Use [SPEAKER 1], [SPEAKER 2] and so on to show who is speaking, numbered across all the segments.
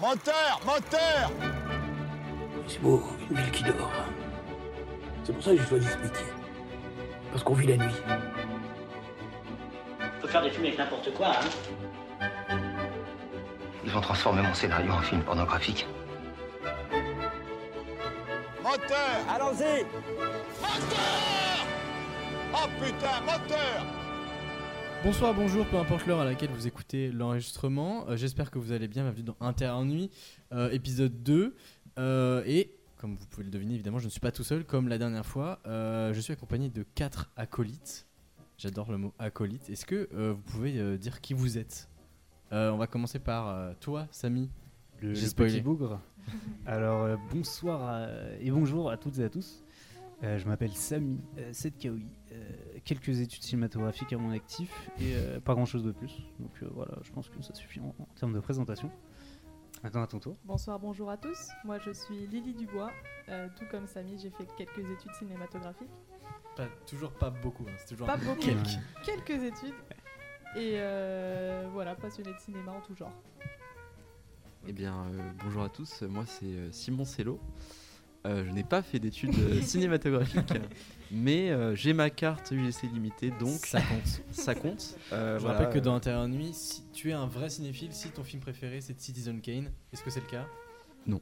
[SPEAKER 1] Moteur Moteur
[SPEAKER 2] C'est beau, une ville qui dort. C'est pour ça que j'ai choisi ce métier. Parce qu'on vit la nuit.
[SPEAKER 3] On peut faire des films avec n'importe quoi, hein.
[SPEAKER 4] Ils vont transformer mon scénario en film pornographique.
[SPEAKER 1] Moteur
[SPEAKER 2] Allons-y
[SPEAKER 1] Moteur Oh putain, moteur
[SPEAKER 5] Bonsoir, bonjour, peu importe l'heure à laquelle vous écoutez l'enregistrement. Euh, J'espère que vous allez bien. Bienvenue dans Inter Ennui, euh, épisode 2. Euh, et comme vous pouvez le deviner, évidemment, je ne suis pas tout seul comme la dernière fois. Euh, je suis accompagné de quatre acolytes. J'adore le mot acolyte. Est-ce que euh, vous pouvez euh, dire qui vous êtes Euh, On va commencer par euh, toi, Samy.
[SPEAKER 6] le,
[SPEAKER 5] J'ai
[SPEAKER 6] le
[SPEAKER 5] spoilé.
[SPEAKER 6] petit bougre. Alors euh, bonsoir à- et bonjour à toutes et à tous. Euh, je m'appelle Samy euh, Sedkaoui. Euh, quelques études cinématographiques à mon actif et euh, pas grand chose de plus. Donc euh, voilà, je pense que ça suffit en, en termes de présentation. Maintenant à ton tour.
[SPEAKER 7] Bonsoir, bonjour à tous. Moi, je suis Lily Dubois. Euh, tout comme Samy, j'ai fait quelques études cinématographiques.
[SPEAKER 5] Pas- toujours pas beaucoup. hein, C'est toujours
[SPEAKER 7] Pas
[SPEAKER 5] un-
[SPEAKER 7] beaucoup.
[SPEAKER 5] quelques.
[SPEAKER 6] Ouais.
[SPEAKER 7] Quelques études. Et euh, voilà, passionnée de cinéma en tout genre.
[SPEAKER 8] Eh bien, euh, bonjour à tous, moi c'est euh, Simon Cello. Euh, je n'ai pas fait d'études euh, cinématographiques, mais euh, j'ai ma carte UGC limitée, donc
[SPEAKER 5] ça compte.
[SPEAKER 8] ça compte. Euh,
[SPEAKER 5] Je
[SPEAKER 8] voilà,
[SPEAKER 5] rappelle que dans Intérieur Nuit, si tu es un vrai cinéphile, si ton film préféré c'est Citizen Kane, est-ce que c'est le cas
[SPEAKER 8] Non.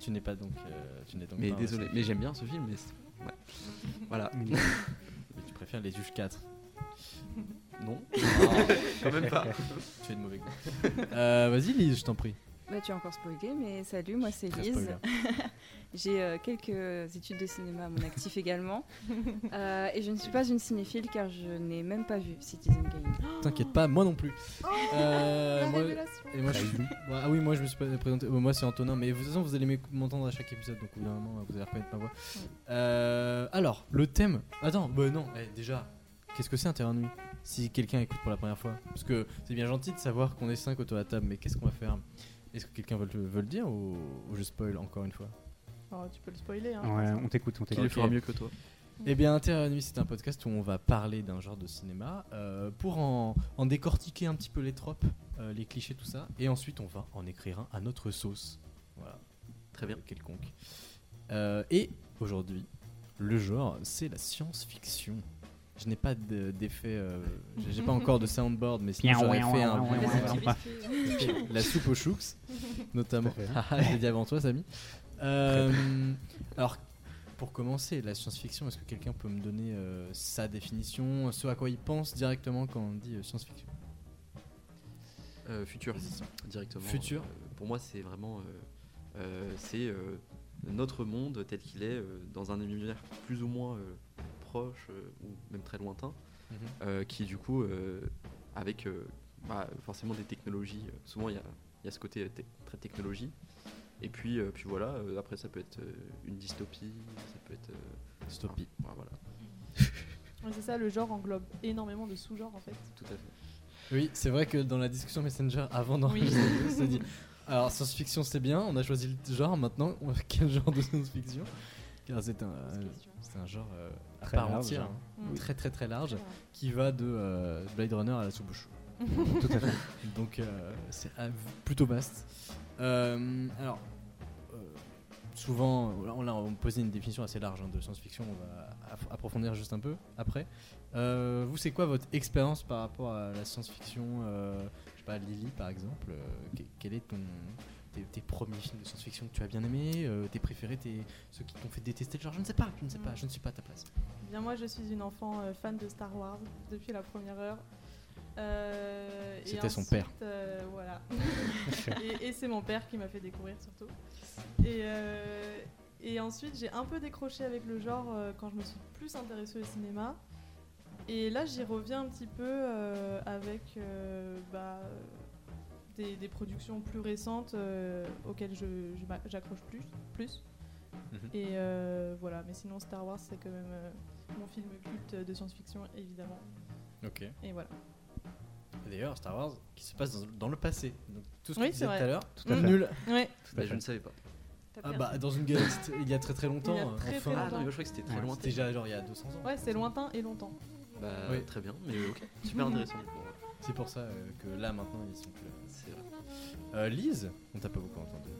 [SPEAKER 5] Tu n'es pas donc. euh, tu n'es donc
[SPEAKER 8] Mais
[SPEAKER 5] pas un
[SPEAKER 8] désolé, mais j'aime bien ce film. Mais c'est- ouais. Voilà,
[SPEAKER 5] vrai- mais tu préfères les juges 4.
[SPEAKER 8] non.
[SPEAKER 6] Quand même pas.
[SPEAKER 5] Tu es de mauvais goût. Euh, Vas-y, Lise, je t'en prie.
[SPEAKER 9] Bah, tu as encore spoilé, mais salut, moi c'est
[SPEAKER 5] Très
[SPEAKER 9] Lise.
[SPEAKER 5] spoiler.
[SPEAKER 9] J'ai euh, quelques études de cinéma à mon actif également. Euh, et je ne suis pas une cinéphile car je n'ai même pas vu Citizen Kane.
[SPEAKER 5] T'inquiète pas, moi non plus. Euh,
[SPEAKER 7] La
[SPEAKER 5] moi-
[SPEAKER 7] révélation.
[SPEAKER 5] et moi, je suis- Ah oui, moi je me suis pas présenté. Oh, moi c'est Antonin, mais de toute façon vous allez m'éc- m'entendre à chaque épisode, donc au bout d'un moment vous allez reconnaître ma voix. Euh, alors, le thème. Attends, bah non, eh, déjà, qu'est-ce que c'est un terrain de nuit Si quelqu'un écoute pour la première fois. Parce que c'est bien gentil de savoir qu'on est 5 autour de la table, mais qu'est-ce qu'on va faire Est-ce que quelqu'un veut, le- veut le dire ou, ou je spoil encore une fois
[SPEAKER 7] Oh, tu peux le spoiler. Hein,
[SPEAKER 6] Ouais, on t'écoute, on
[SPEAKER 8] Qui le
[SPEAKER 6] t'écoute.
[SPEAKER 8] fera mieux que toi
[SPEAKER 5] Eh bien, Terre à Nuit, c'est un podcast où on va parler d'un genre de cinéma euh, pour en, en décortiquer un petit peu les tropes, euh, les clichés, tout ça. Et ensuite, on va en écrire un à notre sauce. Voilà.
[SPEAKER 8] Très bien.
[SPEAKER 5] Quelconque. Euh, et aujourd'hui, le genre, c'est la science-fiction. Je n'ai pas de- d'effet. euh, j'ai- J'ai pas encore de soundboard, mais sinon j'aurais fait un.
[SPEAKER 6] Ouais,
[SPEAKER 9] Mais
[SPEAKER 6] ouais,
[SPEAKER 9] c'est
[SPEAKER 6] ouais.
[SPEAKER 9] un petit risque.
[SPEAKER 5] la soupe aux choux, notamment. Haha, J'ai dit avant toi, Samy. Euh, alors, pour commencer, la science-fiction, est-ce que quelqu'un peut me donner euh, sa définition, ce à quoi il pense directement quand on dit euh, science-fiction
[SPEAKER 8] Euh, futur, directement.
[SPEAKER 5] Futur.
[SPEAKER 8] Euh, pour moi, c'est vraiment. euh, euh, c'est euh, notre monde tel qu'il est, euh, dans un univers plus ou moins euh, proche euh, ou même très lointain,
[SPEAKER 5] Mhm.
[SPEAKER 8] euh, qui du coup, euh, avec euh, bah, forcément des technologies, euh, souvent il y a, il y a ce côté euh, te- très technologie. Et puis, euh, puis voilà, euh, après ça peut être euh, une dystopie, ça peut être. euh,
[SPEAKER 5] Dystopie.
[SPEAKER 8] un- ouais, voilà,
[SPEAKER 5] Ah.
[SPEAKER 7] Ouais, c'est ça, le genre englobe énormément de sous-genres en fait.
[SPEAKER 8] tout à fait.
[SPEAKER 5] Oui, c'est vrai que dans la discussion Messenger, avant d'enregistrer, on s'est dit alors, science-fiction, c'est bien, on a choisi le genre, maintenant, on- quel genre de science-fiction Car c'est un, euh, c'est un genre euh, à
[SPEAKER 6] Très
[SPEAKER 5] part
[SPEAKER 6] large,
[SPEAKER 5] entière,
[SPEAKER 6] hein.
[SPEAKER 5] hein.
[SPEAKER 7] Oui.
[SPEAKER 5] très très très large,
[SPEAKER 7] Voilà.
[SPEAKER 5] qui va de euh, Blade Runner à la soupe aux choux.
[SPEAKER 6] Tout à fait.
[SPEAKER 5] Donc euh, c'est euh, plutôt vaste. Euh, alors, euh, souvent, là, on, là, on posait une définition assez large hein, de science-fiction, on va aff- approfondir juste un peu après. Euh, vous, c'est quoi votre expérience par rapport à la science-fiction euh, Je sais pas, Lily par exemple, euh, que- quel est ton... Tes, tes premiers films de science-fiction que tu as bien aimés, euh, tes préférés, tes, ceux qui t'ont fait détester le genre, je ne sais pas, je ne sais pas, je ne suis pas à ta place.
[SPEAKER 7] Bien moi je suis une enfant euh, fan de Star Wars depuis la première heure. Euh, et
[SPEAKER 5] C'était son
[SPEAKER 7] ensuite,
[SPEAKER 5] père.
[SPEAKER 7] euh, voilà. et et c'est mon père qui m'a fait découvrir surtout. Et, euh, et ensuite j'ai un peu décroché avec le genre euh, quand je me suis plus intéressée au cinéma. Et là j'y reviens un petit peu euh, avec euh, bah, des, des productions plus récentes euh, auxquelles je- je m'a- j'accroche plus. plus.
[SPEAKER 5] Mhm.
[SPEAKER 7] Et euh, voilà, mais sinon Star Wars c'est quand même euh, mon film culte de science-fiction évidemment.
[SPEAKER 5] Ok.
[SPEAKER 7] Et voilà.
[SPEAKER 5] D'ailleurs, Star Wars qui se passe dans, dans le passé. Donc, tout ce que
[SPEAKER 7] Oui,
[SPEAKER 5] tu disais
[SPEAKER 7] c'est vrai.
[SPEAKER 5] tout à l'heure,
[SPEAKER 7] à fait.
[SPEAKER 5] nul
[SPEAKER 7] Ouais.
[SPEAKER 8] Bah, je ne savais pas.
[SPEAKER 9] T'as
[SPEAKER 5] Ah
[SPEAKER 9] perdu.
[SPEAKER 5] bah dans une galaxie il y a très très longtemps.
[SPEAKER 7] Il y a
[SPEAKER 5] euh,
[SPEAKER 7] très, très
[SPEAKER 5] enfin,
[SPEAKER 8] Ah non, mais moi, je crois que c'était très
[SPEAKER 6] Ouais,
[SPEAKER 8] loin.
[SPEAKER 5] c'était déjà genre il y a 200 ans.
[SPEAKER 7] Ouais, c'est lointain et longtemps.
[SPEAKER 8] Bah,
[SPEAKER 5] Oui.
[SPEAKER 8] Très bien, mais ok, super intéressant du coup.
[SPEAKER 5] C'est pour ça euh, que là maintenant ils sont plus là.
[SPEAKER 8] C'est vrai.
[SPEAKER 5] Euh, Lise, on t'a pas beaucoup entendu.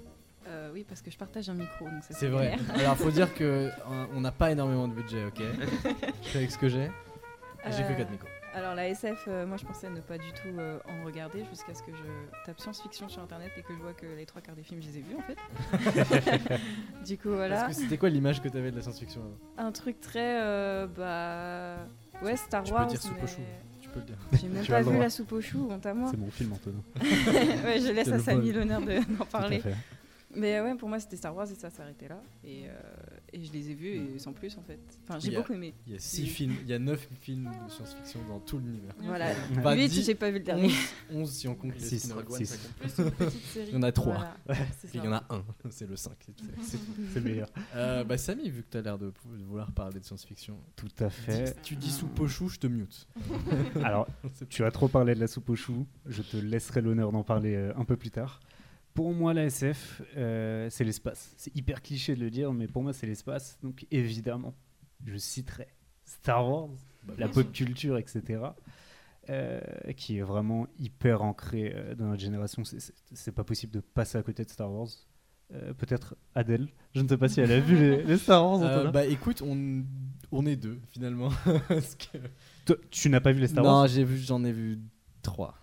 [SPEAKER 9] Euh, oui, parce que je partage un micro, donc ça
[SPEAKER 5] C'est vrai.
[SPEAKER 9] vénère.
[SPEAKER 5] Alors faut dire que hein, on n'a pas énormément de budget, ok. Je fais avec ce que j'ai.
[SPEAKER 7] Euh,
[SPEAKER 5] Et J'ai que
[SPEAKER 9] Euh,
[SPEAKER 5] 4 micros.
[SPEAKER 9] Alors la SF, euh, moi je pensais ne pas du tout euh, en regarder jusqu'à ce que je tape science-fiction sur internet et que je vois que les trois quarts des films je les ai vus en fait. du coup voilà,
[SPEAKER 5] Parce que c'était quoi l'image que t'avais de la science-fiction avant
[SPEAKER 9] un truc très euh, bah ouais Star
[SPEAKER 5] Tu peux
[SPEAKER 9] Wars.
[SPEAKER 5] dire soupe
[SPEAKER 9] mais-
[SPEAKER 5] aux choux. Tu peux le dire.
[SPEAKER 9] J'ai même
[SPEAKER 10] Tu as
[SPEAKER 9] pas
[SPEAKER 10] le
[SPEAKER 9] vu
[SPEAKER 10] droit.
[SPEAKER 9] la soupe aux choux, honte à moi.
[SPEAKER 10] C'est mon film, Antonin. Tout
[SPEAKER 9] ouais, je laisse
[SPEAKER 5] C'est
[SPEAKER 9] à
[SPEAKER 5] le
[SPEAKER 9] Samy
[SPEAKER 5] vol.
[SPEAKER 9] l'honneur de- d'en
[SPEAKER 10] à
[SPEAKER 9] parler.
[SPEAKER 10] fait.
[SPEAKER 9] Mais ouais, pour moi c'était Star Wars et ça s'arrêtait là. Et, euh, et je les ai vus et sans plus en fait. Enfin j'ai
[SPEAKER 5] Il y a-
[SPEAKER 9] beaucoup aimé.
[SPEAKER 5] Il y a 6 films, il y a 9 films de science-fiction dans tout l'univers.
[SPEAKER 9] Voilà.
[SPEAKER 5] Pas
[SPEAKER 9] 8,
[SPEAKER 5] 10,
[SPEAKER 9] j'ai pas vu le dernier.
[SPEAKER 5] 11 si on compte les
[SPEAKER 10] Six,
[SPEAKER 5] Skinner Guns.
[SPEAKER 10] six.
[SPEAKER 7] Plus une petite série.
[SPEAKER 5] Il y en a 3.
[SPEAKER 9] Voilà.
[SPEAKER 5] Puis il y en a un, c'est le 5.
[SPEAKER 10] C'est le meilleur.
[SPEAKER 5] Euh, bah Samy, vu que t'as l'air de, pou- de vouloir parler de science-fiction,
[SPEAKER 10] Tout à fait.
[SPEAKER 5] tu dis sous pochou, je te mute.
[SPEAKER 10] Alors, tu as trop parlé de la soupe aux choux. Je te laisserai l'honneur d'en parler euh, un peu plus tard. Pour moi, la SF, euh, c'est l'espace. C'est hyper cliché de le dire, mais pour moi, c'est l'espace. Donc, évidemment, je citerai Star Wars,
[SPEAKER 5] Bah,
[SPEAKER 10] la pop culture, etc., euh, qui est vraiment hyper ancrée euh, dans notre génération. C'est- c'est- C'est pas possible de passer à côté de Star Wars. Euh, Peut-être Adèle. Je ne sais pas si elle a vu les, les Star Wars.
[SPEAKER 5] Euh,
[SPEAKER 10] Antonin.
[SPEAKER 5] bah écoute, on, on est deux finalement. Parce que-
[SPEAKER 10] Toi, tu n'as pas vu les Star Wars
[SPEAKER 5] Non, j'ai vu, j'en ai vu 3.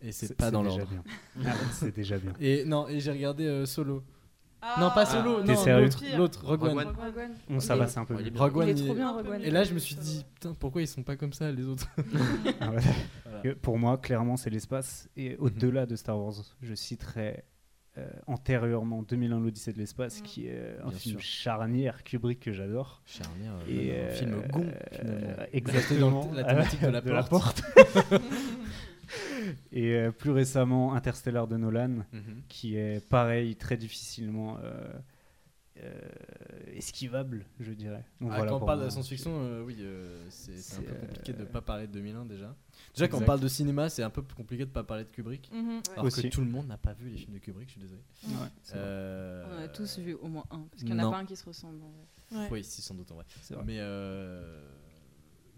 [SPEAKER 5] Et c'est pas dans
[SPEAKER 10] déjà
[SPEAKER 5] l'ordre.
[SPEAKER 10] bien. Ah, c'est déjà bien.
[SPEAKER 5] Et non, et j'ai regardé euh, Solo.
[SPEAKER 7] Ah,
[SPEAKER 5] non, pas Solo,
[SPEAKER 10] T'es
[SPEAKER 5] non,
[SPEAKER 10] sérieux
[SPEAKER 5] l'autre, l'autre, Rogue
[SPEAKER 8] Rogue
[SPEAKER 5] One.
[SPEAKER 8] One.
[SPEAKER 7] Rogue One.
[SPEAKER 10] On ça
[SPEAKER 9] Il
[SPEAKER 10] va,
[SPEAKER 9] est-
[SPEAKER 10] c'est un peu.
[SPEAKER 8] il est
[SPEAKER 10] mieux.
[SPEAKER 8] bien.
[SPEAKER 5] Rogue One,
[SPEAKER 9] Il est trop
[SPEAKER 5] il-
[SPEAKER 9] bien Rogue One.
[SPEAKER 5] Et là, je me suis dit, putain, pourquoi ils sont pas comme ça les autres
[SPEAKER 10] Ah, voilà. Euh, Pour moi, clairement, c'est l'espace. Et
[SPEAKER 5] Mhm.
[SPEAKER 10] au-delà de Star Wars, je citerai euh, antérieurement 2001 l'Odyssée de l'espace,
[SPEAKER 7] Mhm.
[SPEAKER 10] qui est un
[SPEAKER 5] Bien
[SPEAKER 10] film
[SPEAKER 5] sûr.
[SPEAKER 10] charnière Kubrick que j'adore.
[SPEAKER 5] Charnière,
[SPEAKER 10] Et
[SPEAKER 5] un
[SPEAKER 10] euh,
[SPEAKER 5] film gon,
[SPEAKER 10] euh,
[SPEAKER 5] finalement.
[SPEAKER 10] exactement.
[SPEAKER 5] Dans la thématique de la
[SPEAKER 10] de la
[SPEAKER 5] porte.
[SPEAKER 10] Et euh, plus récemment, Interstellar de Nolan,
[SPEAKER 5] Mhm. Ah,
[SPEAKER 10] qui est pareil, très difficilement euh, euh, esquivable, je dirais. Donc
[SPEAKER 5] Ah,
[SPEAKER 10] voilà
[SPEAKER 5] quand on
[SPEAKER 10] pour
[SPEAKER 5] parle
[SPEAKER 10] moi.
[SPEAKER 5] de science-fiction, euh, oui, euh, c'est c'est un
[SPEAKER 10] C'est,
[SPEAKER 5] peu compliqué de
[SPEAKER 10] euh,
[SPEAKER 5] pas parler de 2001 déjà. Déjà, quand on
[SPEAKER 10] exact.
[SPEAKER 5] parle de cinéma, c'est un peu compliqué de pas parler de Kubrick.
[SPEAKER 7] Mhm.
[SPEAKER 5] Alors que
[SPEAKER 10] Aussi.
[SPEAKER 5] tout le monde n'a pas vu les films de Kubrick, je suis désolé.
[SPEAKER 10] Ouais, c'est vrai.
[SPEAKER 5] Euh,
[SPEAKER 9] On en a tous vu au moins un, parce qu'il y en
[SPEAKER 5] non.
[SPEAKER 9] a pas un qui se ressemble. en vrai.
[SPEAKER 7] Ouais.
[SPEAKER 5] Oui, si, sans doute en vrai.
[SPEAKER 10] C'est vrai.
[SPEAKER 5] Mais, euh,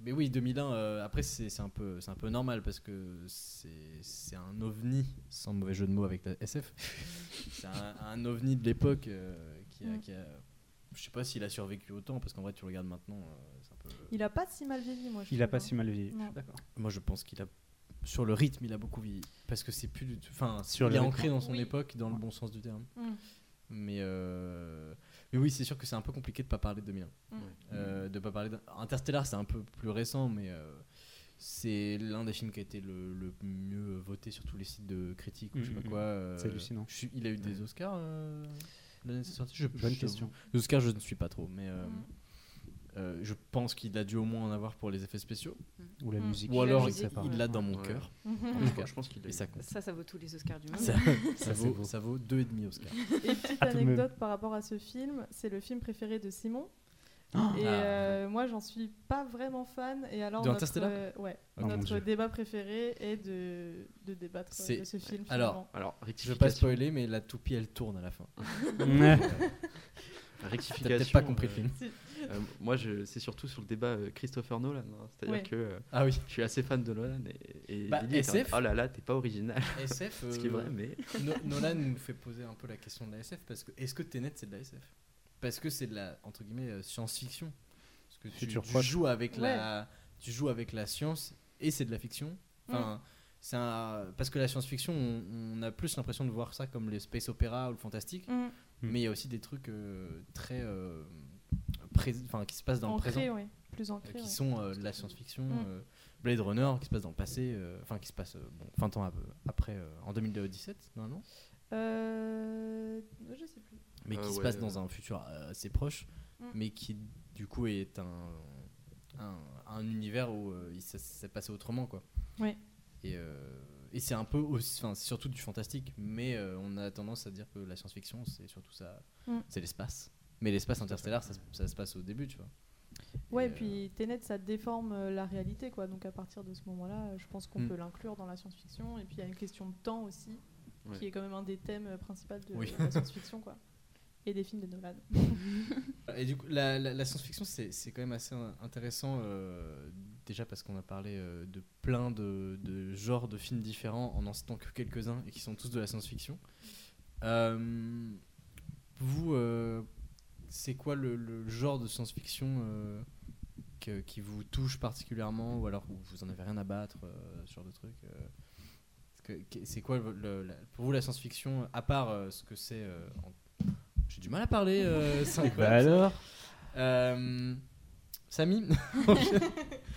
[SPEAKER 5] mais oui, 2001, euh, après, c'est c'est un, peu- c'est un peu normal parce que c'est c'est un ovni, sans mauvais jeu de mots avec la SF. c'est un, un ovni de l'époque euh, qui a.
[SPEAKER 7] Mm.
[SPEAKER 5] qui a- je sais pas s'il a survécu autant parce qu'en vrai, tu le regardes maintenant. euh, c'est un peu...
[SPEAKER 7] Il a pas si mal vieilli, moi. Je
[SPEAKER 10] Il a
[SPEAKER 7] trouve,
[SPEAKER 10] pas
[SPEAKER 7] hein.
[SPEAKER 10] si mal vieilli.
[SPEAKER 7] Non.
[SPEAKER 10] je suis D'accord.
[SPEAKER 5] Moi, je pense qu'il a. Sur le rythme, il a beaucoup vieilli. Parce que c'est plus du tout. Enfin,
[SPEAKER 10] Sur
[SPEAKER 5] il
[SPEAKER 10] le
[SPEAKER 5] est
[SPEAKER 10] rythme.
[SPEAKER 5] ancré dans son
[SPEAKER 7] Oui.
[SPEAKER 5] époque, dans le bon sens du terme.
[SPEAKER 7] Mm.
[SPEAKER 5] Mais, euh, mais oui, c'est sûr que c'est un peu compliqué de pas parler de 2001.
[SPEAKER 7] Mm.
[SPEAKER 5] Euh, de pas parler d'un- Interstellar, c'est un peu plus récent, mais euh, c'est l'un des films qui a été le, le mieux voté sur tous les sites de critiques ou je sais
[SPEAKER 10] Mm,
[SPEAKER 5] pas
[SPEAKER 10] mm,
[SPEAKER 5] quoi. euh,
[SPEAKER 10] C'est hallucinant.
[SPEAKER 5] je suis- il a eu des Oscars euh, l'année de sa sortie Je-
[SPEAKER 10] Bonne
[SPEAKER 5] je-
[SPEAKER 10] question.
[SPEAKER 5] Les Oscars, je ne suis pas trop, mais euh,
[SPEAKER 7] Mm.
[SPEAKER 5] euh, je pense qu'il a dû au moins en avoir pour les effets spéciaux.
[SPEAKER 10] Ou la
[SPEAKER 7] Mm.
[SPEAKER 10] musique.
[SPEAKER 5] Ou
[SPEAKER 9] la
[SPEAKER 5] alors,
[SPEAKER 9] musique,
[SPEAKER 5] il
[SPEAKER 9] ouais.
[SPEAKER 5] l'a dans mon
[SPEAKER 8] Ouais.
[SPEAKER 5] cœur.
[SPEAKER 7] Mhm.
[SPEAKER 5] En tout cas,
[SPEAKER 8] Je pense qu'il a
[SPEAKER 5] Et
[SPEAKER 8] eu-
[SPEAKER 5] ça compte.
[SPEAKER 9] Ça, ça vaut tous les Oscars du monde.
[SPEAKER 5] Ça, ça
[SPEAKER 10] Ça, c'est
[SPEAKER 5] vaut,
[SPEAKER 10] beau.
[SPEAKER 5] ça vaut deux et demi Oscars.
[SPEAKER 7] Et petite
[SPEAKER 10] Ah, tout de même.
[SPEAKER 7] anecdote par rapport à ce film, c'est le film préféré de Simon. et
[SPEAKER 5] Ah.
[SPEAKER 7] euh, moi, j'en suis pas vraiment fan. Et alors,
[SPEAKER 5] De
[SPEAKER 7] notre,
[SPEAKER 5] Interstellar
[SPEAKER 7] euh, ouais,
[SPEAKER 10] Oh mon
[SPEAKER 7] notre
[SPEAKER 10] Dieu.
[SPEAKER 7] débat préféré est de, de débattre
[SPEAKER 5] C'est-
[SPEAKER 7] de ce film.
[SPEAKER 5] alors,
[SPEAKER 8] Alors,
[SPEAKER 5] Je
[SPEAKER 8] rectification.
[SPEAKER 5] veux pas spoiler, mais la toupie elle tourne à la fin.
[SPEAKER 10] Ouais.
[SPEAKER 5] T'as
[SPEAKER 8] rectification,
[SPEAKER 5] peut-être pas compris le
[SPEAKER 8] euh,
[SPEAKER 5] film.
[SPEAKER 8] euh, moi, je- c'est surtout sur le débat euh, Christopher Nolan. hein. C'est-à-dire
[SPEAKER 7] Ouais.
[SPEAKER 8] que euh,
[SPEAKER 5] Ah oui,
[SPEAKER 8] je suis assez fan de Nolan et, et
[SPEAKER 5] Bah,
[SPEAKER 8] Lily est en mode,
[SPEAKER 5] SF.
[SPEAKER 8] oh là là, t'es pas original.
[SPEAKER 5] SF.
[SPEAKER 8] Ce qui est
[SPEAKER 5] euh,
[SPEAKER 8] vrai, mais.
[SPEAKER 5] No- Nolan nous fait poser un peu la question de la SF parce que est-ce que Tenet c'est de la SF Parce que c'est de la entre guillemets euh, science-fiction. Parce que tu,
[SPEAKER 10] Futur
[SPEAKER 5] tu
[SPEAKER 10] proche.
[SPEAKER 5] joues avec la tu joues avec la science et c'est de la fiction. Enfin, c'est un- parce que la science-fiction on, on a plus l'impression de voir ça comme les space opéra ou le fantastique,
[SPEAKER 7] Mhm.
[SPEAKER 10] Mm.
[SPEAKER 5] mais il y a aussi des trucs euh, très euh, pré- enfin qui se passent dans le
[SPEAKER 7] ancré,
[SPEAKER 5] présent.
[SPEAKER 7] ouais. plus
[SPEAKER 5] euh,
[SPEAKER 7] ancré.
[SPEAKER 5] Qui
[SPEAKER 7] ouais.
[SPEAKER 5] sont euh, de la science-fiction,
[SPEAKER 7] Mm.
[SPEAKER 5] euh, Blade Runner, qui se passe dans le passé, euh, enfin qui se passe euh, bon, 20 ans ap- après, euh, en 2017, normalement
[SPEAKER 7] Euh, je sais plus.
[SPEAKER 5] mais
[SPEAKER 8] Ah
[SPEAKER 5] qui se
[SPEAKER 8] ouais,
[SPEAKER 5] passe
[SPEAKER 8] euh.
[SPEAKER 5] dans un futur euh, assez proche,
[SPEAKER 7] Mm.
[SPEAKER 5] mais qui du coup est un, un, un univers où euh, il s'est- s'est passé autrement quoi.
[SPEAKER 7] Ouais.
[SPEAKER 5] Et, euh, et c'est un peu aussi, enfin c'est surtout du fantastique, mais euh, on a tendance à dire que la science-fiction c'est surtout ça,
[SPEAKER 7] Mm.
[SPEAKER 5] c'est l'espace. Mais l'espace interstellaire ça, se- ça se passe au début tu vois.
[SPEAKER 7] Ouais, et
[SPEAKER 5] euh,
[SPEAKER 7] puis Tenet, ça déforme euh, la réalité, quoi. Donc à partir de ce moment-là, euh, je pense qu'on
[SPEAKER 5] Mm.
[SPEAKER 7] peut l'inclure dans la science-fiction. Et puis il y a une question de temps aussi,
[SPEAKER 8] Ouais.
[SPEAKER 7] qui est quand même un des thèmes euh, principaux de
[SPEAKER 5] Oui. Mm.
[SPEAKER 7] la science-fiction, quoi. Et des films de Nolan.
[SPEAKER 5] Et du coup, la, la- la science-fiction, c'est c'est quand même assez euh, intéressant euh, dé- déjà parce qu'on a parlé euh, de plein de, de genres de films différents en n'en citant que quelques-uns et qui sont tous de la science-fiction. Euh, vous, euh, c'est quoi le, le genre de science-fiction euh, que- qui vous touche particulièrement ou alors où vous en avez rien à battre euh, sur le truc euh, parce que- que- C'est quoi le- le- la- pour vous la science-fiction à part euh, ce que c'est euh, en- J'ai du mal à parler. euh, c'est
[SPEAKER 6] Bah
[SPEAKER 5] incroyable.
[SPEAKER 6] alors
[SPEAKER 5] Euh, Sami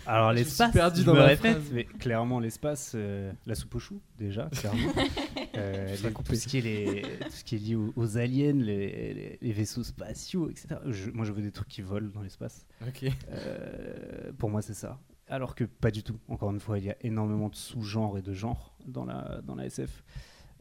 [SPEAKER 6] Alors
[SPEAKER 5] Je me suis
[SPEAKER 6] l'espace,
[SPEAKER 5] perdu
[SPEAKER 6] je
[SPEAKER 5] dans
[SPEAKER 6] me
[SPEAKER 5] ma
[SPEAKER 6] répète,
[SPEAKER 5] phrase.
[SPEAKER 6] mais clairement l'espace, euh, la soupe aux choux déjà, clairement. Euh, les- tout, ce qui est les- tout ce qui est lié aux, aux aliens, les, les- les vaisseaux spatiaux, etc. Je- moi je veux des trucs qui volent dans l'espace.
[SPEAKER 5] Ok.
[SPEAKER 6] Euh, pour moi c'est ça. Alors que pas du tout. Encore une fois, il y a énormément de sous-genres et de genres dans la, dans la SF.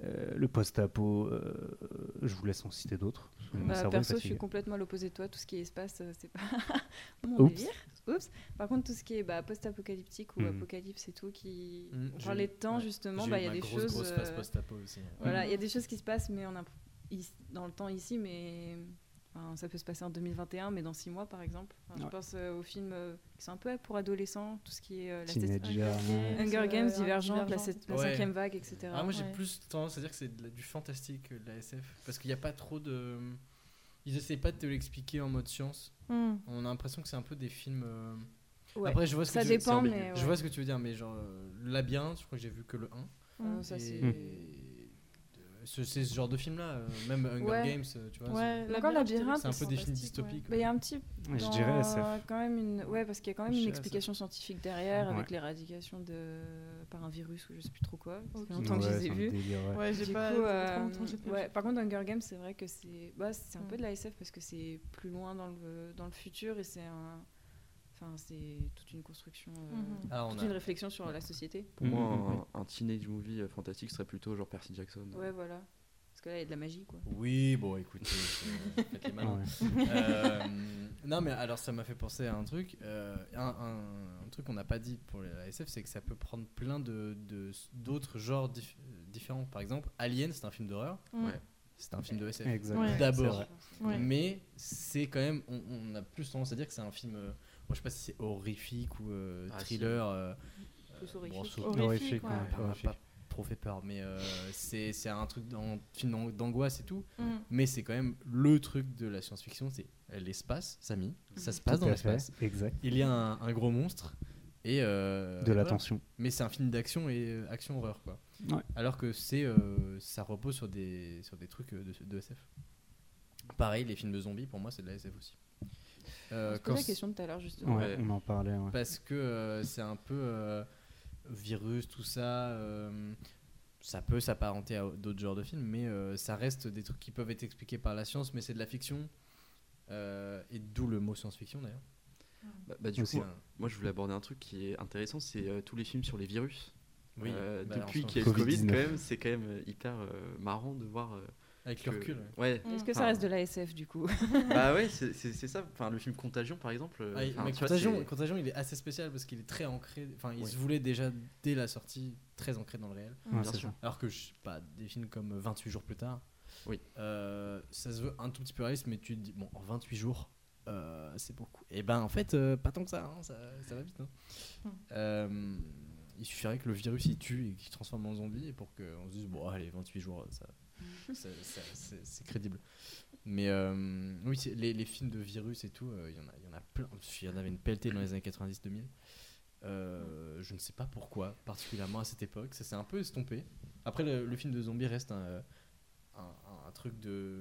[SPEAKER 6] Euh, le post-apo, euh, je vous laisse en citer d'autres. parce que mon
[SPEAKER 9] Bah,
[SPEAKER 6] cerveau est
[SPEAKER 9] perso, je
[SPEAKER 6] fatigué.
[SPEAKER 9] suis complètement à l'opposé de toi. Tout ce qui est espace, euh, c'est pas mon
[SPEAKER 6] Oups.
[SPEAKER 9] délire. Oups. Par contre, tout ce qui est bah, post-apocalyptique ou
[SPEAKER 6] Mhm.
[SPEAKER 9] apocalypse et tout, qui.
[SPEAKER 5] Mhm,
[SPEAKER 9] on
[SPEAKER 5] Hmm. j'ai
[SPEAKER 9] parlait
[SPEAKER 5] eu-
[SPEAKER 9] de temps
[SPEAKER 5] ouais.
[SPEAKER 9] justement, bah, il y a des
[SPEAKER 5] grosse,
[SPEAKER 9] choses.
[SPEAKER 5] Grosse phase
[SPEAKER 9] euh,
[SPEAKER 5] post-apo aussi.
[SPEAKER 9] Voilà, il y a des choses qui se passent, mais on a dans le temps ici, mais enfin, ça peut se passer en 2021, mais dans six mois par exemple. Enfin, Je
[SPEAKER 6] Ouais.
[SPEAKER 9] pense euh, aux films euh, qui sont un peu pour adolescents, tout ce qui est euh, la
[SPEAKER 6] Teenager,
[SPEAKER 9] sept-
[SPEAKER 6] ouais.
[SPEAKER 9] Hunger Games,
[SPEAKER 7] euh,
[SPEAKER 9] Divergente, la,
[SPEAKER 7] Divergente.
[SPEAKER 9] sept- la
[SPEAKER 5] Ouais.
[SPEAKER 9] cinquième vague, etc.
[SPEAKER 5] Ah, moi j'ai
[SPEAKER 9] Ouais.
[SPEAKER 5] plus tendance à dire que c'est de la- du fantastique que de la SF parce qu'il n'y a pas trop de. Ils essaient pas de te l'expliquer en mode science.
[SPEAKER 9] Mm.
[SPEAKER 7] Hmm.
[SPEAKER 5] On a l'impression que c'est un peu des films. euh,
[SPEAKER 9] Ouais.
[SPEAKER 5] Après, je vois ce
[SPEAKER 9] Ça
[SPEAKER 5] que tu-
[SPEAKER 9] dépend,
[SPEAKER 5] c'est
[SPEAKER 9] mais
[SPEAKER 5] ambigu. Je
[SPEAKER 9] ouais.
[SPEAKER 5] vois ce que tu veux dire, mais genre euh, Labyrinthe, je crois que j'ai vu que le 1.
[SPEAKER 9] Ah non, ça,
[SPEAKER 5] et- Hmm.
[SPEAKER 9] c'est-
[SPEAKER 5] euh, ce- C'est ce genre de film là, même Hunger
[SPEAKER 9] Ouais.
[SPEAKER 5] Games, euh, tu vois.
[SPEAKER 7] Ouais,
[SPEAKER 9] Encore
[SPEAKER 5] c'est-
[SPEAKER 9] Labyrinthe,
[SPEAKER 5] C'est un peu des films
[SPEAKER 7] fantastique, ouais.
[SPEAKER 5] dystopiques.
[SPEAKER 9] Bah, Il y a un petit
[SPEAKER 6] Ouais, Je
[SPEAKER 9] dans-
[SPEAKER 6] dirais SF.
[SPEAKER 9] quand même une ouais parce qu'il y a quand même
[SPEAKER 5] Je
[SPEAKER 9] une
[SPEAKER 5] dirais
[SPEAKER 9] explication scientifique derrière avec
[SPEAKER 6] Ouais.
[SPEAKER 9] l'éradication de par un virus ou je sais plus trop quoi ça
[SPEAKER 7] Ok.
[SPEAKER 9] fait longtemps que je
[SPEAKER 6] Ouais,
[SPEAKER 9] les ai
[SPEAKER 6] c'est un
[SPEAKER 9] vus
[SPEAKER 6] délire, ouais.
[SPEAKER 7] Ouais, j'ai
[SPEAKER 9] du
[SPEAKER 7] pas.
[SPEAKER 9] coup
[SPEAKER 7] ça fait trop
[SPEAKER 9] euh,
[SPEAKER 7] longtemps que j'ai pas
[SPEAKER 9] ouais
[SPEAKER 7] vu.
[SPEAKER 9] par contre Hunger Games c'est vrai que c'est bah, c'est un peu
[SPEAKER 7] Mm.
[SPEAKER 9] de la SF parce que c'est plus loin dans le dans le futur et c'est un enfin c'est toute une construction euh,
[SPEAKER 7] Mhm.
[SPEAKER 5] Ah, on
[SPEAKER 9] toute
[SPEAKER 5] a-
[SPEAKER 9] une réflexion sur la société
[SPEAKER 8] Pour
[SPEAKER 6] Mhm,
[SPEAKER 8] moi,
[SPEAKER 6] mhm,
[SPEAKER 8] un, un teenage movie euh, fantastique serait plutôt genre Percy Jackson.
[SPEAKER 9] ouais voilà parce que là il y a de la magie quoi
[SPEAKER 5] Oui, bon, écoutez, euh, faites les malins.
[SPEAKER 6] Ouais.
[SPEAKER 5] Euh, non, mais alors ça m'a fait penser à un truc. euh, un, un- un truc qu'on n'a pas dit pour la SF, c'est que ça peut prendre plein de de- d'autres genres dif- différents. Par exemple, Alien, c'est un film d'horreur.
[SPEAKER 7] Hmm.
[SPEAKER 8] Ouais.
[SPEAKER 5] C'est un film de SF.
[SPEAKER 6] Exactement.
[SPEAKER 7] Ouais.
[SPEAKER 5] D'abord.
[SPEAKER 6] C'est vrai.
[SPEAKER 7] Ouais.
[SPEAKER 5] Mais c'est quand même, on, on a plus tendance à dire que c'est un film. euh, bon, je sais pas si c'est horrifique ou euh,
[SPEAKER 8] Ah, si.
[SPEAKER 5] thriller. euh,
[SPEAKER 9] Plus
[SPEAKER 5] euh,
[SPEAKER 9] horrifique.
[SPEAKER 5] bon, sauf-
[SPEAKER 7] Horrifique,
[SPEAKER 6] Horrifique,
[SPEAKER 7] ouais.
[SPEAKER 6] ouais,
[SPEAKER 5] ça m'a
[SPEAKER 6] horrifique.
[SPEAKER 5] pas trop fait peur, mais euh, c'est c'est un truc d'an- film d'an- d'angoisse et tout.
[SPEAKER 7] Hmm.
[SPEAKER 5] mais c'est quand même le truc de la science-fiction, c'est l'espace, Samy. Ça se passe dans
[SPEAKER 6] Tout à fait,
[SPEAKER 5] l'espace.
[SPEAKER 6] Exact.
[SPEAKER 5] Il y a un, un gros monstre et euh,
[SPEAKER 6] De la
[SPEAKER 5] voilà.
[SPEAKER 6] tension.
[SPEAKER 5] Mais c'est un film d'action et euh, action horreur quoi.
[SPEAKER 6] Ouais.
[SPEAKER 5] Alors que c'est euh, ça repose sur des sur des trucs euh, de, de SF. Pareil, les films de zombies pour moi c'est de la SF aussi. Euh,
[SPEAKER 9] on se
[SPEAKER 5] quand
[SPEAKER 9] posait la
[SPEAKER 5] c-
[SPEAKER 9] question tout à l'heure justement
[SPEAKER 6] Ouais,
[SPEAKER 8] Ouais.
[SPEAKER 6] on en parlait. ouais.
[SPEAKER 5] parce que euh, c'est un peu euh, virus, tout ça. euh, ça peut s'apparenter à d'autres genres de films, mais euh, ça reste des trucs qui peuvent être expliqués par la science, mais c'est de la fiction. euh, et d'où le mot science-fiction d'ailleurs.
[SPEAKER 8] Bah, bah, du
[SPEAKER 6] Aussi.
[SPEAKER 8] coup,
[SPEAKER 5] C'est un-
[SPEAKER 8] moi je voulais aborder un truc qui est intéressant, c'est euh, tous les films sur les virus.
[SPEAKER 5] Oui,
[SPEAKER 8] Euh,
[SPEAKER 5] bah,
[SPEAKER 8] depuis
[SPEAKER 5] en ce
[SPEAKER 8] qu'il y a le
[SPEAKER 5] moment,
[SPEAKER 8] Covid, quand
[SPEAKER 6] Covid-19.
[SPEAKER 8] même, c'est quand même euh, hyper euh, marrant de voir. euh,
[SPEAKER 5] Avec
[SPEAKER 8] que-
[SPEAKER 5] le recul. ouais.
[SPEAKER 8] Ouais.
[SPEAKER 9] est-ce que ça
[SPEAKER 5] Ah.
[SPEAKER 8] Enfin,
[SPEAKER 9] reste de la SF du coup
[SPEAKER 8] bah ouais, c'est c'est- c'est ça. Enfin, le film Contagion, par exemple. euh,
[SPEAKER 5] Ah, il-
[SPEAKER 8] enfin,
[SPEAKER 5] mais
[SPEAKER 8] tu vois,
[SPEAKER 5] Contagion,
[SPEAKER 8] c'est-
[SPEAKER 5] Contagion, il est assez spécial parce qu'il est très ancré. Enfin, il
[SPEAKER 8] Ouais.
[SPEAKER 5] se voulait déjà dès la sortie très ancré dans le réel.
[SPEAKER 6] Ouais,
[SPEAKER 8] bien
[SPEAKER 6] c'est
[SPEAKER 8] sûr.
[SPEAKER 6] ça.
[SPEAKER 5] Alors que je sais pas, des films comme 28 jours plus tard,
[SPEAKER 8] Oui.
[SPEAKER 5] euh, ça se veut un tout petit peu réaliste, mais tu te dis, bon, en 28 jours, euh, c'est beaucoup. Et ben en fait, euh, pas tant que ça, hein, ça, ça va vite. hein.
[SPEAKER 7] Mm.
[SPEAKER 5] Euh, il suffirait que le virus il tue et qu'il se transforme en zombie et pour qu'on se dise, bon, allez, 28 jours, ça, ça- ça- c'est c'est crédible. Mais euh, oui, c'est- les, les films de virus et tout, euh, il y, en a- il y en a plein. Il y en avait une pelletée dans les années 90-2000. Euh, je ne sais pas pourquoi, particulièrement à cette époque, ça s'est un peu estompé. Après, le, le film de zombie reste un, euh, un- un truc de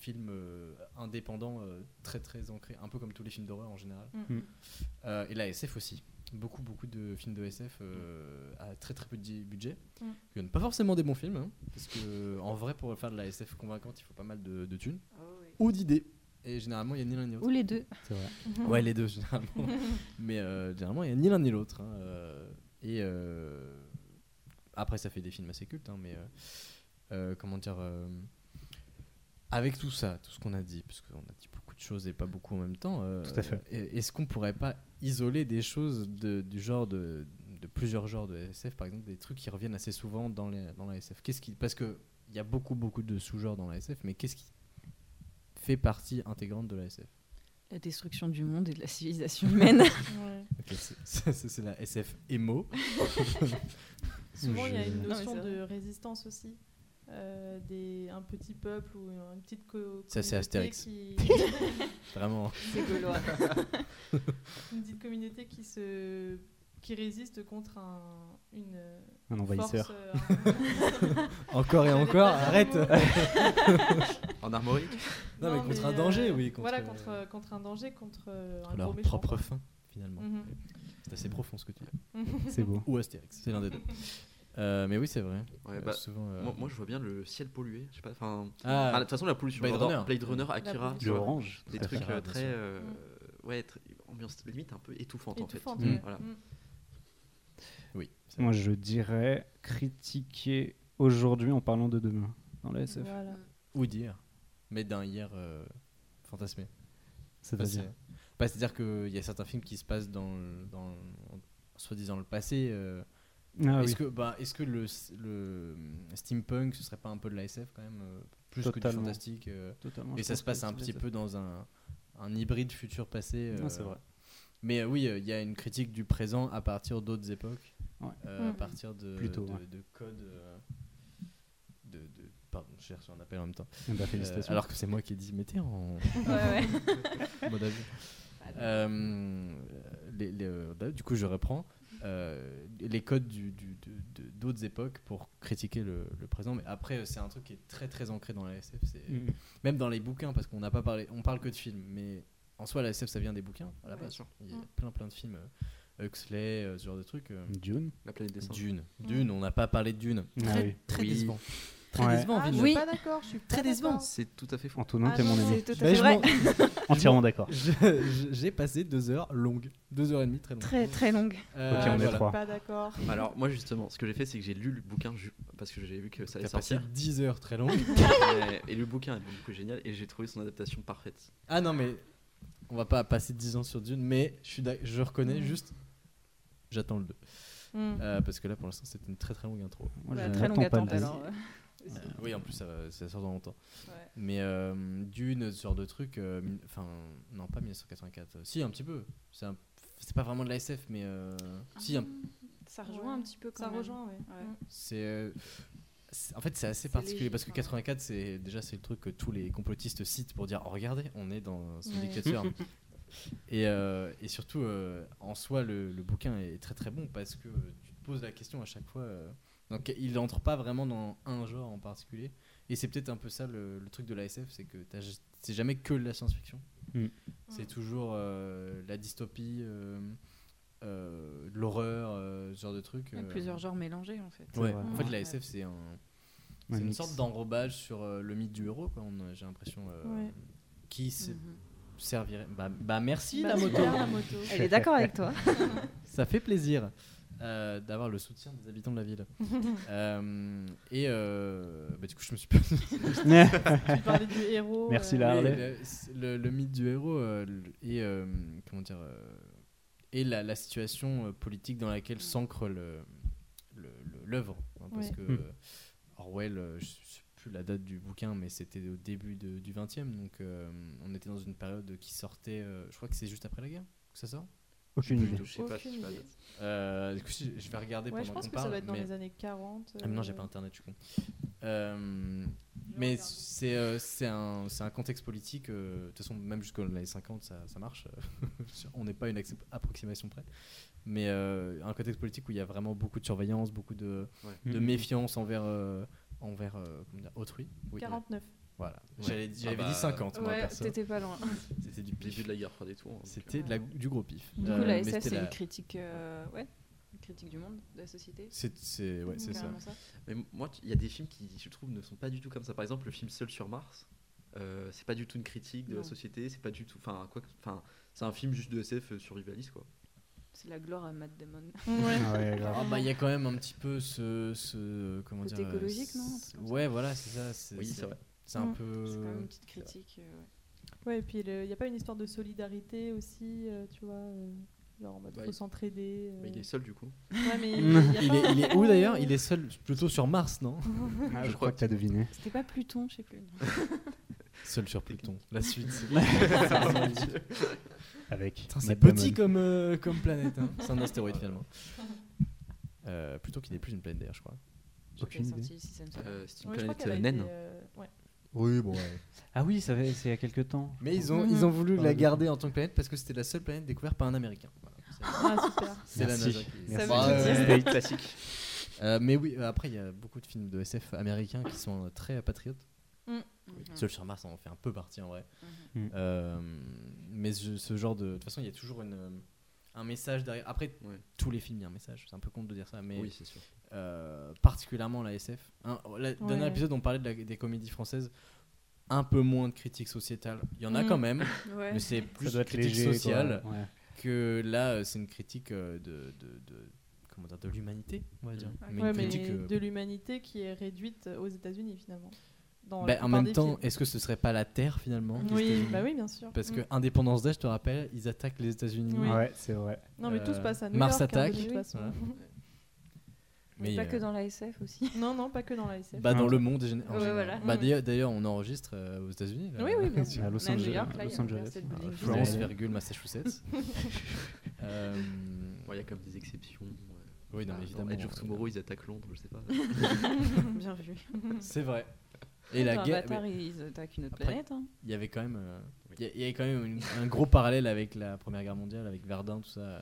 [SPEAKER 5] film euh, indépendant euh, très très ancré, un peu comme tous les films d'horreur en général.
[SPEAKER 7] Mm.
[SPEAKER 6] Mm.
[SPEAKER 5] Euh, et la SF aussi. Beaucoup beaucoup de films de SF euh, à très très peu de di- budget.
[SPEAKER 7] Mm.
[SPEAKER 5] qui ne pas forcément des bons films, hein, parce que en vrai, pour faire de la SF convaincante, il faut pas mal de, de thunes
[SPEAKER 7] Ah
[SPEAKER 5] ou d'idées. Et généralement, il y a ni l'un ni l'autre.
[SPEAKER 9] ou les deux
[SPEAKER 6] C'est vrai.
[SPEAKER 5] Ouais, les deux, généralement. Mais euh, généralement, il n'y a ni l'un ni l'autre. hein, euh, et euh, après, ça fait des films assez cultes, hein, mais euh, euh, comment dire. euh, avec tout ça, tout ce qu'on a dit, parce qu'on a dit beaucoup de choses et pas beaucoup en même temps, euh,
[SPEAKER 6] Tout à fait.
[SPEAKER 5] e- est-ce qu'on pourrait pas isoler des choses de- du genre de, de plusieurs genres de SF, par exemple, des trucs qui reviennent assez souvent dans, les, dans la SF Qu'est-ce qui, Parce qu'il y a beaucoup, beaucoup de sous-genres dans la SF, mais qu'est-ce qui fait partie intégrante de la SF
[SPEAKER 9] La destruction du monde et de la civilisation humaine.
[SPEAKER 7] Mm, Ouais.
[SPEAKER 5] Ok, c'est- c'est c'est la SF émo.
[SPEAKER 7] Souvent, il y a une
[SPEAKER 9] Non, mais
[SPEAKER 7] notion
[SPEAKER 9] c'est
[SPEAKER 7] de résistance aussi. Euh, des, un petit peuple ou une petite co
[SPEAKER 5] Ça, c'est
[SPEAKER 7] communauté
[SPEAKER 5] Astérix.
[SPEAKER 7] qui-
[SPEAKER 5] Vraiment.
[SPEAKER 9] C'est gaulois.
[SPEAKER 7] une petite communauté qui, se, qui résiste contre un, une euh,
[SPEAKER 10] Un
[SPEAKER 7] force.
[SPEAKER 10] envahisseur.
[SPEAKER 7] euh,
[SPEAKER 5] Encore et
[SPEAKER 7] J'avais
[SPEAKER 5] encore,
[SPEAKER 7] pas
[SPEAKER 5] arrête
[SPEAKER 7] le mot.
[SPEAKER 8] En armorique
[SPEAKER 5] Non, mais contre un danger, oui, contre,
[SPEAKER 7] voilà,
[SPEAKER 5] euh,
[SPEAKER 7] contre, euh, contre un danger, contre euh, un
[SPEAKER 5] Pour
[SPEAKER 7] gros
[SPEAKER 5] leur
[SPEAKER 7] méchant.
[SPEAKER 5] propre fin, finalement.
[SPEAKER 7] Mhm.
[SPEAKER 5] C'est assez profond ce que tu dis.
[SPEAKER 10] C'est beau.
[SPEAKER 5] Ou Astérix, c'est l'un des deux. Euh, mais oui, c'est vrai.
[SPEAKER 8] Ouais,
[SPEAKER 5] Euh,
[SPEAKER 8] bah,
[SPEAKER 5] souvent, euh,
[SPEAKER 8] moi, moi, je vois bien le ciel pollué. Je sais pas. Enfin,
[SPEAKER 5] Ah.
[SPEAKER 8] enfin, de toute façon, la pollution.
[SPEAKER 5] Blade
[SPEAKER 8] j'adore.
[SPEAKER 5] Runner.
[SPEAKER 8] Blade Runner, Akira,
[SPEAKER 7] pollution.
[SPEAKER 8] tu vois,
[SPEAKER 10] L'orange.
[SPEAKER 8] des
[SPEAKER 10] tout à fait.
[SPEAKER 8] trucs
[SPEAKER 5] Akira,
[SPEAKER 8] euh,
[SPEAKER 5] bien
[SPEAKER 8] très,
[SPEAKER 5] sûr.
[SPEAKER 8] euh, ouais, très- ambiance limite un peu étouffante en fait.
[SPEAKER 7] Étouffante,
[SPEAKER 5] Mm.
[SPEAKER 7] ouais.
[SPEAKER 8] Voilà.
[SPEAKER 7] Mm.
[SPEAKER 8] euh,
[SPEAKER 5] Oui. c'est
[SPEAKER 10] Moi, je dirais critiquer aujourd'hui en parlant de demain dans la SF.
[SPEAKER 7] Voilà.
[SPEAKER 5] vrai. Ou dire, mais d'un hier euh, fantasmé.
[SPEAKER 10] Ça veut
[SPEAKER 5] Enfin,
[SPEAKER 10] dire.
[SPEAKER 5] c'est- bah, C'est-à-dire qu'il y a certains films qui se passent dans, le- dans le- en soi-disant le passé. euh,
[SPEAKER 10] Ah
[SPEAKER 5] est-ce
[SPEAKER 10] oui.
[SPEAKER 5] que, bah, est-ce que le, le steampunk, ce serait pas un peu de la SF quand même euh, Plus que du
[SPEAKER 10] Totalement.
[SPEAKER 5] fantastique euh,
[SPEAKER 10] Totalement,
[SPEAKER 5] Et
[SPEAKER 10] je
[SPEAKER 5] ça
[SPEAKER 10] pense
[SPEAKER 5] se passe
[SPEAKER 10] que
[SPEAKER 5] un
[SPEAKER 10] c'est
[SPEAKER 5] petit
[SPEAKER 10] la
[SPEAKER 5] peu dans un, un hybride futur-passé.
[SPEAKER 10] SF.
[SPEAKER 5] euh,
[SPEAKER 10] Ah, c'est vrai.
[SPEAKER 5] Mais euh, oui, euh, il y a une critique du présent à partir d'autres époques,
[SPEAKER 10] Ouais.
[SPEAKER 5] euh, à
[SPEAKER 7] Mhm.
[SPEAKER 5] partir de,
[SPEAKER 10] Plutôt,
[SPEAKER 5] de,
[SPEAKER 10] ouais.
[SPEAKER 5] de codes. euh, de, de- pardon, je cherche un appel en même temps.
[SPEAKER 10] Eh ben,
[SPEAKER 5] Euh,
[SPEAKER 10] félicitations.
[SPEAKER 5] alors que c'est moi qui ai dit, mettez en
[SPEAKER 9] Ouais, ouais.
[SPEAKER 5] mode avion. Euh, les- les- euh, du coup, je reprends. euh, les codes du- du- de- de- d'autres époques pour critiquer le, le présent. Mais après, euh, c'est un truc qui est très très ancré dans la SF. c'est-
[SPEAKER 10] Mm.
[SPEAKER 5] Même dans les bouquins, parce qu'on n'a pas parlé, on parle que de films. Mais en soi, la SF, ça vient des bouquins. à la
[SPEAKER 8] Ouais,
[SPEAKER 5] base.
[SPEAKER 8] sûr.
[SPEAKER 5] Il y a
[SPEAKER 7] Mm.
[SPEAKER 5] plein plein de films. euh, Huxley, euh, ce genre de trucs. euh,
[SPEAKER 10] Dune.
[SPEAKER 8] La planète des singes.
[SPEAKER 5] Dune. Dune, on n'a pas parlé de Dune.
[SPEAKER 10] Ah oui.
[SPEAKER 11] Très
[SPEAKER 8] Oui.
[SPEAKER 11] décevant. Très
[SPEAKER 10] Ouais.
[SPEAKER 11] décevant,
[SPEAKER 7] Ah, je
[SPEAKER 11] Villeneuve.
[SPEAKER 7] suis pas d'accord, je suis pas
[SPEAKER 11] Très décevant.
[SPEAKER 7] d'accord.
[SPEAKER 8] C'est tout à fait faux.
[SPEAKER 10] Antonin,
[SPEAKER 7] Ah
[SPEAKER 10] t'es mon
[SPEAKER 7] non,
[SPEAKER 10] ami.
[SPEAKER 9] C'est tout à
[SPEAKER 5] Bah,
[SPEAKER 9] fait
[SPEAKER 5] je
[SPEAKER 9] vrai.
[SPEAKER 5] m'en-
[SPEAKER 10] Entièrement d'accord.
[SPEAKER 5] je- je- J'ai passé deux heures longues. Deux heures et demie, très longues.
[SPEAKER 9] Très très longue.
[SPEAKER 5] Euh,
[SPEAKER 10] Ok, on est
[SPEAKER 5] voilà.
[SPEAKER 10] trois.
[SPEAKER 7] Pas d'accord.
[SPEAKER 8] Alors moi justement, ce que j'ai fait, c'est que j'ai lu le bouquin ju- parce que j'ai vu que ça allait
[SPEAKER 5] T'as passé
[SPEAKER 8] sortir.
[SPEAKER 5] 10 heures très longues.
[SPEAKER 8] Euh, et le bouquin est du coup génial et j'ai trouvé son adaptation parfaite.
[SPEAKER 5] Ah non, mais on va pas passer 10 ans sur Dune, mais je, suis d'ac- je reconnais juste. J'attends le 2. Euh.
[SPEAKER 7] Mm.
[SPEAKER 8] Euh.
[SPEAKER 5] parce que là, pour l'instant, c'était une très très longue intro.
[SPEAKER 10] Moi,
[SPEAKER 9] Bah,
[SPEAKER 10] je
[SPEAKER 9] très longue
[SPEAKER 10] n'attends pas
[SPEAKER 9] attente
[SPEAKER 10] le
[SPEAKER 9] alors. euh.
[SPEAKER 5] oui, en plus, ça, va- ça sort dans longtemps.
[SPEAKER 9] Ouais.
[SPEAKER 5] Mais euh, Dune, ce genre de truc. euh, mille- Enfin, non, pas 1984. euh, Si, un petit peu. C'est un- c'est pas vraiment de la SF, mais. euh, si, un-
[SPEAKER 9] Ça
[SPEAKER 7] Ouais.
[SPEAKER 9] rejoint un petit peu quand
[SPEAKER 7] Ça
[SPEAKER 9] même.
[SPEAKER 7] rejoint, ouais.
[SPEAKER 9] Ouais.
[SPEAKER 7] Mm.
[SPEAKER 5] c'est. euh, c'est- en fait, c'est assez
[SPEAKER 9] C'est
[SPEAKER 5] particulier
[SPEAKER 9] léger,
[SPEAKER 5] parce que
[SPEAKER 9] ouais.
[SPEAKER 5] 84, c'est déjà c'est le truc que tous les complotistes citent pour dire oh, regardez, on est dans sous
[SPEAKER 7] Ouais.
[SPEAKER 5] dictature. et, euh, et surtout, euh, en soi, le, le bouquin est très très bon parce que euh, tu te poses la question à chaque fois. euh, donc, il n'entre pas vraiment dans un genre en particulier. Et c'est peut-être un peu ça le, le truc de la SF, c'est que t'as ju- c'est jamais que de la science-fiction.
[SPEAKER 10] Mm.
[SPEAKER 5] C'est toujours euh, la dystopie, euh, euh, de l'horreur, euh, ce genre de truc.
[SPEAKER 9] Il y a
[SPEAKER 5] euh.
[SPEAKER 9] plusieurs genres mélangés en fait.
[SPEAKER 5] Ouais.
[SPEAKER 10] vrai.
[SPEAKER 5] En fait, la
[SPEAKER 9] Ouais.
[SPEAKER 5] SF, c'est un-
[SPEAKER 10] Un
[SPEAKER 5] c'est une
[SPEAKER 10] mix.
[SPEAKER 5] sorte d'enrobage sur euh, le mythe du héros, quoi. On a- J'ai l'impression. euh,
[SPEAKER 7] Ouais.
[SPEAKER 5] Qui se
[SPEAKER 9] Mhm.
[SPEAKER 5] servirait. Bah, bah, merci,
[SPEAKER 7] Bah,
[SPEAKER 5] la
[SPEAKER 7] c'est
[SPEAKER 5] moto
[SPEAKER 7] bien, la moto.
[SPEAKER 9] Elle est d'accord avec toi.
[SPEAKER 5] Ça fait plaisir euh, d'avoir le soutien des habitants de la ville. Euh, et euh, bah, du coup, je me suis pas
[SPEAKER 7] Tu parlais du héros.
[SPEAKER 10] Merci,
[SPEAKER 7] euh,
[SPEAKER 10] La
[SPEAKER 5] Oui,
[SPEAKER 10] Harley.
[SPEAKER 5] le- c'est- Le, le mythe du héros euh, le- et euh, comment dire euh, et la, la situation euh, politique dans laquelle s'ancre le le- le- l'œuvre hein, parce
[SPEAKER 7] Ouais.
[SPEAKER 5] que
[SPEAKER 10] Hmm.
[SPEAKER 5] euh, Orwell euh, je sais plus la date du bouquin mais c'était au début de- du 20e donc euh, on était dans une période qui sortait euh, je crois que c'est juste après la guerre que ça sort
[SPEAKER 10] Aucune idée.
[SPEAKER 8] Je sais pas,
[SPEAKER 7] Aucune
[SPEAKER 8] je sais pas.
[SPEAKER 7] idée.
[SPEAKER 5] Euh, du coup si- je vais regarder
[SPEAKER 7] Ouais, je
[SPEAKER 5] pendant
[SPEAKER 7] pense
[SPEAKER 5] qu'on
[SPEAKER 7] que ça
[SPEAKER 5] parle
[SPEAKER 7] doit être dans
[SPEAKER 5] mais-
[SPEAKER 7] les années 40.
[SPEAKER 5] ah mais non, j'ai
[SPEAKER 7] euh,
[SPEAKER 5] pas internet, je suis con. Euh, mais c'est euh, c'est un, c'est un contexte politique. euh, De toute façon, même jusqu'aux années 50, ça, ça marche. On n'est pas à une accep- approximation près. Mais euh, un contexte politique où il y a vraiment beaucoup de surveillance, beaucoup de,
[SPEAKER 8] Ouais.
[SPEAKER 5] de méfiance envers, euh, envers euh, comment dire, autrui. Oui,
[SPEAKER 7] 49.
[SPEAKER 5] Voilà.
[SPEAKER 8] Ouais.
[SPEAKER 5] J'allais-
[SPEAKER 8] Ah
[SPEAKER 5] J'avais
[SPEAKER 8] bah,
[SPEAKER 5] dit 50, moi,
[SPEAKER 9] Ouais,
[SPEAKER 5] perso.
[SPEAKER 9] t'étais pas loin.
[SPEAKER 8] Euh,
[SPEAKER 5] C'était du
[SPEAKER 8] Début
[SPEAKER 5] pif.
[SPEAKER 8] de la guerre froide et tout. hein, donc,
[SPEAKER 5] C'était de la- du gros pif.
[SPEAKER 9] Du
[SPEAKER 5] Euh,
[SPEAKER 9] coup, la
[SPEAKER 5] mais
[SPEAKER 9] SF,
[SPEAKER 5] c'était
[SPEAKER 9] c'est
[SPEAKER 5] la-
[SPEAKER 9] une critique, euh, ouais, une critique du monde, de la société.
[SPEAKER 5] C'est c'est- ouais, c'est ça.
[SPEAKER 9] Carrément ça.
[SPEAKER 8] euh, Mais moi, tu- il y a des films qui, je trouve, ne sont pas du tout comme ça. Par exemple, le film Seul sur Mars, euh, c'est pas du tout une critique de la
[SPEAKER 9] Non.
[SPEAKER 8] société. C'est pas du tout. Enfin, quoi. que- Enfin, c'est un film juste de SF euh, survivaliste, quoi. Euh,
[SPEAKER 9] C'est la gloire à Matt Damon.
[SPEAKER 7] Ouais.
[SPEAKER 10] Ah ouais, grave.
[SPEAKER 5] Ah bah il y a quand même un petit peu ce, ce comment
[SPEAKER 9] Côté
[SPEAKER 5] dire euh,
[SPEAKER 9] écologique, non, un truc
[SPEAKER 5] c'est-
[SPEAKER 9] comme ça.
[SPEAKER 5] Ouais voilà c'est ça. c'est-
[SPEAKER 8] Oui, c'est vrai.
[SPEAKER 5] C'est un
[SPEAKER 7] Mm.
[SPEAKER 5] peu.
[SPEAKER 9] C'est quand même une petite critique. euh, ouais.
[SPEAKER 7] Ouais, et puis il n'y a pas une histoire de solidarité aussi, euh, tu vois euh, Genre en mode,
[SPEAKER 8] Bah,
[SPEAKER 7] faut
[SPEAKER 8] il-
[SPEAKER 7] s'entraider. euh.
[SPEAKER 8] Mais il est seul, du coup.
[SPEAKER 7] Ouais, mais y a
[SPEAKER 5] Il
[SPEAKER 7] pas
[SPEAKER 5] est, il est où
[SPEAKER 7] vraiment-
[SPEAKER 5] d'ailleurs Il est seul plutôt sur Mars non
[SPEAKER 10] Ah,
[SPEAKER 8] je crois
[SPEAKER 10] je crois que t'as deviné.
[SPEAKER 9] C'était pas Pluton, je sais plus.
[SPEAKER 5] Sur- Seul sur Pluton. La suite.
[SPEAKER 10] Avec.
[SPEAKER 5] Putain, c'est
[SPEAKER 10] Matt
[SPEAKER 5] petit
[SPEAKER 10] Damon.
[SPEAKER 5] comme, euh, comme planète. hein. C'est un astéroïde finalement. Euh, Pluton qui n'est plus une planète d'ailleurs, je crois.
[SPEAKER 10] Aucune idée.
[SPEAKER 9] si ça me semble.
[SPEAKER 8] Euh, c'est une
[SPEAKER 7] Ouais, je crois
[SPEAKER 8] planète
[SPEAKER 7] qu'elle a
[SPEAKER 8] euh,
[SPEAKER 7] été,
[SPEAKER 8] naine.
[SPEAKER 7] euh, ouais.
[SPEAKER 5] Oui, bon.
[SPEAKER 6] Ah oui, ça fait- c'est il y a quelques temps.
[SPEAKER 5] Mais ils ont, ils ont
[SPEAKER 9] Mm-hmm.
[SPEAKER 5] voulu la garder en tant que planète parce que c'était la seule planète découverte par un Américain. Voilà. C'est-
[SPEAKER 7] Ah, super.
[SPEAKER 5] C'est la
[SPEAKER 10] Merci.
[SPEAKER 5] NASA qui-
[SPEAKER 9] Ça
[SPEAKER 10] Merci. Ah
[SPEAKER 9] veut
[SPEAKER 5] Ouais.
[SPEAKER 9] tout dire.
[SPEAKER 8] C'était classique.
[SPEAKER 5] Euh, mais oui, euh, après, il y a beaucoup de films de SF américains qui sont euh, très patriotes.
[SPEAKER 9] Mhm.
[SPEAKER 5] Seul sur Mars en fait un peu partie en vrai.
[SPEAKER 9] Mhm.
[SPEAKER 10] Mhm.
[SPEAKER 5] Euh, mais je- ce genre de. De toute façon, il y a toujours une, euh, un message derrière. Après,
[SPEAKER 8] Ouais.
[SPEAKER 5] tous les films, il y a un message. C'est un peu con de dire ça, mais
[SPEAKER 8] Oui, c'est sûr.
[SPEAKER 5] euh, particulièrement la SF. Hein, la- Dernier
[SPEAKER 7] Ouais.
[SPEAKER 5] épisode, on parlait de la- des comédies françaises. Un peu moins de critique sociétale. Il y en a
[SPEAKER 7] Mm.
[SPEAKER 5] quand même,
[SPEAKER 9] Ouais.
[SPEAKER 5] mais c'est plus
[SPEAKER 10] Ça doit être
[SPEAKER 5] critique
[SPEAKER 10] léger. quoi.
[SPEAKER 5] sociale
[SPEAKER 10] Ouais.
[SPEAKER 5] que là, euh, c'est une critique euh, de, de, de- comment dire, de l'humanité, on va dire. Mais
[SPEAKER 7] Ouais,
[SPEAKER 5] une
[SPEAKER 7] mais
[SPEAKER 5] critique, euh,
[SPEAKER 7] de l'humanité qui est réduite aux États-Unis finalement. Dans
[SPEAKER 5] bah,
[SPEAKER 7] la
[SPEAKER 5] en
[SPEAKER 7] plupart
[SPEAKER 5] même
[SPEAKER 7] des
[SPEAKER 5] temps,
[SPEAKER 7] films.
[SPEAKER 5] est-ce que ce serait pas la Terre finalement les
[SPEAKER 7] Oui,
[SPEAKER 5] États-Unis
[SPEAKER 7] bah oui, bien sûr.
[SPEAKER 5] Parce que
[SPEAKER 7] Mm.
[SPEAKER 5] indépendance d'âge, je te rappelle, ils attaquent les États-Unis.
[SPEAKER 7] Oui.
[SPEAKER 10] Ouais, c'est vrai.
[SPEAKER 9] Ah,
[SPEAKER 7] Non, mais tout se
[SPEAKER 5] euh,
[SPEAKER 7] passe à New
[SPEAKER 5] Mars
[SPEAKER 7] York. hein, de
[SPEAKER 5] attaque.
[SPEAKER 7] toute façon.
[SPEAKER 5] Voilà.
[SPEAKER 9] Mais
[SPEAKER 5] Mais,
[SPEAKER 9] pas que
[SPEAKER 5] euh,
[SPEAKER 9] dans la SF aussi.
[SPEAKER 7] Non, non, pas que dans la SF.
[SPEAKER 5] bah, dans le monde en général.
[SPEAKER 9] Ouais, voilà.
[SPEAKER 5] Bah,
[SPEAKER 7] Mm.
[SPEAKER 5] d'ailleurs- D'ailleurs, on enregistre euh, aux États-Unis. là.
[SPEAKER 7] oui, oui, bien sûr.
[SPEAKER 10] À Los
[SPEAKER 9] On est à New
[SPEAKER 10] Angeles.
[SPEAKER 9] York, là, il y
[SPEAKER 10] Los
[SPEAKER 9] a
[SPEAKER 10] Angeles.
[SPEAKER 8] Ah,
[SPEAKER 9] l'université de
[SPEAKER 5] Euh,
[SPEAKER 9] Bowling Green.
[SPEAKER 5] Florence,
[SPEAKER 10] Ouais.
[SPEAKER 5] virgule, Massachusetts. Euh,
[SPEAKER 8] Bon, Il y a quand même des exceptions. euh,
[SPEAKER 5] Oui, non,
[SPEAKER 8] dans
[SPEAKER 5] mais évidemment.
[SPEAKER 8] Edge of
[SPEAKER 5] euh,
[SPEAKER 8] Tomorrow, ils attaquent Londres, je sais pas.
[SPEAKER 9] Bien vu.
[SPEAKER 5] C'est vrai. Et la guerre.
[SPEAKER 9] Avatar, ils attaquent une autre
[SPEAKER 5] Après-
[SPEAKER 9] planète. hein.
[SPEAKER 5] il y avait quand même euh, il y a- il y avait quand même une- un gros parallèle avec la première guerre mondiale avec Verdun tout ça euh,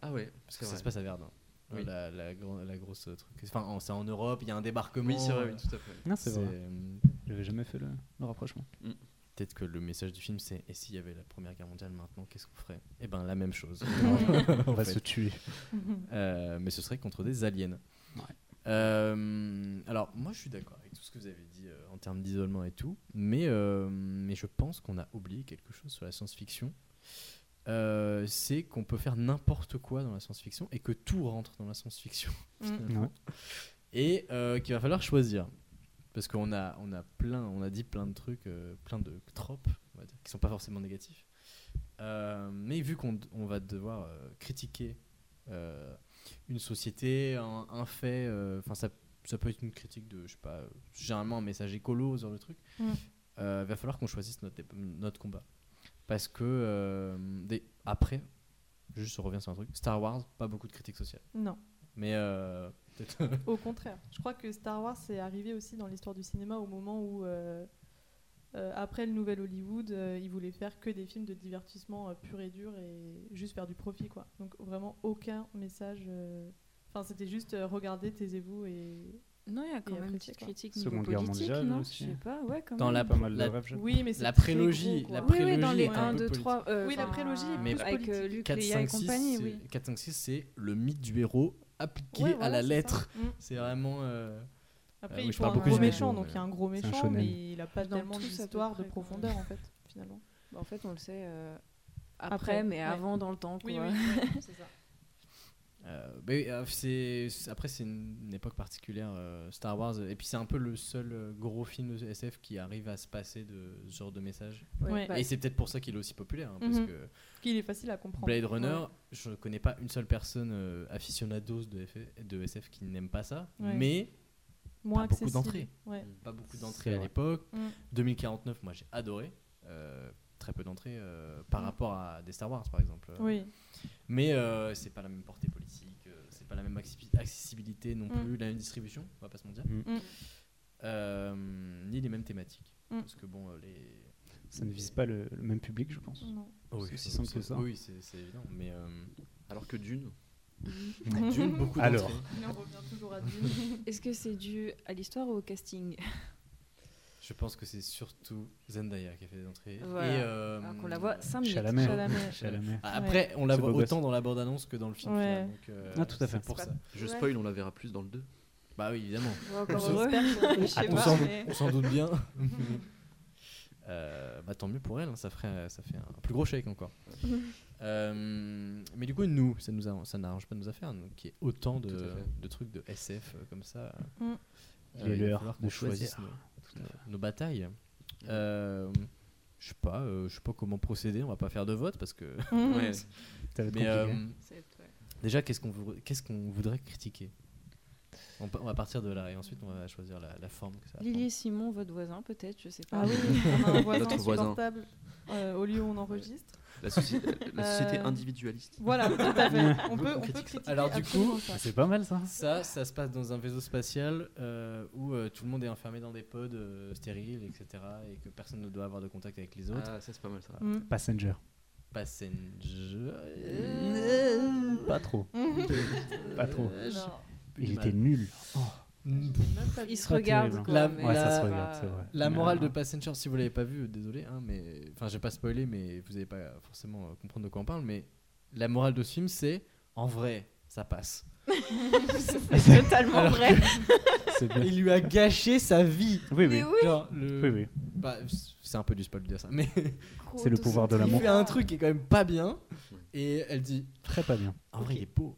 [SPEAKER 8] Ah ouais,
[SPEAKER 5] parce
[SPEAKER 8] c'est
[SPEAKER 5] que ça
[SPEAKER 8] vrai.
[SPEAKER 5] se passe à Verdun Euh,
[SPEAKER 8] Oui.
[SPEAKER 5] la, la, gro- la grosse euh, truc enfin en- c'est en Europe il y a un débarquement
[SPEAKER 8] Oui, c'est vrai,
[SPEAKER 5] euh,
[SPEAKER 8] oui, tout à fait.
[SPEAKER 10] Non, Ah, c'est
[SPEAKER 5] c'est
[SPEAKER 10] vrai.
[SPEAKER 5] euh,
[SPEAKER 10] J'avais jamais fait le, le rapprochement.
[SPEAKER 5] peut-être que le message du film c'est et s'il y avait la première guerre mondiale maintenant qu'est-ce qu'on ferait Eh ben la même chose
[SPEAKER 10] On
[SPEAKER 5] En
[SPEAKER 10] va
[SPEAKER 5] fait.
[SPEAKER 10] se tuer.
[SPEAKER 5] Euh, mais ce serait contre des aliens Euh, alors moi je suis d'accord avec tout ce que vous avez dit euh, en termes d'isolement et tout mais euh, mais je pense qu'on a oublié quelque chose sur la science-fiction Euh, c'est qu'on peut faire n'importe quoi dans la science-fiction et que tout rentre dans la science-fiction
[SPEAKER 7] Mm.
[SPEAKER 5] finalement.
[SPEAKER 10] Ouais.
[SPEAKER 5] et euh, qu'il va falloir choisir parce qu'on a on a plein on a dit plein de trucs euh, plein de tropes on va dire, qui sont pas forcément négatifs Euh, mais vu qu'on on va devoir euh, critiquer euh, une société un, un fait euh, enfin ça ça peut être une critique de je sais pas euh, généralement un message écolo sur le truc
[SPEAKER 7] Mm.
[SPEAKER 5] Euh, va falloir qu'on choisisse notre dé- notre combat parce que euh, des- après juste on revient sur un truc Star Wars pas beaucoup de critiques sociales
[SPEAKER 7] Non,
[SPEAKER 5] mais euh, peut-être
[SPEAKER 7] au contraire. Je crois que Star Wars est arrivé aussi dans l'histoire du cinéma au moment où, euh, euh, après le nouvel Hollywood, euh, ils voulaient faire que des films de divertissement euh, pur et dur et juste faire du profit, quoi. Donc vraiment aucun message. euh, Enfin, c'était juste euh, regardez, taisez-vous et.
[SPEAKER 9] Non, il y a quand
[SPEAKER 7] Et après,
[SPEAKER 9] même une
[SPEAKER 7] c'est
[SPEAKER 9] petite
[SPEAKER 7] quoi
[SPEAKER 9] critique niveau
[SPEAKER 10] Seconde Guerre
[SPEAKER 9] politique,
[SPEAKER 10] mondiale
[SPEAKER 9] non
[SPEAKER 10] aussi.
[SPEAKER 9] Je sais pas, ouais, quand
[SPEAKER 5] dans
[SPEAKER 9] même.
[SPEAKER 5] la,
[SPEAKER 10] Pas mal de
[SPEAKER 5] la-
[SPEAKER 10] rêves, je-
[SPEAKER 7] Oui, mais c'est
[SPEAKER 5] la
[SPEAKER 7] très
[SPEAKER 5] prélogie,
[SPEAKER 7] gros,
[SPEAKER 5] la
[SPEAKER 7] quoi.
[SPEAKER 9] Oui, oui,
[SPEAKER 5] prélogie
[SPEAKER 9] dans les
[SPEAKER 5] est un
[SPEAKER 9] 1,
[SPEAKER 5] peu
[SPEAKER 9] 2,
[SPEAKER 5] politique.
[SPEAKER 9] 3.
[SPEAKER 7] Oui, la prélogie est
[SPEAKER 5] Mais
[SPEAKER 7] plus
[SPEAKER 9] avec euh,
[SPEAKER 7] politique.
[SPEAKER 9] Luc
[SPEAKER 5] 4,
[SPEAKER 9] Léa et
[SPEAKER 5] 5, 6,
[SPEAKER 9] compagnie,
[SPEAKER 5] c'est-
[SPEAKER 9] oui.
[SPEAKER 5] 4, 5, 6, c'est le mythe du héros appliqué
[SPEAKER 7] Ouais,
[SPEAKER 5] à la
[SPEAKER 7] voilà, c'est ça.
[SPEAKER 5] lettre.
[SPEAKER 7] Mm.
[SPEAKER 5] C'est vraiment. euh,
[SPEAKER 7] Après,
[SPEAKER 5] Euh, oui,
[SPEAKER 7] il
[SPEAKER 5] je
[SPEAKER 7] faut
[SPEAKER 5] parle
[SPEAKER 7] un
[SPEAKER 5] beaucoup
[SPEAKER 7] gros
[SPEAKER 5] du
[SPEAKER 7] méchant,
[SPEAKER 5] méchant,
[SPEAKER 7] donc il y a un gros
[SPEAKER 10] C'est un
[SPEAKER 7] méchant,
[SPEAKER 10] shonen.
[SPEAKER 7] mais il a pas
[SPEAKER 9] Dans
[SPEAKER 7] tellement
[SPEAKER 9] tous, à peu
[SPEAKER 7] d'histoire de
[SPEAKER 9] près, quoi.
[SPEAKER 7] profondeur, en fait, finalement.
[SPEAKER 9] Bah, en fait, on le sait euh, après,
[SPEAKER 7] Après,
[SPEAKER 9] mais
[SPEAKER 7] ouais.
[SPEAKER 9] avant dans le temps, quoi.
[SPEAKER 7] Oui, oui, c'est ça.
[SPEAKER 5] euh, mais, euh, c'est- c'est- après, c'est une, une époque particulière, euh, Star Wars. Et puis, c'est un peu le seul euh, gros film de SF qui arrive à se passer de ce genre de message.
[SPEAKER 7] Ouais.
[SPEAKER 9] bah,
[SPEAKER 5] Et c'est peut-être pour ça qu'il est aussi populaire. hein, Parce
[SPEAKER 7] Mhm.
[SPEAKER 5] que
[SPEAKER 7] Qu'il est facile à comprendre.
[SPEAKER 5] Blade Runner, je ne connais pas une seule personne euh, aficionados de, F- de SF qui n'aime pas ça.
[SPEAKER 7] Ouais.
[SPEAKER 5] Mais
[SPEAKER 7] Moins
[SPEAKER 5] pas beaucoup
[SPEAKER 7] accessible.
[SPEAKER 5] d'entrées.
[SPEAKER 7] Ouais.
[SPEAKER 5] pas beaucoup
[SPEAKER 10] C'est
[SPEAKER 5] d'entrées à
[SPEAKER 10] vrai.
[SPEAKER 5] l'époque.
[SPEAKER 7] Mm.
[SPEAKER 5] 2049, moi j'ai adoré. Euh, très peu d'entrées euh, par
[SPEAKER 7] Mm.
[SPEAKER 5] rapport à des Star Wars, par exemple.
[SPEAKER 7] Oui.
[SPEAKER 5] Mais euh, c'est pas la même portée politique, euh, c'est pas la même acci- accessibilité non
[SPEAKER 7] Mm.
[SPEAKER 5] plus, la même distribution, on va pas se mentir.
[SPEAKER 10] Mm.
[SPEAKER 7] Mm.
[SPEAKER 5] Euh, ni les mêmes thématiques.
[SPEAKER 7] Mm.
[SPEAKER 5] Parce que bon, euh, les.
[SPEAKER 10] Ça ne vise pas le, le même public, je pense.
[SPEAKER 7] Non.
[SPEAKER 10] oui, aussi simple que ça.
[SPEAKER 5] Oui, c'est c'est évident. Mais euh,
[SPEAKER 8] Alors que Dune,
[SPEAKER 7] Mm.
[SPEAKER 5] Dune, beaucoup
[SPEAKER 10] Alors.
[SPEAKER 5] d'entrées.
[SPEAKER 7] Mais on revient toujours à Dune.
[SPEAKER 9] Est-ce que c'est dû à l'histoire ou au casting
[SPEAKER 5] Je pense que c'est surtout Zendaya qui a fait des entrées.
[SPEAKER 9] Voilà.
[SPEAKER 5] Et, euh,
[SPEAKER 9] Alors qu'on la voit 5 minutes.
[SPEAKER 10] Chalamet. hein.
[SPEAKER 7] Chalamet.
[SPEAKER 10] Chalamet.
[SPEAKER 5] Ah, Après, on la
[SPEAKER 10] C'est
[SPEAKER 5] voit
[SPEAKER 10] beau gosse.
[SPEAKER 5] autant dans la bande-annonce que dans le film.
[SPEAKER 7] Ouais.
[SPEAKER 5] final, donc, euh,
[SPEAKER 10] Ah, tout à fait.
[SPEAKER 5] c'est pour
[SPEAKER 9] C'est
[SPEAKER 5] ça.
[SPEAKER 8] je
[SPEAKER 9] Ouais.
[SPEAKER 8] spoil, on la verra plus dans le 2.
[SPEAKER 5] Bah oui, évidemment.
[SPEAKER 9] Ouais, encore
[SPEAKER 5] On
[SPEAKER 9] heureux. Je sais
[SPEAKER 5] on
[SPEAKER 9] pas,
[SPEAKER 5] s'en,
[SPEAKER 9] mais-
[SPEAKER 5] on s'en doute bien. Euh, bah, tant mieux pour elle, hein, ça, ferait, ça fait un plus gros chèque encore. Euh, mais du coup, nous, ça nous arrange- ça n'arrange pas nos affaires, nous, qui est autant de,
[SPEAKER 8] Tout à fait.
[SPEAKER 5] de trucs de SF euh, comme ça. Euh,
[SPEAKER 7] Mm.
[SPEAKER 5] il va
[SPEAKER 10] Les leurs,
[SPEAKER 5] falloir
[SPEAKER 10] de
[SPEAKER 5] qu'on choisisse nos,
[SPEAKER 10] choisir.
[SPEAKER 5] nos- nos batailles. Euh, je sais pas, euh, je sais pas comment procéder. On va pas faire de vote parce que.
[SPEAKER 8] Ouais.
[SPEAKER 10] Ça va être
[SPEAKER 5] Mais,
[SPEAKER 10] compliqué.
[SPEAKER 5] euh,
[SPEAKER 9] C'est- ouais.
[SPEAKER 5] déjà, qu'est-ce qu'on, vou- qu'est-ce qu'on voudrait critiquer On, pa- on va partir de là et ensuite on va choisir la, la forme que ça va
[SPEAKER 9] Lily et Simon, votre voisin, peut-être, je sais pas.
[SPEAKER 7] Ah oui, on a un voisin
[SPEAKER 8] Notre voisin.
[SPEAKER 7] insupportable euh, au lieu où on enregistre.
[SPEAKER 8] La, soci- la société
[SPEAKER 7] Euh,
[SPEAKER 8] individualiste.
[SPEAKER 7] Voilà, tout à fait. On peut,
[SPEAKER 5] on
[SPEAKER 7] on peut
[SPEAKER 5] critique ça.
[SPEAKER 7] critiquer.
[SPEAKER 5] Alors, du
[SPEAKER 7] absolument
[SPEAKER 5] coup,
[SPEAKER 7] ça.
[SPEAKER 10] C'est pas mal ça.
[SPEAKER 5] prendre. Ça, ça se passe dans un vaisseau spatial euh, où euh, tout le monde est enfermé dans des pods euh, stériles, etc. Et que personne ne doit avoir de contact avec les autres.
[SPEAKER 8] Ah, ça c'est pas mal ça.
[SPEAKER 7] Mm.
[SPEAKER 10] Passenger.
[SPEAKER 5] Passenger.
[SPEAKER 10] Pas trop. Pas trop.
[SPEAKER 5] Euh,
[SPEAKER 7] Non,
[SPEAKER 10] Il était nul.
[SPEAKER 7] c'est même pas
[SPEAKER 9] Ils Oh, se
[SPEAKER 10] Pas
[SPEAKER 9] regardent,
[SPEAKER 10] terrible. hein.
[SPEAKER 9] quoi.
[SPEAKER 5] La-
[SPEAKER 9] mais
[SPEAKER 5] la-
[SPEAKER 10] Ouais, ça
[SPEAKER 9] c'est
[SPEAKER 10] se
[SPEAKER 9] pas-
[SPEAKER 10] regarde, c'est vrai.
[SPEAKER 5] La
[SPEAKER 10] Mais,
[SPEAKER 5] morale de
[SPEAKER 10] euh,
[SPEAKER 5] Passenger, si vous l'avez pas vu, euh, désolé, hein, mais enfin, je vais pas spoiler, mais vous n'allez pas forcément euh, comprendre de quoi on parle, mais la morale de ce film, c'est en vrai, ça passe.
[SPEAKER 9] C'est totalement
[SPEAKER 5] Alors
[SPEAKER 9] vrai.
[SPEAKER 10] C'est bien.
[SPEAKER 5] Il lui a gâché sa vie.
[SPEAKER 10] Oui, oui.
[SPEAKER 9] Mais oui,
[SPEAKER 5] Genre, le-
[SPEAKER 10] Oui, oui.
[SPEAKER 5] Bah, c'est un peu du spoil de dire ça, mais
[SPEAKER 9] gros,
[SPEAKER 10] C'est le
[SPEAKER 9] tout
[SPEAKER 10] pouvoir
[SPEAKER 9] ce
[SPEAKER 10] de l'amour.
[SPEAKER 5] il fait un truc qui est quand même pas bien, et elle dit
[SPEAKER 10] Très pas bien.
[SPEAKER 5] en vrai, il est beau.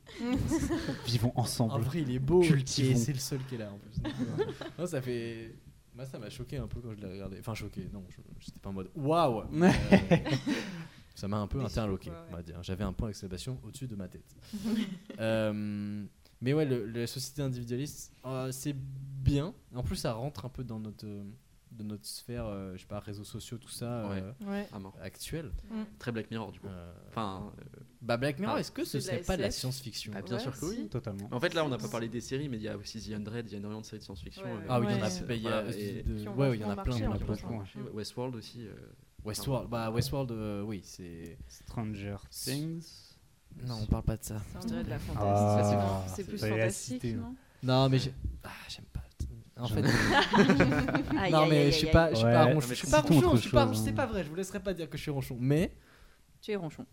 [SPEAKER 10] Vivons
[SPEAKER 5] En
[SPEAKER 10] ensemble.
[SPEAKER 5] vrai, il est beau.
[SPEAKER 10] Cultivons.
[SPEAKER 5] Et c'est le seul qui est là en plus. Donc, euh, non, ça fait. Moi, ça m'a choqué un peu quand je l'ai regardé. Enfin, choqué, non, je- j'étais pas en mode waouh! mais, euh, ça m'a un peu
[SPEAKER 9] Déçu,
[SPEAKER 5] interloqué,
[SPEAKER 9] quoi, ouais.
[SPEAKER 5] on va dire. J'avais un point d'exclamation au-dessus de ma tête. Euh, mais ouais, le- la société individualiste, euh, c'est bien. En plus, ça rentre un peu dans notre, euh, de notre sphère, euh, je sais pas, réseaux sociaux, tout ça,
[SPEAKER 8] Ouais.
[SPEAKER 5] euh,
[SPEAKER 7] Ouais.
[SPEAKER 8] Ah, mort.
[SPEAKER 5] actuelle.
[SPEAKER 8] Très Black Mirror du coup.
[SPEAKER 5] Euh,
[SPEAKER 8] Enfin, euh,
[SPEAKER 5] bah, Black Mirror,
[SPEAKER 8] Ah,
[SPEAKER 5] est-ce que ce
[SPEAKER 9] c'est de
[SPEAKER 5] serait
[SPEAKER 9] la
[SPEAKER 5] pas de la
[SPEAKER 9] SF?
[SPEAKER 5] science-fiction?
[SPEAKER 8] Ah, bien
[SPEAKER 9] Ouais,
[SPEAKER 8] sûr que oui.
[SPEAKER 9] si.
[SPEAKER 10] Totalement.
[SPEAKER 8] En fait, là, on n'a pas parlé des séries, mais il y a aussi The 100, il y a énormément de séries de science-fiction.
[SPEAKER 9] Ouais,
[SPEAKER 8] euh,
[SPEAKER 9] ouais.
[SPEAKER 5] Ah oui, il y en a,
[SPEAKER 7] Ouais.
[SPEAKER 5] bah, il y a-
[SPEAKER 8] Voilà, et-
[SPEAKER 5] de-
[SPEAKER 7] Qui ont
[SPEAKER 5] ouais, il y en
[SPEAKER 7] vachement
[SPEAKER 5] a plein.
[SPEAKER 7] marché,
[SPEAKER 5] il y en a
[SPEAKER 7] en
[SPEAKER 9] hein,
[SPEAKER 7] plus,
[SPEAKER 5] plein.
[SPEAKER 7] ouais.
[SPEAKER 8] Ouais, Westworld aussi. euh,
[SPEAKER 5] Westworld, bah Westworld, euh, oui, c'est.
[SPEAKER 10] Stranger Things.
[SPEAKER 5] Non, on parle pas de ça.
[SPEAKER 9] Ça, on dirait de la fantastique.
[SPEAKER 10] Ah, ça,
[SPEAKER 9] c'est
[SPEAKER 10] c'est
[SPEAKER 9] plus- c'est plus
[SPEAKER 10] pas la
[SPEAKER 9] fantastique,
[SPEAKER 10] cité,
[SPEAKER 9] non
[SPEAKER 5] Non, mais j'ai- ah, j'aime pas. En fait,
[SPEAKER 9] Aïe,
[SPEAKER 5] non
[SPEAKER 9] aïe,
[SPEAKER 5] mais
[SPEAKER 9] aïe,
[SPEAKER 5] je suis
[SPEAKER 9] aïe,
[SPEAKER 5] pas,
[SPEAKER 9] aïe.
[SPEAKER 5] je suis pas
[SPEAKER 10] Ouais,
[SPEAKER 5] ronchon.
[SPEAKER 8] mais
[SPEAKER 5] Je suis
[SPEAKER 8] je
[SPEAKER 5] pas
[SPEAKER 10] comprends
[SPEAKER 5] ronchon.
[SPEAKER 10] autre
[SPEAKER 5] Je suis pas
[SPEAKER 10] chose,
[SPEAKER 5] ronchon. C'est
[SPEAKER 10] hein.
[SPEAKER 5] pas vrai. Je vous laisserai pas dire que je suis ronchon, mais
[SPEAKER 9] Tu es ronchon.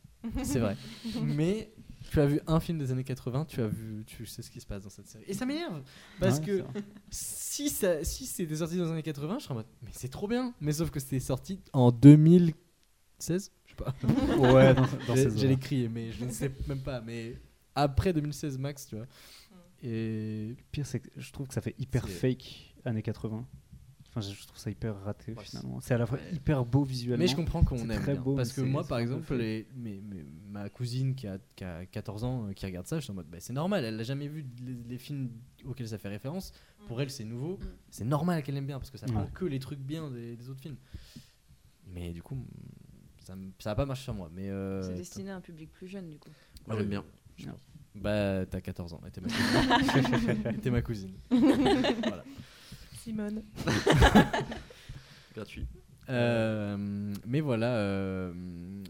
[SPEAKER 5] c'est vrai. mais tu as vu un film des années 80, tu as vu, tu sais ce qui se passe dans cette série. Et ça m'énerve parce
[SPEAKER 10] Ouais,
[SPEAKER 5] que
[SPEAKER 10] c'est vrai.
[SPEAKER 5] si ça, si c'était sorti dans les années 80, je serais en mode, mais c'est trop bien. Mais sauf que c'était sorti en 2016, je sais pas.
[SPEAKER 10] Ouais, dans, dans
[SPEAKER 5] J'ai-
[SPEAKER 10] ces
[SPEAKER 5] J'allais
[SPEAKER 10] eaux-là.
[SPEAKER 5] crier, mais je ne sais même pas. Mais après 2016 max, tu vois. Et
[SPEAKER 10] Le pire, c'est que je trouve que ça fait hyper
[SPEAKER 5] C'est-
[SPEAKER 10] fake années 80. Enfin, je je trouve ça hyper raté
[SPEAKER 8] Ouais,
[SPEAKER 10] finalement. C'est à la fois
[SPEAKER 8] ouais.
[SPEAKER 10] hyper beau visuellement.
[SPEAKER 5] mais je comprends qu'on
[SPEAKER 10] c'est
[SPEAKER 5] aime
[SPEAKER 10] très
[SPEAKER 5] bien.
[SPEAKER 10] beau,
[SPEAKER 5] parce
[SPEAKER 10] mais
[SPEAKER 5] que
[SPEAKER 10] c'est-
[SPEAKER 5] moi,
[SPEAKER 10] c'est
[SPEAKER 5] par
[SPEAKER 10] un peu
[SPEAKER 5] exemple,
[SPEAKER 10] fait.
[SPEAKER 5] les- mes- mes- ma cousine qui a, qui a 14 ans, euh, qui regarde ça, je suis en mode, bah, c'est normal, elle n'a jamais vu les, les films auxquels ça fait référence. Pour elle, c'est nouveau.
[SPEAKER 9] Mm.
[SPEAKER 5] C'est normal qu'elle aime bien, parce que ça prend
[SPEAKER 10] Ouais.
[SPEAKER 5] que les trucs bien des, des autres films. Mais du coup, ça m- ça n'a pas marché sur moi. Mais euh,
[SPEAKER 9] C'est destiné à un public plus jeune, du coup.
[SPEAKER 8] Moi, j'aime bien.
[SPEAKER 5] je
[SPEAKER 10] Non.
[SPEAKER 5] pense. Bah, t'as 14 ans, et t'es ma cousine. Et t'es ma cousine. voilà.
[SPEAKER 7] Simone.
[SPEAKER 8] Gratuit.
[SPEAKER 5] Euh, mais voilà, euh,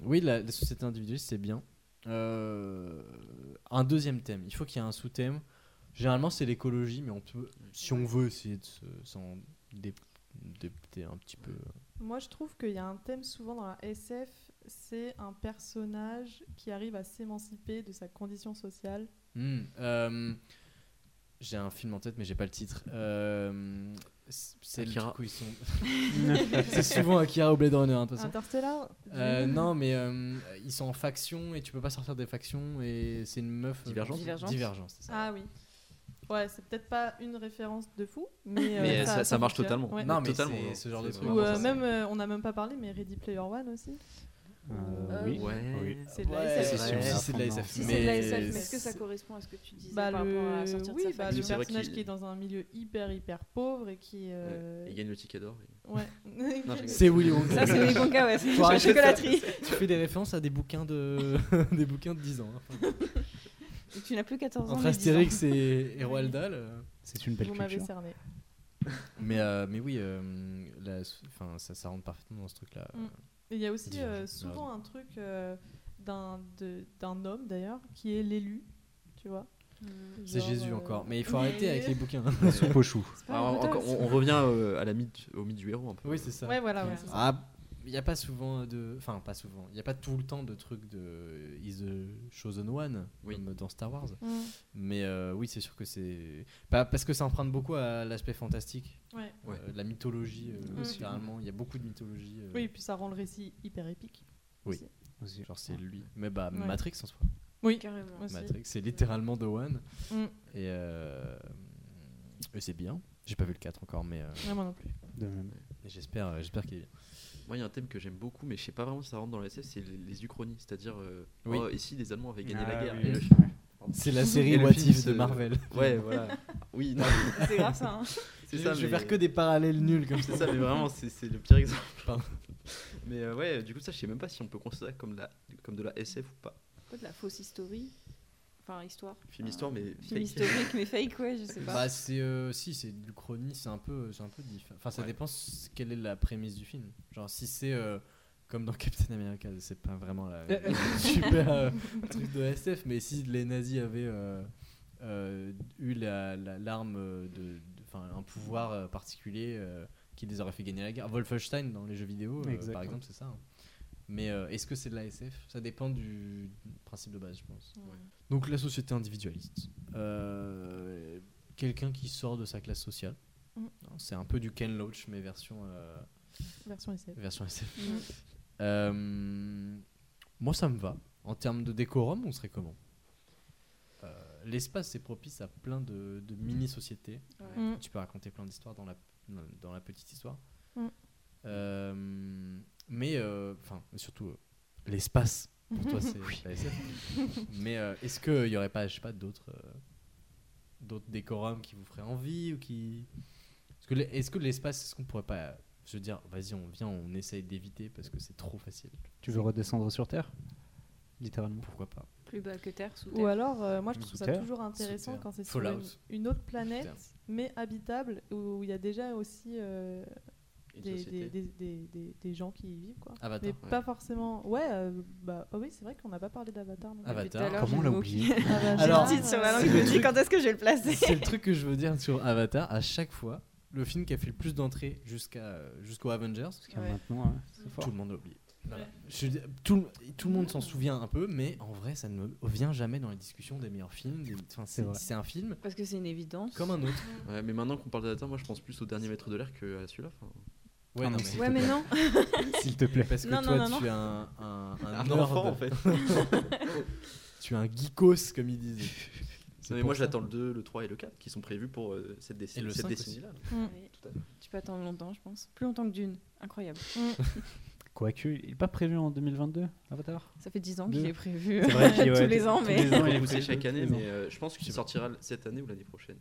[SPEAKER 5] oui, la, la société individualiste, c'est bien. Euh, un deuxième thème, il faut qu'il y ait un sous-thème. Généralement, c'est l'écologie, mais on peut, si on veut, essayer de se- s'en dé- dépter un petit peu.
[SPEAKER 7] Moi, je trouve qu'il y a un thème souvent dans la SF, c'est un personnage qui arrive à s'émanciper de sa condition sociale.
[SPEAKER 5] Hmm, euh, j'ai un film en tête, mais j'ai pas le titre. Euh, c'est c'est le
[SPEAKER 8] Akira.
[SPEAKER 5] truc où ils sont. c'est souvent Akira ou Blade Runner, hein, de toute façon.
[SPEAKER 7] Ah. Interstellar
[SPEAKER 5] Euh, non, mais euh, ils sont en faction et tu peux pas sortir des factions et c'est une meuf. euh,
[SPEAKER 8] Divergence
[SPEAKER 9] Divergence.
[SPEAKER 5] Divergence, c'est ça.
[SPEAKER 7] Ah oui. Ouais, c'est peut-être pas une référence de fou, mais, euh,
[SPEAKER 8] Mais ça- ça marche
[SPEAKER 7] fonctionne.
[SPEAKER 8] totalement.
[SPEAKER 7] Ouais.
[SPEAKER 5] Non, mais
[SPEAKER 8] Totalement,
[SPEAKER 5] hein. c'est
[SPEAKER 8] non.
[SPEAKER 5] ce genre de
[SPEAKER 8] C'est
[SPEAKER 5] truc.
[SPEAKER 8] vraiment
[SPEAKER 7] Ou euh,
[SPEAKER 8] ça.
[SPEAKER 7] même, euh, on n'a même pas parlé, mais Ready Player One aussi.
[SPEAKER 10] Euh,
[SPEAKER 9] Euh,
[SPEAKER 10] oui.
[SPEAKER 8] Ouais.
[SPEAKER 10] Oui.
[SPEAKER 7] C'est de la
[SPEAKER 5] Ouais,
[SPEAKER 7] SF.
[SPEAKER 10] c'est
[SPEAKER 5] si,
[SPEAKER 10] sûr.
[SPEAKER 5] si, c'est de la SF.
[SPEAKER 9] Si euh, c'est de la SF, mais
[SPEAKER 5] c'est-
[SPEAKER 9] est-ce que Bah, ça correspond à ce que tu disais
[SPEAKER 7] Bah,
[SPEAKER 9] par rapport à
[SPEAKER 7] le...
[SPEAKER 9] sortir
[SPEAKER 7] Oui,
[SPEAKER 9] de sa
[SPEAKER 7] bah,
[SPEAKER 9] famille
[SPEAKER 7] le
[SPEAKER 8] C'est vrai
[SPEAKER 7] personnage
[SPEAKER 8] qu'il-
[SPEAKER 7] qui est dans un milieu hyper hyper pauvre et qui... euh,
[SPEAKER 8] Et Il gagne le ticket d'or. et-
[SPEAKER 7] Ouais.
[SPEAKER 8] Non, je
[SPEAKER 5] C'est Willy Wonka.
[SPEAKER 9] Ça, c'est les Wonka, ouais, c'est
[SPEAKER 5] Faut
[SPEAKER 9] la
[SPEAKER 5] arrêter de faire-
[SPEAKER 9] chocolaterie.
[SPEAKER 5] Tu fais des références à des bouquins de, des bouquins de 10 ans. hein.
[SPEAKER 9] Et Tu n'as plus 14 ans.
[SPEAKER 5] Entre
[SPEAKER 9] mais 10 ans.
[SPEAKER 5] Astérix et, et Roald Dahl. euh.
[SPEAKER 10] C'est une belle
[SPEAKER 7] Vous m'avez
[SPEAKER 10] culture.
[SPEAKER 7] cerné.
[SPEAKER 5] Mais, euh, mais oui, euh, la- enfin, ça, ça rentre parfaitement dans ce truc-là.
[SPEAKER 7] Mm. Et Il y a aussi
[SPEAKER 5] Divergent.
[SPEAKER 7] euh, souvent un truc euh, d'un de- d'un homme d'ailleurs qui est l'élu, tu vois.
[SPEAKER 9] Hmm,
[SPEAKER 5] C'est
[SPEAKER 7] Genre,
[SPEAKER 5] Jésus
[SPEAKER 7] euh,
[SPEAKER 5] encore. Mais il faut
[SPEAKER 7] mais-
[SPEAKER 5] arrêter avec les bouquins.
[SPEAKER 10] Sous Pochou.
[SPEAKER 9] C'est pas
[SPEAKER 8] Ah,
[SPEAKER 9] Harry Potter,
[SPEAKER 8] encore-
[SPEAKER 9] c'est-
[SPEAKER 8] on, on revient euh, à la mythe, au mythe du héros hein, un peu.
[SPEAKER 5] oui, c'est ça.
[SPEAKER 7] Ouais, voilà, ouais, c'est ça.
[SPEAKER 5] Ah, il n'y a pas souvent de. Enfin, pas souvent. Il n'y a pas tout le temps de trucs de Is the Chosen One,
[SPEAKER 8] Oui.
[SPEAKER 5] comme dans Star Wars.
[SPEAKER 7] Mm.
[SPEAKER 5] Mais euh, oui, c'est sûr que c'est. Bah, parce que ça emprunte beaucoup à l'aspect fantastique,
[SPEAKER 7] Ouais.
[SPEAKER 5] euh,
[SPEAKER 8] Ouais.
[SPEAKER 5] la mythologie, euh,
[SPEAKER 7] Mm.
[SPEAKER 5] généralement. Il y a beaucoup de mythologie. euh,
[SPEAKER 7] Oui, et puis ça rend le récit hyper épique.
[SPEAKER 5] Genre,
[SPEAKER 8] Ah.
[SPEAKER 5] c'est lui. Mais bah,
[SPEAKER 7] Ouais.
[SPEAKER 5] Matrix en soi.
[SPEAKER 7] Oui,
[SPEAKER 9] Carrément.
[SPEAKER 7] aussi.
[SPEAKER 5] Matrix, c'est littéralement The One.
[SPEAKER 7] Mm.
[SPEAKER 5] Et, euh, et c'est bien. J'ai pas vu le 4 encore, mais euh,
[SPEAKER 7] Vraiment non plus.
[SPEAKER 10] De même.
[SPEAKER 5] j'espère euh, j'espère qu'il est bien.
[SPEAKER 8] Moi, il y a un thème que j'aime beaucoup, mais je sais pas vraiment si ça rentre dans la SF, c'est les, les uchronies. C'est-à-dire, euh,
[SPEAKER 5] Oui.
[SPEAKER 8] oh, et si les Allemands avaient gagné
[SPEAKER 10] Ah
[SPEAKER 8] la guerre
[SPEAKER 10] oui,
[SPEAKER 8] et
[SPEAKER 10] oui.
[SPEAKER 8] le-
[SPEAKER 10] Ouais.
[SPEAKER 5] C'est la série
[SPEAKER 8] Et le
[SPEAKER 5] What
[SPEAKER 8] film,
[SPEAKER 5] If de
[SPEAKER 8] c'est-
[SPEAKER 5] Marvel.
[SPEAKER 8] Ouais, voilà. Oui, non,
[SPEAKER 9] C'est grave ça. hein.
[SPEAKER 8] c'est
[SPEAKER 5] je
[SPEAKER 8] ça.
[SPEAKER 5] je vais
[SPEAKER 8] mais-
[SPEAKER 5] faire que des parallèles nuls comme
[SPEAKER 8] C'est
[SPEAKER 5] ça.
[SPEAKER 8] ça, mais vraiment, c'est c'est le pire exemple.
[SPEAKER 5] Pardon.
[SPEAKER 8] Mais euh, ouais, du coup, ça, je sais même pas si on peut considérer ça comme, la, comme de la SF ou pas.
[SPEAKER 9] Quoi de la fausse historie Enfin, histoire.
[SPEAKER 8] Film
[SPEAKER 9] Ah,
[SPEAKER 8] histoire, mais.
[SPEAKER 9] Film
[SPEAKER 8] fake.
[SPEAKER 9] historique, mais fake, ouais, je sais pas.
[SPEAKER 5] Bah, c'est euh, si c'est du chronique, c'est un peu euh, c'est un peu différent. Enfin, ça
[SPEAKER 8] Ouais.
[SPEAKER 5] dépend c- quelle est la prémisse du film. Genre si c'est euh, comme dans Captain America, c'est pas vraiment la super euh, truc de SF, mais si les nazis avaient euh, euh, eu la la- l'arme euh, de, de- enfin un pouvoir euh, particulier euh, qui les aurait fait gagner la guerre. Wolfenstein dans les jeux vidéo, euh,
[SPEAKER 10] Exactement.
[SPEAKER 5] par exemple, c'est ça. hein. Mais euh, est-ce que c'est de la SF Ça dépend du principe de base, je pense.
[SPEAKER 9] Ouais.
[SPEAKER 5] Donc la société individualiste. Euh, Quelqu'un qui sort de sa classe sociale.
[SPEAKER 7] Mm.
[SPEAKER 5] C'est un peu du Ken Loach, mais version, euh,
[SPEAKER 7] Version SF.
[SPEAKER 5] version SF.
[SPEAKER 9] Mm.
[SPEAKER 5] Euh, moi, ça me va. En termes de décorum, on serait comment Euh, L'espace est propice à plein de, de mini-sociétés.
[SPEAKER 9] Ouais.
[SPEAKER 7] Mm.
[SPEAKER 5] Tu peux raconter plein d'histoires dans la, dans la petite histoire.
[SPEAKER 7] Mm.
[SPEAKER 5] Euh, mais, euh, enfin, surtout, euh, l'espace, pour toi, c'est la SF. mais euh, est-ce qu'il n'y aurait pas, je sais pas, d'autres euh, d'autres décorums qui vous feraient envie ou qui... Est-ce que les- Est-ce que l'espace, est-ce qu'on pourrait pas euh, se dire, vas-y, on vient, on essaye d'éviter parce que c'est trop facile
[SPEAKER 10] Tu veux redescendre sur Terre Littéralement.
[SPEAKER 5] Pourquoi pas
[SPEAKER 9] Plus bas que Terre, sous Terre.
[SPEAKER 7] Ou alors, euh, moi je
[SPEAKER 10] Sous
[SPEAKER 7] trouve ça
[SPEAKER 10] terre.
[SPEAKER 7] toujours
[SPEAKER 5] Sous
[SPEAKER 7] intéressant
[SPEAKER 5] terre.
[SPEAKER 7] quand c'est sur une,
[SPEAKER 5] Fallout.
[SPEAKER 7] une autre
[SPEAKER 5] terre.
[SPEAKER 7] planète, mais habitable, où il y a déjà aussi euh,
[SPEAKER 8] Une
[SPEAKER 7] des,
[SPEAKER 8] société.
[SPEAKER 7] des, des, des- des- des gens qui y vivent. Quoi.
[SPEAKER 5] Avatar.
[SPEAKER 7] Mais
[SPEAKER 8] ouais.
[SPEAKER 7] pas forcément. Ouais, euh, bah oh oui, c'est vrai qu'on n'a pas parlé d'Avatar. non plus. Ah, bah,
[SPEAKER 9] Depuis tout à
[SPEAKER 5] Ah, Avatar.
[SPEAKER 9] l'heure,
[SPEAKER 10] Comment
[SPEAKER 9] j'ai
[SPEAKER 10] on l'a
[SPEAKER 9] le mot
[SPEAKER 10] oublié
[SPEAKER 9] qui-
[SPEAKER 7] Avatar, euh,
[SPEAKER 5] Alors,
[SPEAKER 9] Titre sur la langue,
[SPEAKER 5] c'est
[SPEAKER 9] je
[SPEAKER 5] le
[SPEAKER 9] me dis
[SPEAKER 5] truc-
[SPEAKER 9] quand est-ce que je vais le placer
[SPEAKER 5] C'est le truc que je veux dire sur Avatar. À chaque fois, le film qui a fait le plus d'entrées jusqu'à jusqu'aux Avengers,
[SPEAKER 10] Ah,
[SPEAKER 9] Ouais.
[SPEAKER 10] Maintenant, hein, c'est fort.
[SPEAKER 5] tout le monde l'a oublié. Voilà. Je dis- tout, le- tout le monde s'en souvient un peu, mais en vrai, ça ne vient jamais dans les discussions des meilleurs films. des- enfin, c'est
[SPEAKER 10] vrai.
[SPEAKER 5] c'est un film
[SPEAKER 9] Parce que c'est une évidence.
[SPEAKER 5] comme un autre.
[SPEAKER 8] Ouais, mais maintenant qu'on parle d'Avatar, moi, je pense plus au dernier maître de l'air qu'à celui-là. enfin.
[SPEAKER 5] Ouais,
[SPEAKER 10] Ah,
[SPEAKER 5] non,
[SPEAKER 10] mais
[SPEAKER 5] mais-
[SPEAKER 9] Ouais, mais non.
[SPEAKER 10] S'il te plaît.
[SPEAKER 5] Parce que
[SPEAKER 9] Non,
[SPEAKER 5] toi,
[SPEAKER 9] non, non,
[SPEAKER 5] tu es un, un, un
[SPEAKER 8] Un
[SPEAKER 5] nerd.
[SPEAKER 8] enfant, en fait.
[SPEAKER 5] Tu es un geekos, comme ils disent.
[SPEAKER 8] Non, mais
[SPEAKER 5] pour
[SPEAKER 8] moi,
[SPEAKER 5] ça.
[SPEAKER 8] j'attends le 2, le 3 et le 4 qui sont prévus pour euh, cette, déc-
[SPEAKER 5] Et le
[SPEAKER 8] cette
[SPEAKER 5] 5
[SPEAKER 8] décennie-là.
[SPEAKER 9] Oui. Mm. Tu peux attendre longtemps, je pense. Plus longtemps que d'une. Incroyable.
[SPEAKER 10] Quoique, il n'est pas prévu en 2022, Avatar
[SPEAKER 9] Ça fait 10 ans
[SPEAKER 10] Deux.
[SPEAKER 9] qu'il est prévu. euh,
[SPEAKER 10] C'est vrai qu'il-
[SPEAKER 9] tous
[SPEAKER 10] ouais,
[SPEAKER 9] les ans,
[SPEAKER 10] tous
[SPEAKER 9] mais.
[SPEAKER 10] les ans, il est
[SPEAKER 8] Repoussé
[SPEAKER 10] prévu
[SPEAKER 8] chaque
[SPEAKER 10] tous les
[SPEAKER 8] année,
[SPEAKER 10] ans.
[SPEAKER 8] mais euh, je pense qu'il sortira cette année ou l'année prochaine.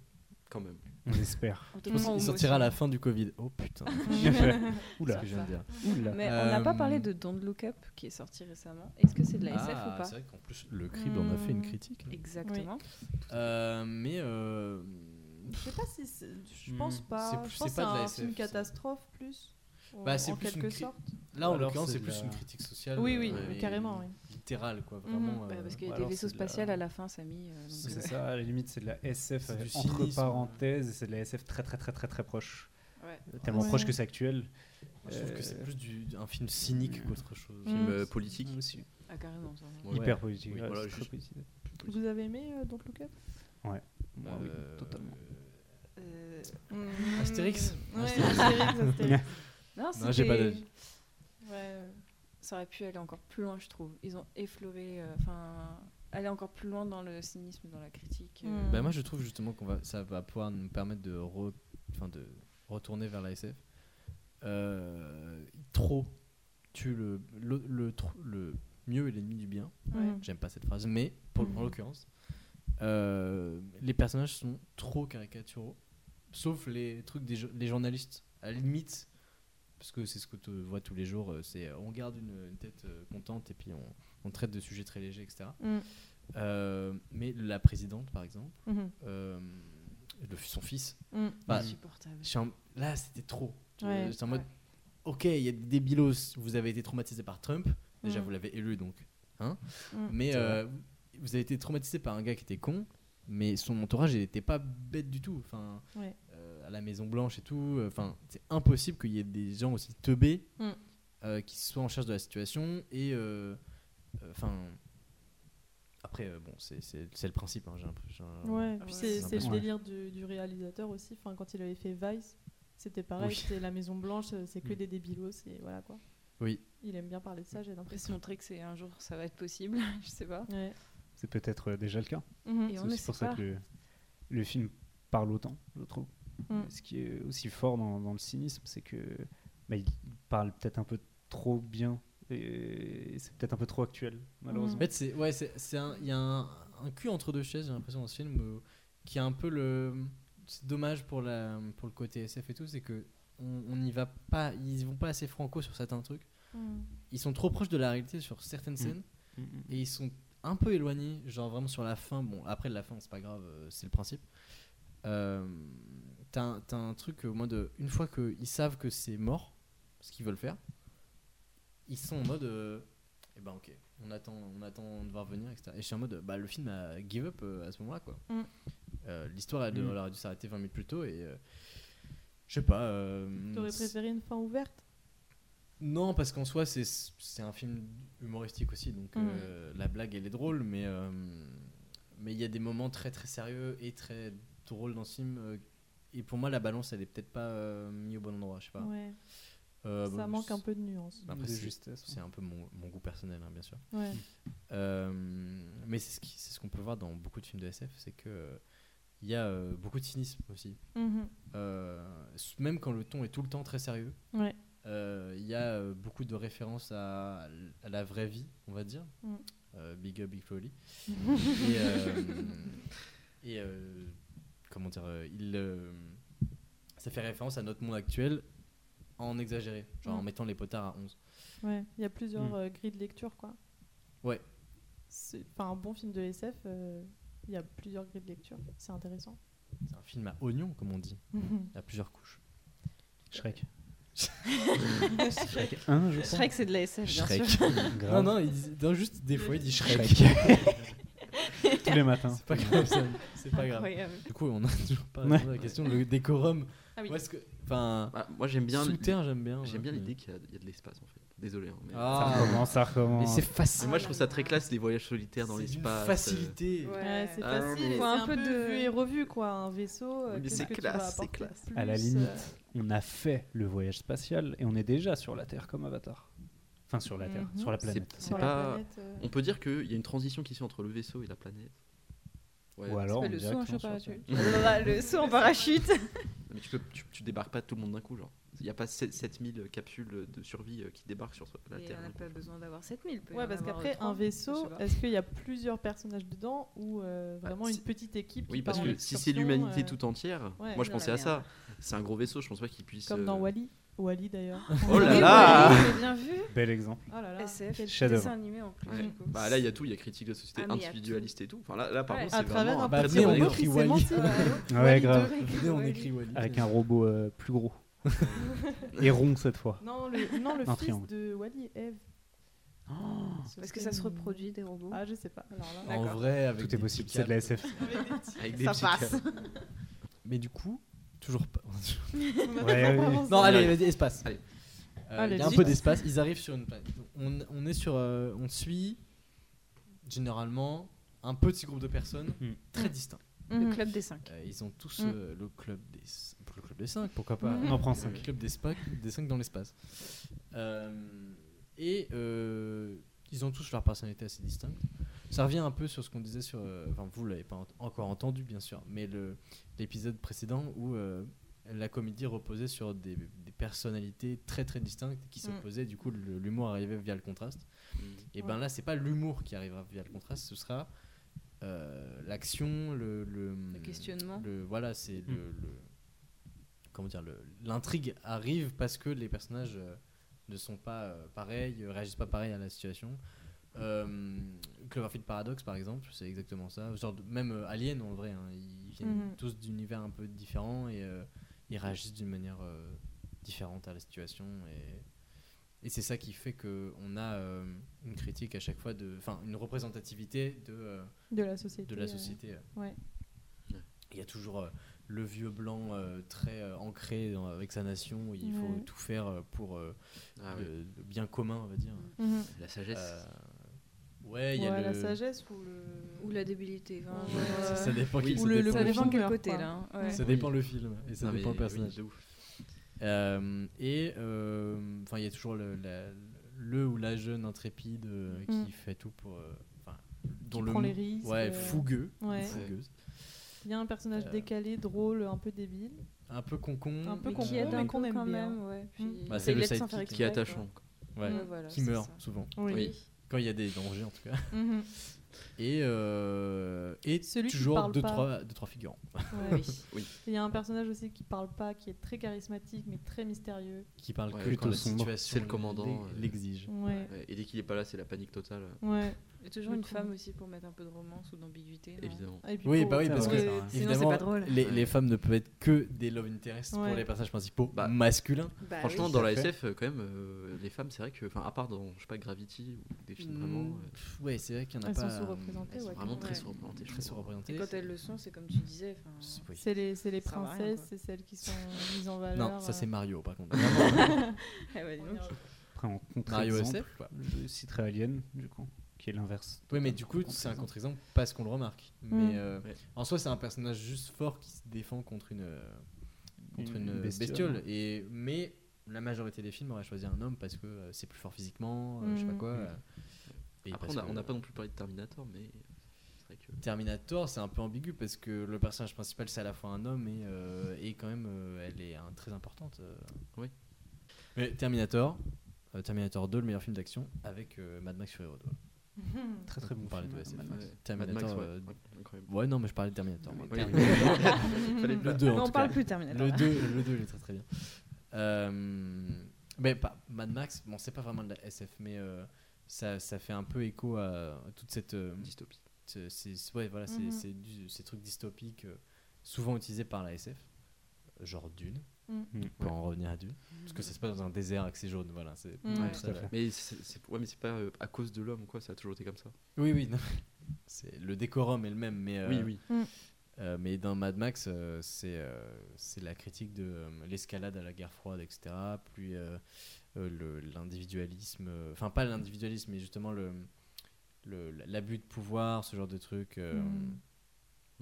[SPEAKER 8] Quand même.
[SPEAKER 10] On espère.
[SPEAKER 9] On te
[SPEAKER 5] Je pense
[SPEAKER 9] prend au
[SPEAKER 5] qu'il
[SPEAKER 9] mot
[SPEAKER 5] sortira à
[SPEAKER 9] aussi.
[SPEAKER 5] la fin du Covid. Oh putain, c'est ce
[SPEAKER 10] Oula.
[SPEAKER 5] que je viens de dire.
[SPEAKER 10] Oula.
[SPEAKER 9] Mais on n'a pas
[SPEAKER 5] Euh,
[SPEAKER 9] parlé de Don't Look Up qui est sorti récemment. Est-ce que c'est de la SF
[SPEAKER 5] Ah,
[SPEAKER 9] ou pas
[SPEAKER 5] C'est vrai qu'en plus, le crible en a fait une
[SPEAKER 9] Hmm.
[SPEAKER 5] critique.
[SPEAKER 9] Exactement.
[SPEAKER 5] Euh, mais euh,
[SPEAKER 7] Je sais pas si. c'est- Je
[SPEAKER 10] Hmm.
[SPEAKER 7] pense pas.
[SPEAKER 5] Mmh. C'est
[SPEAKER 7] Je
[SPEAKER 5] plus-
[SPEAKER 7] pense
[SPEAKER 5] c'est
[SPEAKER 7] que
[SPEAKER 5] pas de
[SPEAKER 7] c'est
[SPEAKER 5] la
[SPEAKER 7] un
[SPEAKER 5] SF,
[SPEAKER 7] film
[SPEAKER 5] ça.
[SPEAKER 7] catastrophe plus. en-
[SPEAKER 5] Bah, c'est
[SPEAKER 7] en
[SPEAKER 5] plus une
[SPEAKER 7] quelque
[SPEAKER 5] cri-
[SPEAKER 7] sorte.
[SPEAKER 5] là, en
[SPEAKER 10] Alors,
[SPEAKER 5] l'occurrence,
[SPEAKER 10] c'est
[SPEAKER 5] c'est
[SPEAKER 10] de
[SPEAKER 5] plus
[SPEAKER 10] la-
[SPEAKER 5] une critique sociale.
[SPEAKER 7] Oui, oui,
[SPEAKER 5] euh,
[SPEAKER 7] carrément, oui.
[SPEAKER 5] Littérale, quoi. Vraiment.
[SPEAKER 7] Mhm.
[SPEAKER 9] Ouais,
[SPEAKER 5] euh,
[SPEAKER 9] Bah, parce qu'il y a
[SPEAKER 10] ou
[SPEAKER 9] des
[SPEAKER 10] alors
[SPEAKER 9] vaisseaux
[SPEAKER 10] c'est de la-
[SPEAKER 9] spatials à la fin, ça a mis. euh, donc,
[SPEAKER 10] C'est
[SPEAKER 9] euh,
[SPEAKER 10] ça, à la limite, c'est de la SF
[SPEAKER 5] C'est du
[SPEAKER 10] avec entre
[SPEAKER 5] cynisme.
[SPEAKER 10] parenthèses, et c'est de la SF très très très très très proche. Euh,
[SPEAKER 9] ouais.
[SPEAKER 10] Tellement
[SPEAKER 7] Ouais.
[SPEAKER 10] proche que c'est actuel.
[SPEAKER 5] Je trouve que c'est
[SPEAKER 10] Euh,
[SPEAKER 5] plus du- un film
[SPEAKER 9] hmm.
[SPEAKER 5] cynique qu'autre chose.
[SPEAKER 7] Mm.
[SPEAKER 8] Film euh, politique.
[SPEAKER 10] aussi.
[SPEAKER 9] Ah, carrément. Ça.
[SPEAKER 8] Ouais.
[SPEAKER 10] Hyper politique.
[SPEAKER 8] Oui,
[SPEAKER 10] ouais,
[SPEAKER 8] voilà,
[SPEAKER 10] c'est très
[SPEAKER 8] juste-
[SPEAKER 10] politique.
[SPEAKER 7] Vous avez aimé euh, Don't Look Up
[SPEAKER 10] Moi, oui,
[SPEAKER 5] Euh,
[SPEAKER 10] totalement.
[SPEAKER 9] Euh,
[SPEAKER 5] Mmh. Astérix
[SPEAKER 7] Ouais,
[SPEAKER 5] Astérix.
[SPEAKER 7] Astérix, Astérix.
[SPEAKER 9] Non,
[SPEAKER 5] Non, j'ai pas
[SPEAKER 9] c'était-
[SPEAKER 5] d'avis.
[SPEAKER 7] Ouais, ouais.
[SPEAKER 9] Ça aurait pu aller encore plus loin, je trouve. Ils ont effleuré. euh, Enfin. aller encore plus loin dans le cynisme, dans la critique.
[SPEAKER 8] Mm.
[SPEAKER 9] euh,
[SPEAKER 5] Bah, moi, je trouve justement qu'on va, ça va pouvoir nous permettre de, re- enfin, de retourner vers la SF. Euh, trop tue le, le, le, tr- le mieux est l'ennemi du bien.
[SPEAKER 7] Ouais.
[SPEAKER 5] J'aime pas cette phrase, mais pour, en l'occurrence, euh, les personnages sont trop caricaturaux. Sauf les trucs des jo- les journalistes. À la limite, parce que c'est ce que tu vois tous les jours, euh, c'est euh, on garde une, une tête euh, contente et puis on, on traite de sujets très légers, etc.
[SPEAKER 7] Mm.
[SPEAKER 5] Euh, mais la présidente, par exemple,
[SPEAKER 7] Mhm.
[SPEAKER 5] euh, le- son fils,
[SPEAKER 7] Mm.
[SPEAKER 5] bah,
[SPEAKER 9] insupportable.
[SPEAKER 5] je suis en- là c'était trop.
[SPEAKER 7] Ouais.
[SPEAKER 5] J'étais en mode,
[SPEAKER 9] Ouais.
[SPEAKER 5] ok, il y a des débilos, vous avez été traumatisé par Trump, déjà
[SPEAKER 7] Mm.
[SPEAKER 5] vous l'avez élu donc, hein,
[SPEAKER 7] Mm.
[SPEAKER 5] mais euh, vous avez été traumatisé par un gars qui était con, mais son entourage il était pas bête du tout, enfin,
[SPEAKER 7] Ouais.
[SPEAKER 5] euh, à la Maison Blanche et tout, euh, enfin, c'est impossible qu'il y ait des gens aussi teubés
[SPEAKER 7] Mm.
[SPEAKER 5] euh, qui soient en charge de la situation et, euh, euh, enfin. après, euh, bon, c'est c'est- c'est le principe. hein, j'ai un peu- j'ai un-
[SPEAKER 7] Ouais,
[SPEAKER 9] Ah
[SPEAKER 7] puis
[SPEAKER 9] ouais.
[SPEAKER 7] c'est
[SPEAKER 5] C'est
[SPEAKER 7] c'est le
[SPEAKER 10] impressionnant.
[SPEAKER 7] délire du, du réalisateur aussi. Enfin, quand il avait fait Vice, c'était pareil.
[SPEAKER 5] Oui.
[SPEAKER 7] C'est la Maison Blanche, euh, c'est que
[SPEAKER 5] Mm.
[SPEAKER 7] des débilos, c'est voilà quoi.
[SPEAKER 5] Oui.
[SPEAKER 7] Il aime bien parler de ça, j'ai
[SPEAKER 9] Après,
[SPEAKER 7] l'impression.
[SPEAKER 9] se montrer que c'est un jour, ça va être possible. je sais pas.
[SPEAKER 7] Ouais.
[SPEAKER 10] C'est peut-être euh, déjà le cas.
[SPEAKER 7] Mhm.
[SPEAKER 9] Et
[SPEAKER 10] C'est
[SPEAKER 9] on ne
[SPEAKER 10] aussi
[SPEAKER 9] sait
[SPEAKER 10] pour ça
[SPEAKER 9] pas.
[SPEAKER 10] que le, le film parle autant, je trouve.
[SPEAKER 7] Mm.
[SPEAKER 10] Ce qui est aussi fort dans, dans le cynisme, c'est que bah, il parle peut-être un peu trop bien. Et c'est peut-être un peu trop actuel,
[SPEAKER 5] En
[SPEAKER 9] Mm.
[SPEAKER 10] malheureusement.
[SPEAKER 5] fait, c'est ouais, c'est c'est un il y a un, un cul entre deux chaises, j'ai l'impression dans ce film euh, qui a un peu le c'est dommage pour, la, pour le côté SF et tout, c'est que on on n'y va pas, ils vont pas assez franco sur certains trucs.
[SPEAKER 7] Mmh.
[SPEAKER 5] Ils sont trop proches de la réalité sur certaines scènes et ils sont un peu éloignés, genre vraiment sur la fin. Bon, après la fin, c'est pas grave, euh, c'est le principe. Euh, T'as un- t'as un truc au mode, une fois qu'ils savent que c'est mort, ce qu'ils veulent faire, ils sont en mode, euh, eh ben ok, on attend, on attend de voir venir, etc. Et je suis en mode, bah le film a give up euh, à ce moment-là, quoi.
[SPEAKER 7] Mm.
[SPEAKER 5] Euh, L'histoire, elle,
[SPEAKER 10] Mm.
[SPEAKER 5] elle aurait dû s'arrêter 20 minutes plus tôt et. euh, je sais pas. euh,
[SPEAKER 7] T'aurais préféré une fin ouverte
[SPEAKER 5] non, parce qu'en soi, c'est c'est un film humoristique aussi, donc
[SPEAKER 7] Mhm.
[SPEAKER 5] euh, la blague, elle est drôle, mais euh, mais il y a des moments très très sérieux et très drôles dans ce film. euh, et pour moi, la balance, elle est peut-être pas euh, mise au bon endroit, je sais pas.
[SPEAKER 7] Ouais,
[SPEAKER 5] Euh,
[SPEAKER 7] ça
[SPEAKER 5] bon,
[SPEAKER 7] manque
[SPEAKER 5] c'est-
[SPEAKER 7] un peu de nuance.
[SPEAKER 5] après,
[SPEAKER 10] de
[SPEAKER 5] c'est-
[SPEAKER 10] justesse.
[SPEAKER 5] C'est un peu mon, mon goût personnel, hein, bien sûr.
[SPEAKER 7] Ouais.
[SPEAKER 5] Euh, mais c'est ce qui- c'est ce qu'on peut voir dans beaucoup de films de SF, c'est que euh, il y a euh, beaucoup de cynisme aussi.
[SPEAKER 7] Mhm.
[SPEAKER 5] Euh, s- même quand le ton est tout le temps très sérieux.
[SPEAKER 7] Ouais.
[SPEAKER 5] Euh, Il y a euh, beaucoup de références à, l- à la vraie vie, on va dire.
[SPEAKER 7] Mm.
[SPEAKER 5] Euh, big up, big Flowly. et euh, et, euh, comment dire, euh, il, euh, ça fait référence à notre monde actuel en exagéré, genre en
[SPEAKER 7] Mm.
[SPEAKER 5] mettant les potards à 11.
[SPEAKER 7] Ouais, il y a plusieurs
[SPEAKER 10] Mm.
[SPEAKER 7] euh, grilles de lecture, quoi.
[SPEAKER 5] Ouais.
[SPEAKER 7] C'est- Enfin, un bon film de SF, euh, il y a plusieurs grilles de lecture. C'est intéressant.
[SPEAKER 5] C'est un film à oignon, comme on dit, à plusieurs couches.
[SPEAKER 10] Shrek.
[SPEAKER 9] Shrek,
[SPEAKER 10] Hein, je crois.
[SPEAKER 9] Shrek, c'est de la SF, bien sûr.
[SPEAKER 5] non,
[SPEAKER 10] Grave.
[SPEAKER 5] non, il dit- non, juste des fois il dit Shrek.
[SPEAKER 10] Tous les matins.
[SPEAKER 5] C'est pas grave, ça. C'est pas grave.
[SPEAKER 9] Incroyable.
[SPEAKER 5] Du coup, on a toujours pas
[SPEAKER 10] Ouais.
[SPEAKER 5] répondu à la question, le décorum.
[SPEAKER 7] Ah oui.
[SPEAKER 5] Où est-ce que. Enfin,
[SPEAKER 8] Bah, moi j'aime bien
[SPEAKER 5] sous
[SPEAKER 8] l-
[SPEAKER 5] terre, j'aime bien. ouais,
[SPEAKER 8] j'aime bien
[SPEAKER 5] mais-
[SPEAKER 8] l'idée qu'il y a, il y a de l'espace en fait. Désolé. hein, mais...
[SPEAKER 10] Ça
[SPEAKER 5] Ah,
[SPEAKER 10] recommence, ça
[SPEAKER 5] mais
[SPEAKER 10] recommence.
[SPEAKER 5] c'est facile.
[SPEAKER 8] Mais moi je trouve ça très classe les voyages solitaires dans
[SPEAKER 5] C'est d'une
[SPEAKER 8] l'espace. euh,
[SPEAKER 5] Facilité.
[SPEAKER 9] Ouais.
[SPEAKER 7] Ouais, c'est
[SPEAKER 8] Ah,
[SPEAKER 7] facile.
[SPEAKER 8] mais-
[SPEAKER 7] et
[SPEAKER 9] Faut
[SPEAKER 7] C'est
[SPEAKER 9] un
[SPEAKER 7] un peu
[SPEAKER 9] peu de-
[SPEAKER 7] vu et revu, quoi. Un vaisseau. euh,
[SPEAKER 8] Oui, mais
[SPEAKER 7] qu'est-ce
[SPEAKER 8] c'est
[SPEAKER 7] que tu
[SPEAKER 8] classe,
[SPEAKER 7] vas
[SPEAKER 8] c'est
[SPEAKER 7] apporter de
[SPEAKER 8] classe.
[SPEAKER 7] plus,
[SPEAKER 10] À la
[SPEAKER 7] euh,
[SPEAKER 10] limite. On a fait le voyage spatial et on est déjà sur la Terre comme Avatar. Enfin, sur la Terre,
[SPEAKER 9] Mhm.
[SPEAKER 10] sur la planète.
[SPEAKER 8] C'est
[SPEAKER 7] sur la
[SPEAKER 8] pas-
[SPEAKER 7] planète, euh,
[SPEAKER 8] On peut dire qu'il y a une transition qui se fait entre le vaisseau et la planète. Ouais.
[SPEAKER 10] Ou alors,
[SPEAKER 9] C'est
[SPEAKER 10] on
[SPEAKER 9] le
[SPEAKER 10] est
[SPEAKER 9] saut en
[SPEAKER 10] directement sur la
[SPEAKER 9] parachute. Le saut en parachute.
[SPEAKER 8] Mais tu, peux, tu, tu débarques pas tout le monde d'un coup, genre. Il n'y a pas 7000 capsules de survie euh, qui débarquent sur la
[SPEAKER 9] Et
[SPEAKER 8] Terre. euh,
[SPEAKER 9] on
[SPEAKER 8] d'un
[SPEAKER 9] n'a
[SPEAKER 8] coup.
[SPEAKER 9] pas besoin d'avoir 7000. peut y
[SPEAKER 7] Ouais,
[SPEAKER 9] en
[SPEAKER 7] parce
[SPEAKER 9] avoir
[SPEAKER 7] qu'après,
[SPEAKER 9] trois,
[SPEAKER 7] un
[SPEAKER 9] je
[SPEAKER 7] vaisseau,
[SPEAKER 9] sais pas.
[SPEAKER 7] est-ce qu'il y a plusieurs personnages dedans ou euh, vraiment
[SPEAKER 8] Bah, si-
[SPEAKER 7] une petite équipe qui
[SPEAKER 8] Oui, parce
[SPEAKER 7] part en
[SPEAKER 8] que si c'est
[SPEAKER 7] excursion,
[SPEAKER 8] l'humanité
[SPEAKER 7] euh,
[SPEAKER 8] tout entière,
[SPEAKER 7] ouais.
[SPEAKER 8] moi je
[SPEAKER 9] Dans la
[SPEAKER 8] pensais à ça. C'est un gros vaisseau, je pense pas qu'il puisse.
[SPEAKER 7] Comme dans
[SPEAKER 8] euh,
[SPEAKER 7] Wally. Wally d'ailleurs.
[SPEAKER 8] Oh là
[SPEAKER 9] Oui,
[SPEAKER 8] là
[SPEAKER 9] oui, j'ai bien vu.
[SPEAKER 10] Bel exemple.
[SPEAKER 7] Oh là là.
[SPEAKER 9] SF,
[SPEAKER 7] quel-
[SPEAKER 10] Chef-d'œuvre.
[SPEAKER 9] dessin animé en plus.
[SPEAKER 8] ouais.
[SPEAKER 9] du coup.
[SPEAKER 8] Bah là, il y a tout, il y a critique de la société,
[SPEAKER 9] Ah, mais il y a
[SPEAKER 8] individualiste et tout. Enfin, là, là par
[SPEAKER 9] Ouais.
[SPEAKER 8] contre,
[SPEAKER 7] À
[SPEAKER 8] c'est
[SPEAKER 7] travers
[SPEAKER 8] vraiment
[SPEAKER 7] un
[SPEAKER 8] un
[SPEAKER 5] Bah,
[SPEAKER 8] très,
[SPEAKER 7] papier
[SPEAKER 8] très
[SPEAKER 5] venez,
[SPEAKER 8] bon
[SPEAKER 5] on
[SPEAKER 7] robot
[SPEAKER 8] exemple.
[SPEAKER 5] écrit
[SPEAKER 7] qui s'est
[SPEAKER 5] Wally.
[SPEAKER 7] lancé.
[SPEAKER 10] Ouais, grave.
[SPEAKER 5] Venez, on écrit Wally.
[SPEAKER 10] Avec un robot euh, plus gros. et rond cette fois.
[SPEAKER 7] Non, le, non, le
[SPEAKER 10] Un
[SPEAKER 7] fils
[SPEAKER 10] triangle.
[SPEAKER 7] de Wally et Eve. Ce
[SPEAKER 9] Parce que
[SPEAKER 7] serait
[SPEAKER 9] ça se
[SPEAKER 7] mignon.
[SPEAKER 9] reproduit des robots.
[SPEAKER 7] Ah, je sais pas. Alors là,
[SPEAKER 5] Oh. En vrai, avec.
[SPEAKER 10] Tout est
[SPEAKER 5] des
[SPEAKER 10] possible,
[SPEAKER 5] petits
[SPEAKER 10] c'est de la
[SPEAKER 5] câbles.
[SPEAKER 10] SF.
[SPEAKER 8] Avec des
[SPEAKER 9] Ça
[SPEAKER 8] petits
[SPEAKER 9] passe.
[SPEAKER 8] câbles.
[SPEAKER 5] Mais du coup, toujours pas.
[SPEAKER 7] on
[SPEAKER 10] Ouais,
[SPEAKER 7] a
[SPEAKER 10] ouais.
[SPEAKER 7] vraiment
[SPEAKER 5] Non,
[SPEAKER 7] ça.
[SPEAKER 5] allez, vas-y, espace.
[SPEAKER 8] Allez.
[SPEAKER 5] Euh, Il
[SPEAKER 7] Allez,
[SPEAKER 5] y a un
[SPEAKER 7] vas-y.
[SPEAKER 5] peu d'espace. Ils arrivent sur une planète. On, on est sur, euh, on suit généralement un petit groupe de personnes
[SPEAKER 10] Mm.
[SPEAKER 5] très distincts.
[SPEAKER 9] Le
[SPEAKER 7] Mhm.
[SPEAKER 9] club des 5.
[SPEAKER 5] Euh, ils ont tous
[SPEAKER 7] Mm.
[SPEAKER 5] euh, le club des le club des 5, pourquoi pas
[SPEAKER 10] On en prend
[SPEAKER 5] Le
[SPEAKER 10] 5.
[SPEAKER 5] club des 5 des cinq dans l'espace. Euh, et euh, ils ont tous leur personnalité assez distincte. Ça revient un peu sur ce qu'on disait sur euh, enfin vous l'avez pas ent- encore entendu bien sûr, mais le l'épisode précédent où euh, la comédie reposait sur des, des personnalités très très distinctes qui
[SPEAKER 9] Mm.
[SPEAKER 5] s'opposaient. Du coup, le- l'humour arrivait via le contraste. Et ben là, c'est pas l'humour qui arrivera via le contraste, ce sera euh, l'action, le, le,
[SPEAKER 9] Le questionnement. Mm.
[SPEAKER 5] le- voilà, c'est le, le- comment dire, le- l'intrigue arrive parce que les personnages euh, ne sont pas euh, pareils, euh, réagissent pas pareil à la situation. Euh, Cloverfield Paradox, par exemple, c'est exactement ça. Genre de- même euh, Alien, en vrai, hein, ils viennent
[SPEAKER 7] Mhm.
[SPEAKER 5] tous d'univers un peu différents et euh, ils réagissent d'une manière euh, différente à la situation et et c'est ça qui fait qu'on a euh, une critique à chaque fois, de- enfin une représentativité de, euh,
[SPEAKER 7] De la société.
[SPEAKER 5] de la
[SPEAKER 7] euh,
[SPEAKER 5] société.
[SPEAKER 7] ouais.
[SPEAKER 5] Il y a toujours euh, le vieux blanc euh, très euh, ancré dans- avec sa nation, où il faut
[SPEAKER 7] Ouais.
[SPEAKER 5] tout faire euh, pour euh,
[SPEAKER 8] Ah ouais.
[SPEAKER 5] le, le bien commun, on va dire.
[SPEAKER 7] Mhm.
[SPEAKER 2] mm-hmm.
[SPEAKER 8] La sagesse.
[SPEAKER 5] Euh, ouais, il y a
[SPEAKER 7] Ouais,
[SPEAKER 5] le-
[SPEAKER 7] la sagesse ou le.
[SPEAKER 9] Ou la débilité. enfin,
[SPEAKER 7] Ouais.
[SPEAKER 9] je-
[SPEAKER 5] ça dépend,
[SPEAKER 8] Oui,
[SPEAKER 5] qui-
[SPEAKER 7] ou
[SPEAKER 5] ça
[SPEAKER 7] le-
[SPEAKER 5] dépend
[SPEAKER 7] le
[SPEAKER 9] Ça
[SPEAKER 5] film.
[SPEAKER 9] dépend de quel
[SPEAKER 7] Quoi.
[SPEAKER 9] côté là. hein. Ouais.
[SPEAKER 5] Ça dépend le film et ça
[SPEAKER 8] Non,
[SPEAKER 5] dépend
[SPEAKER 8] mais
[SPEAKER 5] le personnage.
[SPEAKER 8] oui, de ouf.
[SPEAKER 5] Euh, et euh, enfin, il y a toujours le, la- le ou la jeune intrépide euh, qui
[SPEAKER 7] Mm.
[SPEAKER 5] fait tout pour, euh, enfin,
[SPEAKER 7] Qui
[SPEAKER 5] dont le
[SPEAKER 7] prend
[SPEAKER 5] mot-
[SPEAKER 7] les risques.
[SPEAKER 5] ouais,
[SPEAKER 7] euh,
[SPEAKER 5] fougueux, ou
[SPEAKER 7] ouais.
[SPEAKER 5] fougueuse,
[SPEAKER 7] Il y a un personnage
[SPEAKER 5] Euh.
[SPEAKER 7] décalé, drôle, un peu débile.
[SPEAKER 5] un peu concon,
[SPEAKER 7] Un peu
[SPEAKER 5] mais-
[SPEAKER 9] Mais qui
[SPEAKER 7] concon,
[SPEAKER 9] aide
[SPEAKER 7] mais
[SPEAKER 9] un
[SPEAKER 7] qu'on
[SPEAKER 9] peu
[SPEAKER 7] aime
[SPEAKER 9] quand
[SPEAKER 7] bien.
[SPEAKER 9] même. ouais. Puis-
[SPEAKER 5] Bah,
[SPEAKER 9] ça,
[SPEAKER 5] c'est
[SPEAKER 9] il
[SPEAKER 5] le
[SPEAKER 9] l'aide sans
[SPEAKER 5] sidekick
[SPEAKER 9] faire
[SPEAKER 8] Qui est
[SPEAKER 9] exprès, quoi.
[SPEAKER 7] Mm.
[SPEAKER 8] attachant. quoi.
[SPEAKER 5] ouais,
[SPEAKER 9] Ouais, voilà,
[SPEAKER 5] qui
[SPEAKER 9] c'est
[SPEAKER 5] meurt
[SPEAKER 9] ça.
[SPEAKER 5] souvent
[SPEAKER 8] Oui.
[SPEAKER 5] quand il y a des dangers en tout cas.
[SPEAKER 7] Mhm.
[SPEAKER 5] Et, euh, et
[SPEAKER 7] Celui qui
[SPEAKER 5] toujours
[SPEAKER 7] parle
[SPEAKER 5] deux
[SPEAKER 7] pas.
[SPEAKER 5] trois, deux, trois figurants.
[SPEAKER 7] Ouais.
[SPEAKER 8] Oui.
[SPEAKER 7] Et Il y a un personnage aussi qui parle pas, qui est très charismatique mais très mystérieux.
[SPEAKER 5] Qui parlent
[SPEAKER 8] Ouais,
[SPEAKER 5] que
[SPEAKER 8] plutôt
[SPEAKER 5] quand la
[SPEAKER 8] sombre.
[SPEAKER 5] situation
[SPEAKER 8] C'est le commandant,
[SPEAKER 5] l'e-
[SPEAKER 8] euh,
[SPEAKER 5] l'exige.
[SPEAKER 7] Ouais.
[SPEAKER 8] Ouais, Et dès qu'il est pas là, c'est la panique totale, euh,
[SPEAKER 7] Ouais.
[SPEAKER 9] Et toujours
[SPEAKER 7] Je
[SPEAKER 9] une
[SPEAKER 7] trouve.
[SPEAKER 9] femme aussi pour mettre un peu de romance ou d'ambiguïté. non
[SPEAKER 8] évidemment.
[SPEAKER 7] Ah, et puis
[SPEAKER 5] Oui,
[SPEAKER 7] pour-
[SPEAKER 5] bah oui,
[SPEAKER 7] pour-
[SPEAKER 5] parce que
[SPEAKER 7] euh,
[SPEAKER 9] Sinon, c'est pas drôle.
[SPEAKER 5] Les, les femmes ne peuvent être que des love interests
[SPEAKER 7] Ouais.
[SPEAKER 5] pour les personnages principaux
[SPEAKER 8] Bah,
[SPEAKER 5] masculins.
[SPEAKER 9] Bah
[SPEAKER 8] Franchement,
[SPEAKER 9] oui.
[SPEAKER 8] dans
[SPEAKER 5] Tout à
[SPEAKER 8] la
[SPEAKER 5] fait.
[SPEAKER 8] SF, euh, quand même, euh, les femmes, c'est vrai que, enfin, à part dans, je sais pas, Gravity ou des films
[SPEAKER 5] Mm,
[SPEAKER 8] vraiment, euh,
[SPEAKER 5] pff, Ouais, c'est vrai qu'il y en a
[SPEAKER 7] Elles
[SPEAKER 5] pas.
[SPEAKER 7] sont
[SPEAKER 5] euh,
[SPEAKER 7] sous-représentées,
[SPEAKER 8] elles sont
[SPEAKER 7] ouais.
[SPEAKER 8] vraiment très
[SPEAKER 9] ouais.
[SPEAKER 8] surreprésentées. je
[SPEAKER 5] Très
[SPEAKER 8] trouve.
[SPEAKER 5] sous-représentées.
[SPEAKER 9] Et quand elles le sont, c'est comme tu disais. enfin,
[SPEAKER 5] C'est- oui.
[SPEAKER 7] C'est les, c'est les
[SPEAKER 9] Ça sert à rien,
[SPEAKER 7] princesses,
[SPEAKER 9] quoi.
[SPEAKER 7] c'est celles qui sont mises en valeur.
[SPEAKER 5] Non, ça c'est Mario par contre.
[SPEAKER 9] ah ouais, dis donc.
[SPEAKER 10] Après, en
[SPEAKER 5] Mario
[SPEAKER 10] contre-exemple,
[SPEAKER 5] SF quoi.
[SPEAKER 10] je citerai Alien, du coup, qui est l'inverse.
[SPEAKER 5] Oui, mais du coup, c'est un contre-exemple parce qu'on le remarque. Mais euh,
[SPEAKER 8] Ouais.
[SPEAKER 5] en soi, c'est un personnage juste fort qui se défend contre une, euh, contre une,
[SPEAKER 10] Une
[SPEAKER 5] bestiole.
[SPEAKER 10] bestiole.
[SPEAKER 8] hein.
[SPEAKER 5] Et, mais la majorité des films auraient choisi un homme parce que euh, c'est plus fort physiquement, euh, je sais pas
[SPEAKER 10] Mmh.
[SPEAKER 7] Mm.
[SPEAKER 5] quoi. euh, et
[SPEAKER 8] Mmh. Après,
[SPEAKER 5] parce
[SPEAKER 8] on a-
[SPEAKER 5] que
[SPEAKER 8] on n'a pas non plus parlé de Terminator, mais euh, c'est vrai que.
[SPEAKER 5] Terminator, c'est un peu ambigu parce que le personnage principal, c'est à la fois un homme et, euh, et quand même, euh, elle est un- très importante. euh.
[SPEAKER 8] Oui.
[SPEAKER 5] Mais Terminator, euh, Terminator 2, le meilleur film d'action avec euh, Mad Max Fury Road. voilà.
[SPEAKER 7] euh,
[SPEAKER 10] Très très bon.
[SPEAKER 5] On parlait de
[SPEAKER 10] film, hein,
[SPEAKER 5] SF.
[SPEAKER 10] Mad Max.
[SPEAKER 8] Ouais.
[SPEAKER 5] Terminator,
[SPEAKER 8] Mad Max, ouais.
[SPEAKER 5] euh,
[SPEAKER 8] Ouais, incroyable.
[SPEAKER 5] Ouais, non, mais je parlais de Terminator. moi.
[SPEAKER 8] Oui.
[SPEAKER 5] Fallait le 2
[SPEAKER 9] Non,
[SPEAKER 5] en
[SPEAKER 9] on
[SPEAKER 5] tout
[SPEAKER 9] parle
[SPEAKER 5] cas.
[SPEAKER 9] plus de Terminator.
[SPEAKER 5] Le 2, le 2, il est très très bien. Euh, mais pas- Mad Max, bon, c'est pas vraiment de la SF, mais euh, ça, ça fait un peu écho à toute cette. euh,
[SPEAKER 8] Dystopie.
[SPEAKER 5] ce- c'est- c'est- ouais, voilà, c'est-
[SPEAKER 7] Mhm.
[SPEAKER 5] c'est du- ces trucs dystopiques euh, souvent utilisés par la SF, genre Dune.
[SPEAKER 8] Mm.
[SPEAKER 7] Mhm.
[SPEAKER 5] On peut en revenir à Dune. Parce que ça se passe dans un désert avec ses jaunes, voilà. c'est-
[SPEAKER 7] Mhm.
[SPEAKER 5] comme
[SPEAKER 7] Ouais,
[SPEAKER 5] ça,
[SPEAKER 10] tout à
[SPEAKER 5] là.
[SPEAKER 10] fait.
[SPEAKER 8] Mais c'est c'est- ouais, mais c'est pas euh, à cause de l'homme, quoi. Ça a toujours été comme ça.
[SPEAKER 5] Oui, oui, non. C'est- le décorum est le même, mais. euh,
[SPEAKER 8] oui, oui.
[SPEAKER 5] Euh, mais dans Mad Max, euh, c'est euh, c'est la critique de euh, l'escalade à la guerre froide, etc. Puis euh, euh, le- l'individualisme, euh, enfin pas l'individualisme, mais justement le le- l'abus de pouvoir, ce genre de truc, euh,
[SPEAKER 7] Mm.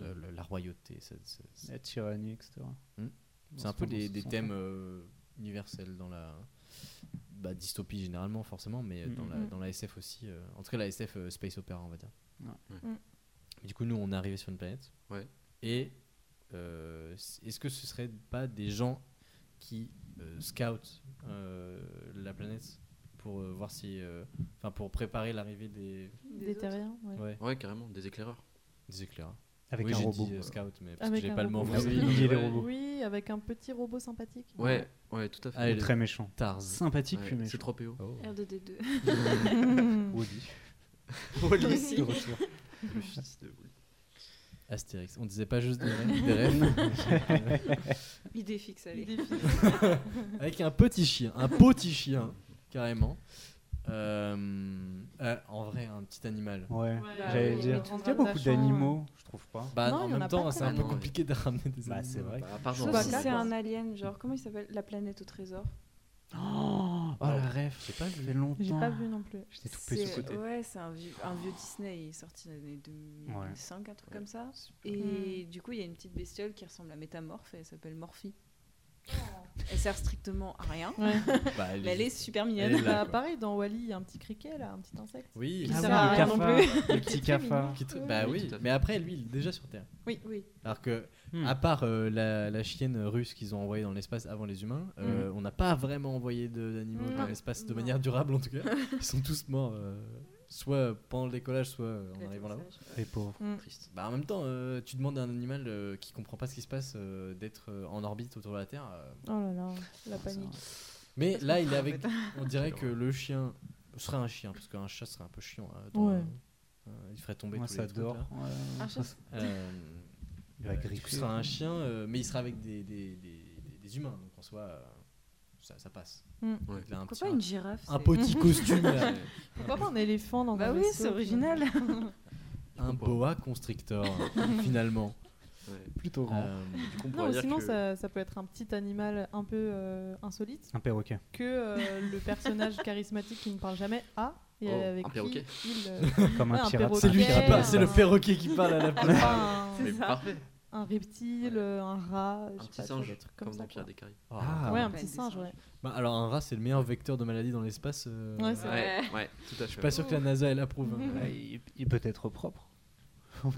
[SPEAKER 5] euh, le- la royauté. ça- ça- ça-
[SPEAKER 10] La tyrannie, etc.
[SPEAKER 5] Hmm.
[SPEAKER 10] Dans
[SPEAKER 5] C'est un
[SPEAKER 10] ce
[SPEAKER 5] peu
[SPEAKER 10] moment,
[SPEAKER 5] des,
[SPEAKER 10] ça
[SPEAKER 5] des
[SPEAKER 10] s'entend.
[SPEAKER 5] thèmes euh, universels dans la bah, dystopie généralement, forcément, mais euh,
[SPEAKER 10] Mm.
[SPEAKER 5] dans, la,
[SPEAKER 7] Mm.
[SPEAKER 5] dans la SF aussi. euh, en tout cas, la SF euh, Space Opera, on va dire.
[SPEAKER 10] Ouais.
[SPEAKER 8] Ouais.
[SPEAKER 7] Mm.
[SPEAKER 5] Mais Du coup, nous, on est arrivé sur une planète.
[SPEAKER 8] Ouais.
[SPEAKER 5] Et euh, c- est-ce que ce serait pas des gens qui euh, scoutent euh, la planète pour euh, voir si. euh, Enfin, pour préparer l'arrivée des,
[SPEAKER 7] Des terriens, ouais.
[SPEAKER 5] ouais,
[SPEAKER 8] Euh, Ouais, carrément, des éclaireurs.
[SPEAKER 5] des éclairs.
[SPEAKER 10] Avec
[SPEAKER 5] oui,
[SPEAKER 10] un
[SPEAKER 5] j'ai
[SPEAKER 10] robot.
[SPEAKER 5] dit euh,
[SPEAKER 10] voilà.
[SPEAKER 5] scout, mais parce
[SPEAKER 7] Avec
[SPEAKER 5] que j'ai
[SPEAKER 7] un
[SPEAKER 5] pas le mot
[SPEAKER 7] robot.
[SPEAKER 5] en
[SPEAKER 8] Ah oui,
[SPEAKER 5] français.
[SPEAKER 8] non, mais
[SPEAKER 10] les
[SPEAKER 8] ouais.
[SPEAKER 10] robots.
[SPEAKER 7] Oui, avec un petit robot sympathique.
[SPEAKER 8] Ouais, Ah, ouais, tout à fait.
[SPEAKER 5] Allez,
[SPEAKER 10] Ou Très méchant.
[SPEAKER 5] Tarz.
[SPEAKER 10] Sympathique,
[SPEAKER 8] Ouais,
[SPEAKER 10] puis méchant.
[SPEAKER 8] c'est 3 PO.
[SPEAKER 5] Oh.
[SPEAKER 9] R2D2.
[SPEAKER 10] Woody.
[SPEAKER 9] aussi.
[SPEAKER 10] De retour.
[SPEAKER 8] Le fils de Woody.
[SPEAKER 5] Astérix. On disait pas juste des rêves, des rêves.
[SPEAKER 9] Idée fixe, allez.
[SPEAKER 7] Idée fixe.
[SPEAKER 5] Avec un petit chien, un petit chien, carrément. Euh, euh, en vrai, un petit animal.
[SPEAKER 10] Ouais,
[SPEAKER 7] Ouais,
[SPEAKER 10] j'allais
[SPEAKER 7] Ah oui,
[SPEAKER 10] dire.
[SPEAKER 7] mais tout
[SPEAKER 10] Il y
[SPEAKER 7] le
[SPEAKER 10] a
[SPEAKER 7] monde
[SPEAKER 10] beaucoup
[SPEAKER 7] lâchant,
[SPEAKER 10] d'animaux, je trouve pas.
[SPEAKER 5] Bah,
[SPEAKER 7] Non,
[SPEAKER 5] en
[SPEAKER 7] il y en
[SPEAKER 5] même
[SPEAKER 7] a
[SPEAKER 5] temps,
[SPEAKER 7] pas
[SPEAKER 5] c'est
[SPEAKER 7] tant.
[SPEAKER 5] un peu
[SPEAKER 8] Non,
[SPEAKER 5] compliqué de ramener des
[SPEAKER 10] Bah,
[SPEAKER 5] animaux.
[SPEAKER 10] c'est vrai.
[SPEAKER 8] Bah, à part
[SPEAKER 9] Sauf
[SPEAKER 8] dans-
[SPEAKER 9] si
[SPEAKER 7] Chewbacca,
[SPEAKER 9] c'est
[SPEAKER 7] quoi.
[SPEAKER 9] un alien, genre comment il s'appelle La planète au trésor.
[SPEAKER 10] Oh,
[SPEAKER 5] Ah,
[SPEAKER 10] la ref, j'ai pas vu longtemps.
[SPEAKER 7] J'ai pas vu non plus.
[SPEAKER 10] J'étais tout
[SPEAKER 9] C'est-
[SPEAKER 10] petit.
[SPEAKER 8] côté.
[SPEAKER 9] Ouais, c'est un vieux, un vieux Disney, il est sorti dans les années 2005, un truc
[SPEAKER 8] Ouais.
[SPEAKER 9] comme ça.
[SPEAKER 8] Ouais.
[SPEAKER 9] Et du coup, il y a une petite bestiole qui ressemble à Métamorphe et elle s'appelle Morphy. Oh. Elle sert strictement à rien,
[SPEAKER 7] Ouais.
[SPEAKER 5] Bah,
[SPEAKER 9] mais elle est super
[SPEAKER 5] Elle est
[SPEAKER 9] mignonne.
[SPEAKER 5] là,
[SPEAKER 7] Bah,
[SPEAKER 5] quoi.
[SPEAKER 7] pareil, dans Wally, il y a un petit criquet là, un petit insecte.
[SPEAKER 5] Oui,
[SPEAKER 7] Qui
[SPEAKER 10] Ah
[SPEAKER 5] c'est-
[SPEAKER 10] oui,
[SPEAKER 7] sert à
[SPEAKER 10] le
[SPEAKER 7] rien non
[SPEAKER 10] cafard, le
[SPEAKER 7] Qui est
[SPEAKER 10] petit
[SPEAKER 7] très mignon.
[SPEAKER 10] cafard.
[SPEAKER 5] qui te-
[SPEAKER 7] Ouais.
[SPEAKER 5] bah
[SPEAKER 8] Oui,
[SPEAKER 5] oui,
[SPEAKER 8] tout à fait.
[SPEAKER 5] mais après, lui, il est déjà sur Terre.
[SPEAKER 9] Oui, oui.
[SPEAKER 5] Alors que,
[SPEAKER 10] Hmm.
[SPEAKER 5] à part euh, la, la chienne russe qu'ils ont envoyée dans l'espace avant les humains, euh,
[SPEAKER 10] Hmm.
[SPEAKER 5] on n'a pas vraiment envoyé de- d'animaux dans
[SPEAKER 7] Non.
[SPEAKER 5] l'espace de
[SPEAKER 9] Non.
[SPEAKER 5] manière durable, en tout cas. Ils sont tous morts, euh, soit pendant le décollage, soit euh, en
[SPEAKER 9] Elle est
[SPEAKER 5] arrivant
[SPEAKER 9] très
[SPEAKER 5] là-bas.
[SPEAKER 9] sage.
[SPEAKER 10] Les pauvres.
[SPEAKER 8] Triste.
[SPEAKER 5] Bah en même temps, euh, tu demandes à un animal euh, qui comprend pas ce qui se passe euh, d'être euh, en orbite autour de la Terre. euh.
[SPEAKER 7] Oh là là, la panique.
[SPEAKER 5] Mais
[SPEAKER 9] Parce
[SPEAKER 5] là,
[SPEAKER 9] qu'on
[SPEAKER 5] il est
[SPEAKER 9] craint, en
[SPEAKER 5] avec.
[SPEAKER 9] fait.
[SPEAKER 5] On dirait que le chien serait un chien, parce qu'un chat serait un peu chiant. euh, dans-
[SPEAKER 7] Ouais.
[SPEAKER 5] euh, il ferait tomber
[SPEAKER 10] Moi,
[SPEAKER 5] tous
[SPEAKER 10] ça
[SPEAKER 5] les trucs.
[SPEAKER 10] dort.
[SPEAKER 5] là.
[SPEAKER 10] Ouais,
[SPEAKER 7] Ah.
[SPEAKER 9] Un
[SPEAKER 10] ça,
[SPEAKER 9] chat.
[SPEAKER 10] ça-
[SPEAKER 5] Euh,
[SPEAKER 10] Il va
[SPEAKER 5] euh, du coup,
[SPEAKER 10] griffer.
[SPEAKER 5] ce sera un chien, euh, mais il sera avec des, des, des- des- des humains, donc en soi, euh, ça, ça passe.
[SPEAKER 7] Mm.
[SPEAKER 8] Ouais.
[SPEAKER 5] Il a un,
[SPEAKER 9] Pourquoi
[SPEAKER 5] petit,
[SPEAKER 9] pas une girafe
[SPEAKER 5] un
[SPEAKER 9] c'est-
[SPEAKER 5] petit costume, là.
[SPEAKER 8] Ouais.
[SPEAKER 7] Pourquoi pas un éléphant dans
[SPEAKER 9] Bah
[SPEAKER 7] un
[SPEAKER 9] oui,
[SPEAKER 7] vaisseau,
[SPEAKER 9] c'est original.
[SPEAKER 5] un
[SPEAKER 8] comprends.
[SPEAKER 5] boa constrictor, finalement.
[SPEAKER 8] Ouais.
[SPEAKER 10] Plutôt grand.
[SPEAKER 5] Euh,
[SPEAKER 8] On
[SPEAKER 7] Non,
[SPEAKER 8] pourrait
[SPEAKER 7] ou
[SPEAKER 8] dire
[SPEAKER 7] sinon
[SPEAKER 8] que-
[SPEAKER 7] ça, ça peut être un petit animal un peu euh, insolite
[SPEAKER 10] Un perroquet.
[SPEAKER 7] que euh, le personnage charismatique qui ne parle jamais a et
[SPEAKER 8] Oh,
[SPEAKER 7] avec
[SPEAKER 8] un
[SPEAKER 7] qui
[SPEAKER 8] perroquet.
[SPEAKER 7] il euh,
[SPEAKER 10] Comme
[SPEAKER 7] Ouais,
[SPEAKER 10] un
[SPEAKER 7] un
[SPEAKER 10] pirate.
[SPEAKER 7] perroquet.
[SPEAKER 5] c'est lui qui
[SPEAKER 7] Pierre.
[SPEAKER 5] parle, c'est le perroquet qui parle à la
[SPEAKER 7] a
[SPEAKER 5] place.
[SPEAKER 7] pas un,
[SPEAKER 8] Mais parfait.
[SPEAKER 7] un reptile, euh, un rat, je sais
[SPEAKER 8] petit
[SPEAKER 7] pas, tu
[SPEAKER 8] singe,
[SPEAKER 7] vois, des trucs
[SPEAKER 8] Comme
[SPEAKER 7] ça,
[SPEAKER 8] dans Pirates
[SPEAKER 7] quoi.
[SPEAKER 8] des Caraïbes.
[SPEAKER 10] Ah,
[SPEAKER 7] Ouais,
[SPEAKER 10] ouais.
[SPEAKER 7] un
[SPEAKER 9] Ouais,
[SPEAKER 7] petit
[SPEAKER 9] des
[SPEAKER 7] singe,
[SPEAKER 9] singes.
[SPEAKER 7] ouais.
[SPEAKER 5] Bah, alors un rat c'est le meilleur vecteur de maladie dans l'espace. euh,
[SPEAKER 7] Ouais,
[SPEAKER 5] je
[SPEAKER 7] c'est vrai.
[SPEAKER 8] Ouais, ouais, tout à fait.
[SPEAKER 5] suis pas sûr que la NASA elle approuve. hein.
[SPEAKER 10] Ouais, il, il peut être propre.
[SPEAKER 5] Ah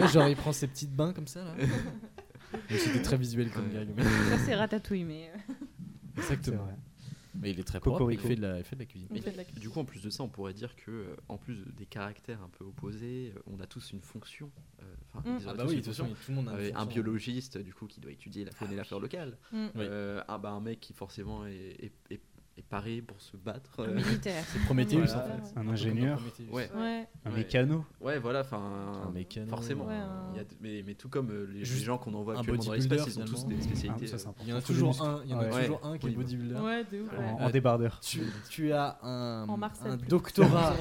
[SPEAKER 5] ouais, genre il prend ses petites bains comme ça là. Mais C'était très visuel comme
[SPEAKER 8] Ouais.
[SPEAKER 5] gag. mais-
[SPEAKER 9] Ça, c'est ratatouille, mais. euh,
[SPEAKER 5] Exactement.
[SPEAKER 10] C'est
[SPEAKER 5] Mais il est très propre, il
[SPEAKER 10] Cocorico.
[SPEAKER 5] fait, de la, il fait de la cuisine.
[SPEAKER 7] On
[SPEAKER 8] Mais
[SPEAKER 7] fait de la cuisine.
[SPEAKER 8] Du coup, en plus de ça, on pourrait dire que, euh, en plus des caractères un peu opposés, euh, on a tous une fonction. euh, Enfin,
[SPEAKER 7] Mm.
[SPEAKER 8] ils
[SPEAKER 5] Ah
[SPEAKER 8] auraient
[SPEAKER 5] bah
[SPEAKER 8] tous
[SPEAKER 5] oui,
[SPEAKER 8] une
[SPEAKER 5] de toute façon,
[SPEAKER 8] fonction.
[SPEAKER 5] tout le monde a une
[SPEAKER 8] Euh, un
[SPEAKER 5] fonction.
[SPEAKER 8] biologiste, du coup, qui doit étudier la faune et la flore locale.
[SPEAKER 7] Mm.
[SPEAKER 5] Oui.
[SPEAKER 8] Euh, ah bah un mec qui forcément est, est- est- est paré pour se battre.
[SPEAKER 5] Ah,
[SPEAKER 8] euh,
[SPEAKER 9] Militaire.
[SPEAKER 5] C'est Prometheus
[SPEAKER 8] Voilà.
[SPEAKER 5] en fait.
[SPEAKER 7] Ouais.
[SPEAKER 5] peu
[SPEAKER 10] Un
[SPEAKER 5] comme
[SPEAKER 10] ingénieur,
[SPEAKER 5] dans Prometheus.
[SPEAKER 8] Ouais.
[SPEAKER 7] Ouais.
[SPEAKER 10] un
[SPEAKER 8] Ouais.
[SPEAKER 10] mécano.
[SPEAKER 8] Ouais, voilà, enfin.
[SPEAKER 5] Un mécano.
[SPEAKER 8] Forcément.
[SPEAKER 7] Ouais, un-
[SPEAKER 8] Il y a d- mais, mais tout comme euh, les, les
[SPEAKER 5] Ah, Juste
[SPEAKER 8] gens qu'on envoie
[SPEAKER 5] un
[SPEAKER 8] actuellement dans
[SPEAKER 5] bodybuilder,
[SPEAKER 8] l'espace, ils ont tous des
[SPEAKER 5] finalement.
[SPEAKER 10] Ah,
[SPEAKER 8] spécialités.
[SPEAKER 10] ça, c'est
[SPEAKER 8] euh,
[SPEAKER 10] important.
[SPEAKER 5] Il y en a
[SPEAKER 10] Faut des
[SPEAKER 5] toujours
[SPEAKER 10] muscles.
[SPEAKER 5] un, il y en a
[SPEAKER 8] Ouais.
[SPEAKER 5] toujours un qui est
[SPEAKER 8] Oui, bah.
[SPEAKER 5] bodybuilder.
[SPEAKER 7] Ouais, de ouf.
[SPEAKER 10] En,
[SPEAKER 7] ouais.
[SPEAKER 10] en débardeur.
[SPEAKER 5] Tu, tu as un,
[SPEAKER 7] En Marcel,
[SPEAKER 5] un
[SPEAKER 7] plutôt.
[SPEAKER 5] doctorat,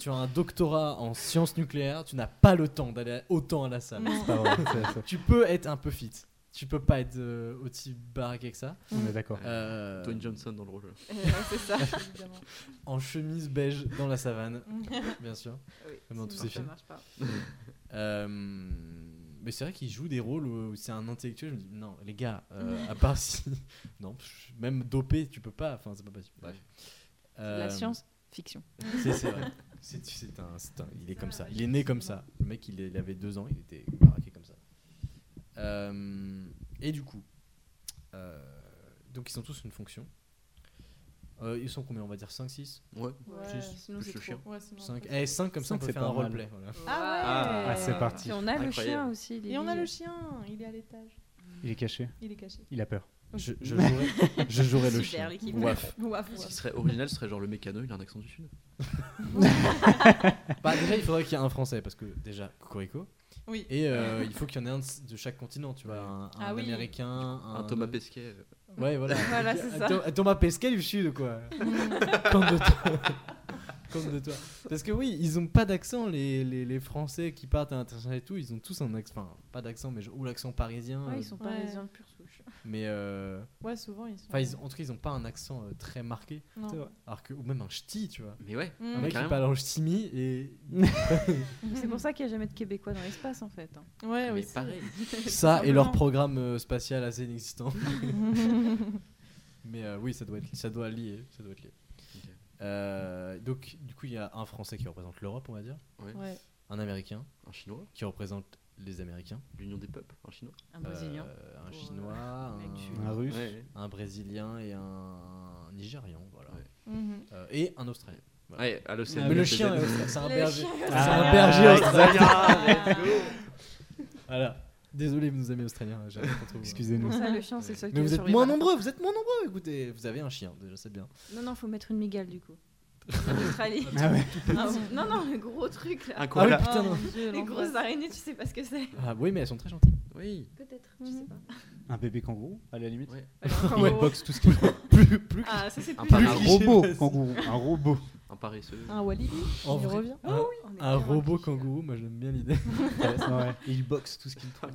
[SPEAKER 5] tu as un doctorat en sciences nucléaires, tu n'as pas le temps d'aller autant à la salle.
[SPEAKER 7] Non.
[SPEAKER 10] Pas vrai, ça, ça,
[SPEAKER 5] Tu peux être un peu fit, tu peux pas être euh, aussi baraqué que ça.
[SPEAKER 10] on est d'accord.
[SPEAKER 5] Euh,
[SPEAKER 8] Dwayne Johnson dans le rôle.
[SPEAKER 9] Euh, c'est ça.
[SPEAKER 7] Évidemment.
[SPEAKER 5] en chemise beige dans la savane, bien sûr.
[SPEAKER 9] Oui,
[SPEAKER 5] Comme dans tous
[SPEAKER 9] sinon
[SPEAKER 5] ces
[SPEAKER 9] ça
[SPEAKER 5] films.
[SPEAKER 9] marche pas.
[SPEAKER 5] Euh, mais c'est vrai qu'il joue des rôles où c'est un intellectuel. Je me dis, non, les gars, euh, à part si. Non, pff, même dopé, tu peux pas. Enfin, c'est pas possible. Bref.
[SPEAKER 9] La
[SPEAKER 5] Euh,
[SPEAKER 9] science, fiction.
[SPEAKER 5] C'est c'est vrai. C'est- c'est un- c'est un- il est comme ça. Il est né comme ça. Le mec, il, est- il avait deux ans, il était baraqué comme ça. Euh, et du coup, euh, donc ils ont tous une fonction. Euh, ils sont combien On va dire 5, 6
[SPEAKER 8] Ouais.
[SPEAKER 7] Ouais,
[SPEAKER 8] Juste,
[SPEAKER 7] sinon
[SPEAKER 8] plus
[SPEAKER 7] c'est
[SPEAKER 8] le
[SPEAKER 7] trop.
[SPEAKER 8] chien.
[SPEAKER 7] Ouais, sinon
[SPEAKER 5] 5,
[SPEAKER 7] après,
[SPEAKER 5] eh, 5 comme ça, on
[SPEAKER 10] Cinq,
[SPEAKER 5] peut
[SPEAKER 10] c'est
[SPEAKER 5] faire
[SPEAKER 10] pas
[SPEAKER 5] un
[SPEAKER 10] mal.
[SPEAKER 5] roleplay. voilà.
[SPEAKER 7] Ah ouais
[SPEAKER 10] Ah, c'est parti.
[SPEAKER 9] Puis on a le
[SPEAKER 8] Incroyable.
[SPEAKER 9] chien aussi.
[SPEAKER 7] c'est- Et on a le chien, il est à l'étage.
[SPEAKER 10] Il est caché,
[SPEAKER 7] Il est caché.
[SPEAKER 10] il a peur.
[SPEAKER 5] Je, je jouerai, je jouerai le chien.
[SPEAKER 9] l'équipe.
[SPEAKER 5] Ouaf.
[SPEAKER 7] Ouaf,
[SPEAKER 8] Ce qui
[SPEAKER 7] ouaf.
[SPEAKER 8] serait original, ce serait genre le mécano, il a un accent du sud.
[SPEAKER 5] Bah, déjà, il faudrait qu'il y ait un français parce que déjà, Cocorico.
[SPEAKER 7] Oui.
[SPEAKER 5] Et euh, il faut qu'il y en ait un de, de chaque continent, tu vois. Un, un
[SPEAKER 7] Ah oui.
[SPEAKER 5] américain, un,
[SPEAKER 8] un Thomas Pesquet. euh,
[SPEAKER 5] Ouais, voilà.
[SPEAKER 9] Voilà, c'est
[SPEAKER 5] Un
[SPEAKER 9] ça.
[SPEAKER 5] Tho- un Thomas Pesquet du Sud, quoi. Comme de toi. Comme de toi. Parce que oui, ils ont pas d'accent, les, les, les Français qui partent à l'international et tout, ils ont tous un accent. Enfin, pas d'accent, mais genre- ou l'accent parisien.
[SPEAKER 9] Ouais,
[SPEAKER 5] euh,
[SPEAKER 9] Ah, ils sont parisiens de pure souche.
[SPEAKER 5] Mais. euh,
[SPEAKER 7] Ouais, souvent ils sont.
[SPEAKER 5] Enfin, ils- en tout cas, ils ont pas un accent euh, très marqué.
[SPEAKER 7] Non.
[SPEAKER 10] C'est vrai.
[SPEAKER 5] Alors que, ou même un ch'ti, tu vois.
[SPEAKER 8] Mais ouais.
[SPEAKER 9] Mmh.
[SPEAKER 5] Un mec qui
[SPEAKER 8] carrément.
[SPEAKER 5] parle en ch'timi et
[SPEAKER 9] C'est pour ça qu'il n'y a jamais de Québécois dans l'espace en fait. hein.
[SPEAKER 7] Ouais,
[SPEAKER 8] Mais
[SPEAKER 7] oui. c'est-
[SPEAKER 8] pareil.
[SPEAKER 5] ça et
[SPEAKER 9] Simplement.
[SPEAKER 5] leur programme euh, spatial assez inexistant. Mais euh, oui, ça doit être, ça doit lier, ça doit être lié.
[SPEAKER 8] Ok.
[SPEAKER 5] Euh, donc, du coup, il y a un Français qui représente l'Europe, on va dire,
[SPEAKER 7] Ouais.
[SPEAKER 5] un Américain
[SPEAKER 8] Un chinois,
[SPEAKER 5] qui représente les Américains,
[SPEAKER 8] l'union des peuples, un chinois.
[SPEAKER 9] Un Brésilien.
[SPEAKER 5] euh, un
[SPEAKER 9] Pour,
[SPEAKER 5] Chinois,
[SPEAKER 9] euh, mec du
[SPEAKER 5] un,
[SPEAKER 10] Un russe,
[SPEAKER 8] Ouais,
[SPEAKER 5] un Brésilien et un Nigérian, voilà,
[SPEAKER 8] Ouais.
[SPEAKER 7] Mhm.
[SPEAKER 5] Euh, et un Australien.
[SPEAKER 8] ouais. Ouais, à l'océan.
[SPEAKER 5] Mais le
[SPEAKER 8] BZ.
[SPEAKER 5] chien, euh, c'est un
[SPEAKER 7] Le
[SPEAKER 5] berger,
[SPEAKER 7] chien
[SPEAKER 5] c'est
[SPEAKER 10] Ah,
[SPEAKER 5] un berger australien.
[SPEAKER 7] Ah.
[SPEAKER 5] Voilà. Désolé, nos amis australiens, j'ai rien contre vous.
[SPEAKER 10] excusez-nous.
[SPEAKER 9] Pour ça, le chien, c'est le seul qui
[SPEAKER 5] Mais
[SPEAKER 9] va
[SPEAKER 5] vous êtes
[SPEAKER 9] survivre.
[SPEAKER 5] moins nombreux, vous êtes moins nombreux. Écoutez, vous avez un chien, déjà c'est bien.
[SPEAKER 9] Non, non, faut mettre une migale du coup. En Australie.
[SPEAKER 10] Ah ouais.
[SPEAKER 9] Ah, non, non, le gros truc là.
[SPEAKER 8] Un koala.
[SPEAKER 5] Ah oui, putain.
[SPEAKER 7] Oh,
[SPEAKER 5] non.
[SPEAKER 7] mon Dieu,
[SPEAKER 9] Les
[SPEAKER 7] l'angoisse.
[SPEAKER 9] grosses araignées, tu sais pas ce que c'est.
[SPEAKER 5] Ah oui, mais elles sont très gentilles.
[SPEAKER 8] Oui.
[SPEAKER 9] Peut-être, je sais pas.
[SPEAKER 10] Un bébé kangourou, à la limite.
[SPEAKER 8] Ouais.
[SPEAKER 9] Enfin,
[SPEAKER 10] Il
[SPEAKER 9] en gros-
[SPEAKER 10] boxe tout ce qu'il faut.
[SPEAKER 5] Plus, plus.
[SPEAKER 9] Ah, ça c'est
[SPEAKER 8] Un
[SPEAKER 9] plus.
[SPEAKER 8] parrain.
[SPEAKER 10] Un
[SPEAKER 8] cliché,
[SPEAKER 10] robot
[SPEAKER 5] vas-y.
[SPEAKER 10] kangourou, un robot.
[SPEAKER 8] Un paresseux.
[SPEAKER 9] Ah.
[SPEAKER 7] Un Walibi.
[SPEAKER 5] En
[SPEAKER 7] Il
[SPEAKER 5] vrai,
[SPEAKER 7] revient.
[SPEAKER 5] un,
[SPEAKER 9] On est
[SPEAKER 5] un
[SPEAKER 9] bien
[SPEAKER 5] robot
[SPEAKER 9] impliqués.
[SPEAKER 5] Ah kangourou, moi j'aime bien l'idée.
[SPEAKER 10] Ouais. Et il boxe tout ce qu'il trouve.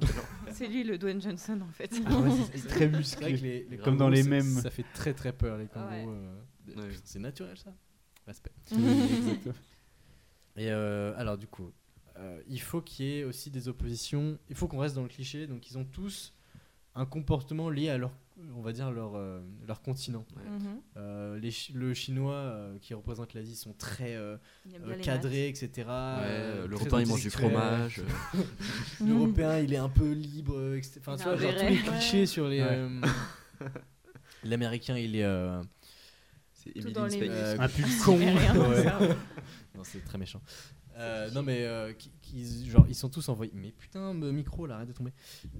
[SPEAKER 9] C'est lui le Dwayne Johnson en fait.
[SPEAKER 10] Ah ouais, c'est- c'est très
[SPEAKER 5] C'est vrai que
[SPEAKER 10] musclé.
[SPEAKER 5] les, les
[SPEAKER 10] Comme dans
[SPEAKER 5] kangourous,
[SPEAKER 10] les
[SPEAKER 5] ça-
[SPEAKER 10] mêmes.
[SPEAKER 5] Ça fait très très peur les kangourous. euh,
[SPEAKER 8] Ouais.
[SPEAKER 5] putain, C'est naturel ça. Respect.
[SPEAKER 10] Exactement.
[SPEAKER 5] Et euh, alors du coup, euh, il faut qu'il y ait aussi des oppositions. Il faut qu'on reste dans le cliché. Donc ils ont tous un comportement lié à leur, on va dire leur euh, leur continent.
[SPEAKER 7] Mhm.
[SPEAKER 5] Euh, les Chi- le chinois euh, qui représente l'Asie sont très euh,
[SPEAKER 9] Il aime
[SPEAKER 5] euh,
[SPEAKER 9] bien les
[SPEAKER 5] cadrés, etc. euh,
[SPEAKER 8] Ouais,
[SPEAKER 5] très
[SPEAKER 8] l'Européen il mange du
[SPEAKER 5] intellectuels.
[SPEAKER 8] fromage. euh,
[SPEAKER 5] L'Européen, il est un peu libre, euh, etc. Enfin,
[SPEAKER 9] Il
[SPEAKER 5] tu vois,
[SPEAKER 9] a un
[SPEAKER 5] genre tous
[SPEAKER 9] béret.
[SPEAKER 5] les clichés
[SPEAKER 7] Ouais.
[SPEAKER 5] sur les.
[SPEAKER 10] Ouais.
[SPEAKER 5] euh, L'américain, il est. euh,
[SPEAKER 8] C'est
[SPEAKER 9] Tout
[SPEAKER 8] Emily
[SPEAKER 9] dans
[SPEAKER 8] in
[SPEAKER 9] les
[SPEAKER 8] Space.
[SPEAKER 5] euh,
[SPEAKER 10] Impulsif.
[SPEAKER 5] con.
[SPEAKER 9] maths. Mais rien,
[SPEAKER 5] Ouais.
[SPEAKER 9] ça.
[SPEAKER 5] Non, c'est très méchant. Euh, non, mais euh, qui- qui- genre, ils sont tous envoyés. Mais putain, le micro, là, arrête de tomber.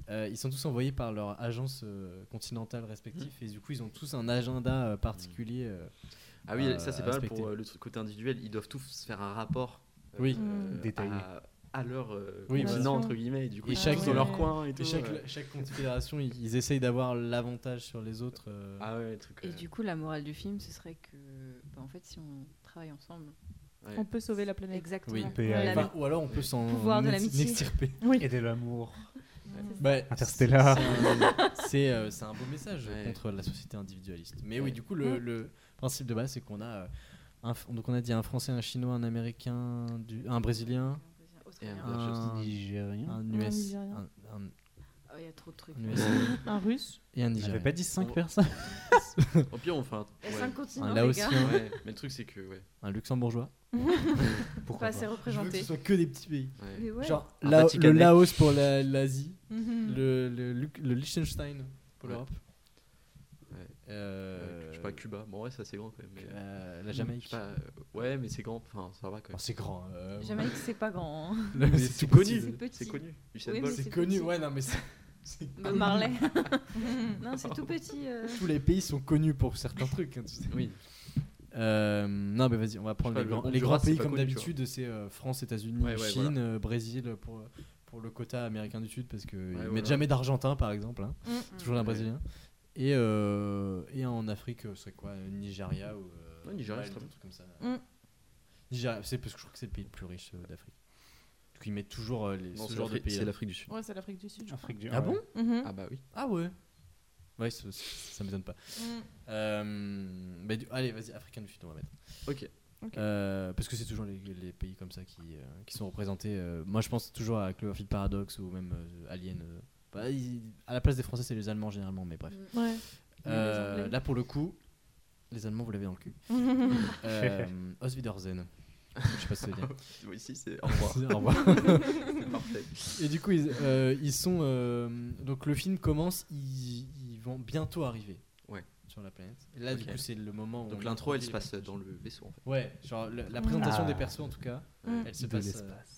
[SPEAKER 5] Euh, ils sont tous envoyés par leur agence euh, continentale respective. Et du coup, ils ont tous un agenda euh, particulier. euh.
[SPEAKER 8] Ah oui,
[SPEAKER 5] euh,
[SPEAKER 8] ça c'est pas mal pour
[SPEAKER 5] respecter.
[SPEAKER 8] euh, le truc côté individuel. Ils doivent tous faire un rapport. euh,
[SPEAKER 5] Oui.
[SPEAKER 7] Mm.
[SPEAKER 10] Détaillé.
[SPEAKER 8] À, à leur euh,
[SPEAKER 5] Oui,
[SPEAKER 8] continent,
[SPEAKER 7] voilà.
[SPEAKER 8] entre guillemets. Et du coup,
[SPEAKER 5] Et
[SPEAKER 8] ils
[SPEAKER 5] chaque-
[SPEAKER 8] chaque dans leur coin et tout.
[SPEAKER 5] Mmh. Et chaque,
[SPEAKER 8] euh.
[SPEAKER 5] chaque confédération, ils, ils essayent d'avoir l'avantage sur les autres. euh.
[SPEAKER 8] Ah ouais, le truc.
[SPEAKER 9] Et
[SPEAKER 8] euh,
[SPEAKER 9] du coup, la morale du film, ce serait que, bah, en fait, si on travaille ensemble,
[SPEAKER 8] ouais.
[SPEAKER 7] On peut sauver la planète.
[SPEAKER 9] exactement.
[SPEAKER 5] Oui.
[SPEAKER 10] On peut y
[SPEAKER 9] la
[SPEAKER 10] arriver.
[SPEAKER 5] Enfin, ou alors on peut s'en
[SPEAKER 9] Pouvoir de
[SPEAKER 5] ex-
[SPEAKER 9] l'amitié.
[SPEAKER 5] extirper.
[SPEAKER 10] Et de l'amour.
[SPEAKER 5] Ouais,
[SPEAKER 10] Interstellar.
[SPEAKER 5] Bah, c'est- C'est euh, c'est un beau message
[SPEAKER 8] Ouais.
[SPEAKER 5] contre la société individualiste. Mais oui,
[SPEAKER 8] Ouais.
[SPEAKER 5] du coup, le,
[SPEAKER 7] Ouais.
[SPEAKER 5] le principe de base, c'est qu'on a. euh, un, F- donc on a dit un Français, un Chinois, un Américain, du, un Brésilien,
[SPEAKER 9] Australien.
[SPEAKER 8] Ah,
[SPEAKER 5] un,
[SPEAKER 10] Nigérien.
[SPEAKER 5] un US,
[SPEAKER 7] Nigérien.
[SPEAKER 5] un, un-
[SPEAKER 9] Ah, Il y a trop de trucs.
[SPEAKER 5] un US
[SPEAKER 7] Un russe.
[SPEAKER 5] et un
[SPEAKER 10] Il n'avait
[SPEAKER 5] Nigérien.
[SPEAKER 10] pas dit 5
[SPEAKER 8] On-
[SPEAKER 10] personnes.
[SPEAKER 8] Au pire, on fait un.
[SPEAKER 9] Il y a
[SPEAKER 8] ouais. Ah,
[SPEAKER 9] 5 continents,
[SPEAKER 5] Un
[SPEAKER 9] les gars.
[SPEAKER 5] Laotien,
[SPEAKER 8] Ouais, mais le truc c'est que ouais.
[SPEAKER 5] un Luxembourgeois.
[SPEAKER 9] Pas assez représenté.
[SPEAKER 5] soit que des petits pays.
[SPEAKER 8] ouais.
[SPEAKER 9] Mais ouais.
[SPEAKER 5] Genre
[SPEAKER 8] Un
[SPEAKER 5] Lao- le
[SPEAKER 8] Vaticanais.
[SPEAKER 5] Laos pour la- l'Asie,
[SPEAKER 7] Mhm.
[SPEAKER 5] le, le, Lu- le Liechtenstein pour
[SPEAKER 8] Ouais.
[SPEAKER 5] l'Europe.
[SPEAKER 8] Ouais.
[SPEAKER 5] Euh,
[SPEAKER 8] Je sais pas, Cuba. Bon, ouais, ça c'est grand quand même. mais, euh,
[SPEAKER 5] euh, la
[SPEAKER 8] je
[SPEAKER 5] Jamaïque.
[SPEAKER 8] sais pas, euh, ouais, mais c'est grand. Enfin, ça va quand
[SPEAKER 5] Oh,
[SPEAKER 8] même.
[SPEAKER 5] c'est grand. euh,
[SPEAKER 9] Jamaïque, c'est pas grand. hein.
[SPEAKER 5] là,
[SPEAKER 8] Mais
[SPEAKER 5] c'est
[SPEAKER 8] c'est
[SPEAKER 5] tout
[SPEAKER 8] connu.
[SPEAKER 5] petit.
[SPEAKER 9] C'est petit.
[SPEAKER 8] C'est connu. Usain
[SPEAKER 9] Oui,
[SPEAKER 8] Bolt.
[SPEAKER 9] mais
[SPEAKER 5] C'est
[SPEAKER 9] C'est
[SPEAKER 5] connu,
[SPEAKER 9] petit.
[SPEAKER 5] ouais, non, mais c'est. c'est
[SPEAKER 9] Bob
[SPEAKER 5] connu.
[SPEAKER 9] Marley.
[SPEAKER 7] Mhm.
[SPEAKER 9] non, c'est tout petit. euh.
[SPEAKER 5] Tous les pays sont connus pour certains trucs. hein, tu sais.
[SPEAKER 8] Oui.
[SPEAKER 5] Euh, non, mais vas-y, on va prendre
[SPEAKER 8] pas,
[SPEAKER 5] les,
[SPEAKER 8] le
[SPEAKER 5] grands, les
[SPEAKER 8] Honduras,
[SPEAKER 5] grands
[SPEAKER 8] c'est
[SPEAKER 5] pays
[SPEAKER 8] pas
[SPEAKER 5] comme
[SPEAKER 8] connu, tu
[SPEAKER 5] d'habitude c'est euh, France, États-Unis,
[SPEAKER 8] Ouais, ouais,
[SPEAKER 5] Chine,
[SPEAKER 8] voilà.
[SPEAKER 5] euh, Brésil pour, pour le quota américain du Sud parce qu'ils ne mettent
[SPEAKER 8] voilà.
[SPEAKER 5] jamais d'Argentin par exemple, hein.
[SPEAKER 7] Mm.
[SPEAKER 5] toujours un
[SPEAKER 8] Ouais.
[SPEAKER 5] Brésilien. Et, euh, et en Afrique, euh, ce serait quoi euh, Nigeria ou. euh,
[SPEAKER 8] Ouais, Nigeria,
[SPEAKER 5] Mali,
[SPEAKER 8] c'est très bien.
[SPEAKER 5] un truc comme ça.
[SPEAKER 7] Mm.
[SPEAKER 5] Nigeria, c'est parce que je crois que c'est le pays le plus riche euh, d'Afrique. Donc ils mettent toujours euh, les,
[SPEAKER 8] Non,
[SPEAKER 5] ce
[SPEAKER 8] c'est
[SPEAKER 5] genre de
[SPEAKER 8] l'Afrique-
[SPEAKER 5] pays.
[SPEAKER 8] C'est l'Afrique du Sud.
[SPEAKER 7] Ouais, c'est l'Afrique du Sud. je
[SPEAKER 10] Afrique du
[SPEAKER 5] Ah bon
[SPEAKER 7] crois. Mhm.
[SPEAKER 8] Ah bah oui.
[SPEAKER 5] Ah ouais Ouais, ça, ça, ça m'étonne pas.
[SPEAKER 7] Mm.
[SPEAKER 5] Euh, bah, du- allez, vas-y, Africain du Sud, on va mettre.
[SPEAKER 9] Hein
[SPEAKER 8] Ok.
[SPEAKER 7] Ok.
[SPEAKER 5] Euh, parce que c'est toujours les, les pays comme ça qui, euh, qui sont représentés. euh, moi, je pense toujours à Cloverfield Paradox ou même euh, Alien. euh, bah, ils- à la place des Français, c'est les Allemands généralement, mais bref.
[SPEAKER 7] Ouais.
[SPEAKER 5] Euh,
[SPEAKER 9] Anglais.
[SPEAKER 5] là, pour le coup, les Allemands, vous l'avez dans le cul. euh, Oswiedersehen. Je sais pas si c'est bien.
[SPEAKER 8] Oui, Ici, c'est au revoir.
[SPEAKER 5] Au revoir.
[SPEAKER 8] C'est parfait.
[SPEAKER 5] Et du coup, ils, euh, ils sont. euh, donc, le film commence, ils, ils vont bientôt arriver
[SPEAKER 8] Ouais.
[SPEAKER 5] sur la planète. Et là, du
[SPEAKER 8] Ok.
[SPEAKER 5] coup, c'est le moment où.
[SPEAKER 8] Donc
[SPEAKER 5] on
[SPEAKER 8] l'intro, elle
[SPEAKER 5] introduit
[SPEAKER 8] se
[SPEAKER 5] les
[SPEAKER 8] passe
[SPEAKER 5] personnages.
[SPEAKER 8] dans le vaisseau en fait.
[SPEAKER 5] Ouais, genre le- la présentation
[SPEAKER 10] Ah.
[SPEAKER 5] des persos, en tout cas,
[SPEAKER 7] Mm.
[SPEAKER 5] elle se
[SPEAKER 10] De
[SPEAKER 5] passe. euh,
[SPEAKER 10] l'espace.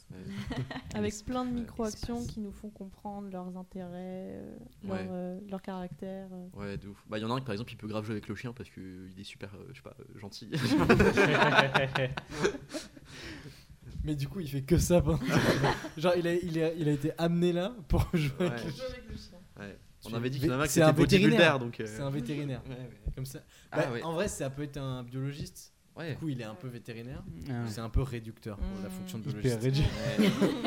[SPEAKER 7] Avec plein de
[SPEAKER 8] Euh,
[SPEAKER 7] micro-actions
[SPEAKER 8] espace.
[SPEAKER 7] qui nous font comprendre leurs intérêts, euh,
[SPEAKER 8] Ouais.
[SPEAKER 7] leur, euh, leur caractère. euh.
[SPEAKER 8] Ouais, de ouf. Bah, il y en a un qui, par exemple, il peut grave jouer avec le chien parce qu'il est super, euh, je sais pas, euh, gentil.
[SPEAKER 10] euh,
[SPEAKER 5] Mais du coup, il fait que ça. pendant- Genre, il a, il, a, il a été amené là pour jouer
[SPEAKER 8] Ouais.
[SPEAKER 5] avec le
[SPEAKER 8] Jouer Ouais. On
[SPEAKER 5] Tu-
[SPEAKER 8] avait dit
[SPEAKER 5] vé-
[SPEAKER 8] qu'il y en avait un qui
[SPEAKER 5] c'est un
[SPEAKER 8] était bodybuilder,
[SPEAKER 5] vétérinaire.
[SPEAKER 8] donc. euh,
[SPEAKER 5] C'est un vétérinaire.
[SPEAKER 8] Ouais, ouais.
[SPEAKER 5] Comme ça.
[SPEAKER 8] Ah,
[SPEAKER 5] Bah,
[SPEAKER 8] ouais.
[SPEAKER 5] En vrai, ça peut être un biologiste.
[SPEAKER 8] Ouais.
[SPEAKER 5] Du coup, il est un peu vétérinaire.
[SPEAKER 10] Ah.
[SPEAKER 5] C'est un peu réducteur pour la
[SPEAKER 7] Mm.
[SPEAKER 5] fonction de biologiste.
[SPEAKER 10] Hyper réduit.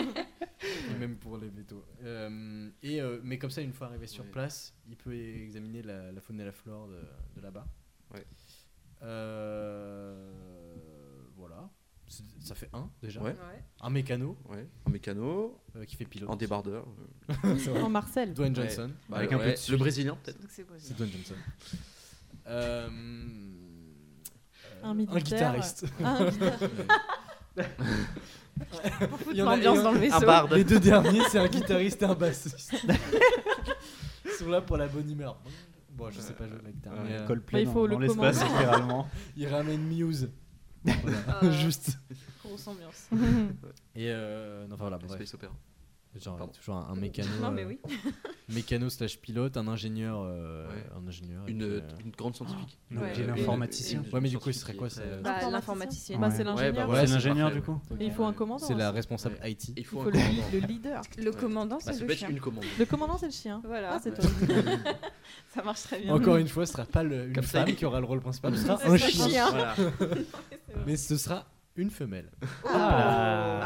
[SPEAKER 5] Et Même pour les vétos. Euh, et, euh, mais comme ça, une fois arrivé sur
[SPEAKER 8] Ouais.
[SPEAKER 5] place, il peut examiner la, la faune et la flore de, de là-bas.
[SPEAKER 8] Ouais.
[SPEAKER 5] Euh, voilà. C'est- Ça fait un déjà.
[SPEAKER 8] Ouais.
[SPEAKER 5] Un mécano
[SPEAKER 8] Ouais. Un mécano,
[SPEAKER 5] euh, qui fait pilote.
[SPEAKER 8] un débardeur. euh,
[SPEAKER 7] En Oh, Marcel.
[SPEAKER 5] Dwayne
[SPEAKER 8] Ouais.
[SPEAKER 5] Johnson.
[SPEAKER 8] bah,
[SPEAKER 10] Avec un
[SPEAKER 8] ouais,
[SPEAKER 10] peu de suie.
[SPEAKER 8] Le brésilien, peut-être.
[SPEAKER 9] Donc c'est
[SPEAKER 5] C'est
[SPEAKER 9] possible.
[SPEAKER 5] Dwayne Johnson. Euh,
[SPEAKER 7] Un
[SPEAKER 5] euh,
[SPEAKER 7] militaire.
[SPEAKER 5] guitariste.
[SPEAKER 7] Ah, un guitariste.
[SPEAKER 9] Pour foutre
[SPEAKER 5] Il y en a- il y
[SPEAKER 9] l'ambiance
[SPEAKER 5] en a-
[SPEAKER 9] dans le vaisseau.
[SPEAKER 8] Un barde.
[SPEAKER 5] Les deux derniers, c'est un guitariste et un bassiste. Ils sont là pour la bonne humeur. Bon, je sais pas jouer de la guitare.
[SPEAKER 8] Ouais.
[SPEAKER 5] mais, euh,
[SPEAKER 10] Coldplay
[SPEAKER 7] Bah, il
[SPEAKER 10] dans,
[SPEAKER 7] faut
[SPEAKER 10] dans
[SPEAKER 7] le
[SPEAKER 10] l'espace,
[SPEAKER 7] commander.
[SPEAKER 10] littéralement.
[SPEAKER 5] ils ramènent Muse. Voilà.
[SPEAKER 9] Euh,
[SPEAKER 5] Juste.
[SPEAKER 9] Grosse ambiance.
[SPEAKER 5] Et euh, non, enfin voilà, bref.
[SPEAKER 8] Space Opera.
[SPEAKER 5] Genre,
[SPEAKER 8] Pardon.
[SPEAKER 5] toujours un, un mécano,
[SPEAKER 9] Non, mais
[SPEAKER 5] euh,
[SPEAKER 9] oui.
[SPEAKER 5] mécano slash pilote, un ingénieur, euh,
[SPEAKER 8] Ouais.
[SPEAKER 5] un ingénieur. et
[SPEAKER 8] Une,
[SPEAKER 5] puis, euh, Ah,
[SPEAKER 8] une grande scientifique.
[SPEAKER 10] Non,
[SPEAKER 9] Ouais.
[SPEAKER 10] j'ai
[SPEAKER 8] Euh,
[SPEAKER 10] l'informaticien.
[SPEAKER 8] une- une
[SPEAKER 5] Ouais, mais du coup,
[SPEAKER 8] scientifique
[SPEAKER 5] ce serait
[SPEAKER 8] qui
[SPEAKER 5] quoi,
[SPEAKER 8] est
[SPEAKER 5] ça-
[SPEAKER 8] très-
[SPEAKER 7] Bah,
[SPEAKER 9] Bah,
[SPEAKER 7] l'informaticien.
[SPEAKER 9] l'informaticien.
[SPEAKER 7] Bah,
[SPEAKER 10] Ouais.
[SPEAKER 7] c'est l'ingénieur.
[SPEAKER 8] euh, Ouais, bah,
[SPEAKER 10] C'est
[SPEAKER 8] c'est
[SPEAKER 10] l'ingénieur
[SPEAKER 8] parfait,
[SPEAKER 10] du coup.
[SPEAKER 7] Et il faut un commandant.
[SPEAKER 5] c'est la
[SPEAKER 7] aussi.
[SPEAKER 5] responsable
[SPEAKER 8] Ouais.
[SPEAKER 5] IT.
[SPEAKER 8] Il
[SPEAKER 7] Il
[SPEAKER 8] faut
[SPEAKER 7] faut
[SPEAKER 8] un
[SPEAKER 7] le,
[SPEAKER 8] commandant.
[SPEAKER 7] le leader.
[SPEAKER 9] Le
[SPEAKER 8] Ouais.
[SPEAKER 9] commandant,
[SPEAKER 8] Bah,
[SPEAKER 9] c'est
[SPEAKER 8] ça
[SPEAKER 9] le
[SPEAKER 8] peut être
[SPEAKER 9] chien.
[SPEAKER 8] une commande.
[SPEAKER 7] Le commandant, c'est le chien.
[SPEAKER 9] Voilà.
[SPEAKER 7] Ah, c'est toi.
[SPEAKER 9] Ça marche très bien.
[SPEAKER 5] Encore une fois, ce sera pas le- une
[SPEAKER 8] Comme ça,
[SPEAKER 5] femme
[SPEAKER 8] il-
[SPEAKER 5] qui aura le rôle principal, ce
[SPEAKER 9] Ce
[SPEAKER 5] sera
[SPEAKER 9] sera
[SPEAKER 5] un
[SPEAKER 9] un
[SPEAKER 5] chien.
[SPEAKER 9] chien.
[SPEAKER 8] Voilà.
[SPEAKER 5] Mais ce sera une femelle.
[SPEAKER 10] Ah.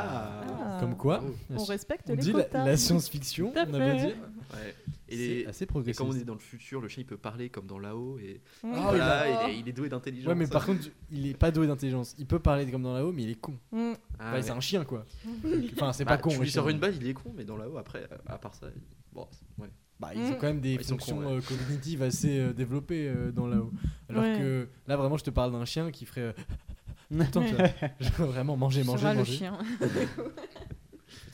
[SPEAKER 7] Ah.
[SPEAKER 5] Comme quoi,
[SPEAKER 7] On respecte
[SPEAKER 5] on
[SPEAKER 7] les
[SPEAKER 5] dit la,
[SPEAKER 7] quotas.
[SPEAKER 5] la science-fiction,
[SPEAKER 7] Tout à
[SPEAKER 5] on a beau
[SPEAKER 7] fait.
[SPEAKER 5] dire,
[SPEAKER 8] Ouais. Et les-
[SPEAKER 5] c'est assez
[SPEAKER 8] Et
[SPEAKER 5] progressif.
[SPEAKER 8] comme on est dans le futur, le chien il peut parler comme dans là-haut et
[SPEAKER 7] Mm.
[SPEAKER 5] Ah,
[SPEAKER 8] voilà,
[SPEAKER 9] là.
[SPEAKER 8] il est, il est doué d'intelligence.
[SPEAKER 5] Ouais, mais par contre, il est pas doué d'intelligence. Il peut parler comme dans la haut, mais Bah, il est con.
[SPEAKER 7] Mm.
[SPEAKER 8] Ah,
[SPEAKER 5] Enfin,
[SPEAKER 8] ouais.
[SPEAKER 5] C'est un chien, quoi. Enfin, c'est
[SPEAKER 8] Bah,
[SPEAKER 5] pas con.
[SPEAKER 8] Tu
[SPEAKER 5] le
[SPEAKER 8] lui sors
[SPEAKER 5] chien.
[SPEAKER 8] une balle, il est con, mais dans là-haut après, euh, à part ça, il- bon, c'est- ouais.
[SPEAKER 5] Bah, ils ont
[SPEAKER 7] Mm.
[SPEAKER 5] quand même des
[SPEAKER 8] Ouais, ils sont
[SPEAKER 5] fonctions
[SPEAKER 8] cons, ouais.
[SPEAKER 5] euh, cognitives assez euh, développées euh, dans la haut. Alors
[SPEAKER 7] Ouais.
[SPEAKER 5] que là, vraiment, je te parle d'un chien qui ferait. euh, Attends,
[SPEAKER 7] Ouais.
[SPEAKER 5] toi. Je veux vraiment manger,
[SPEAKER 9] Ça
[SPEAKER 5] manger,
[SPEAKER 9] va, le
[SPEAKER 5] manger.
[SPEAKER 9] chien.
[SPEAKER 5] C'est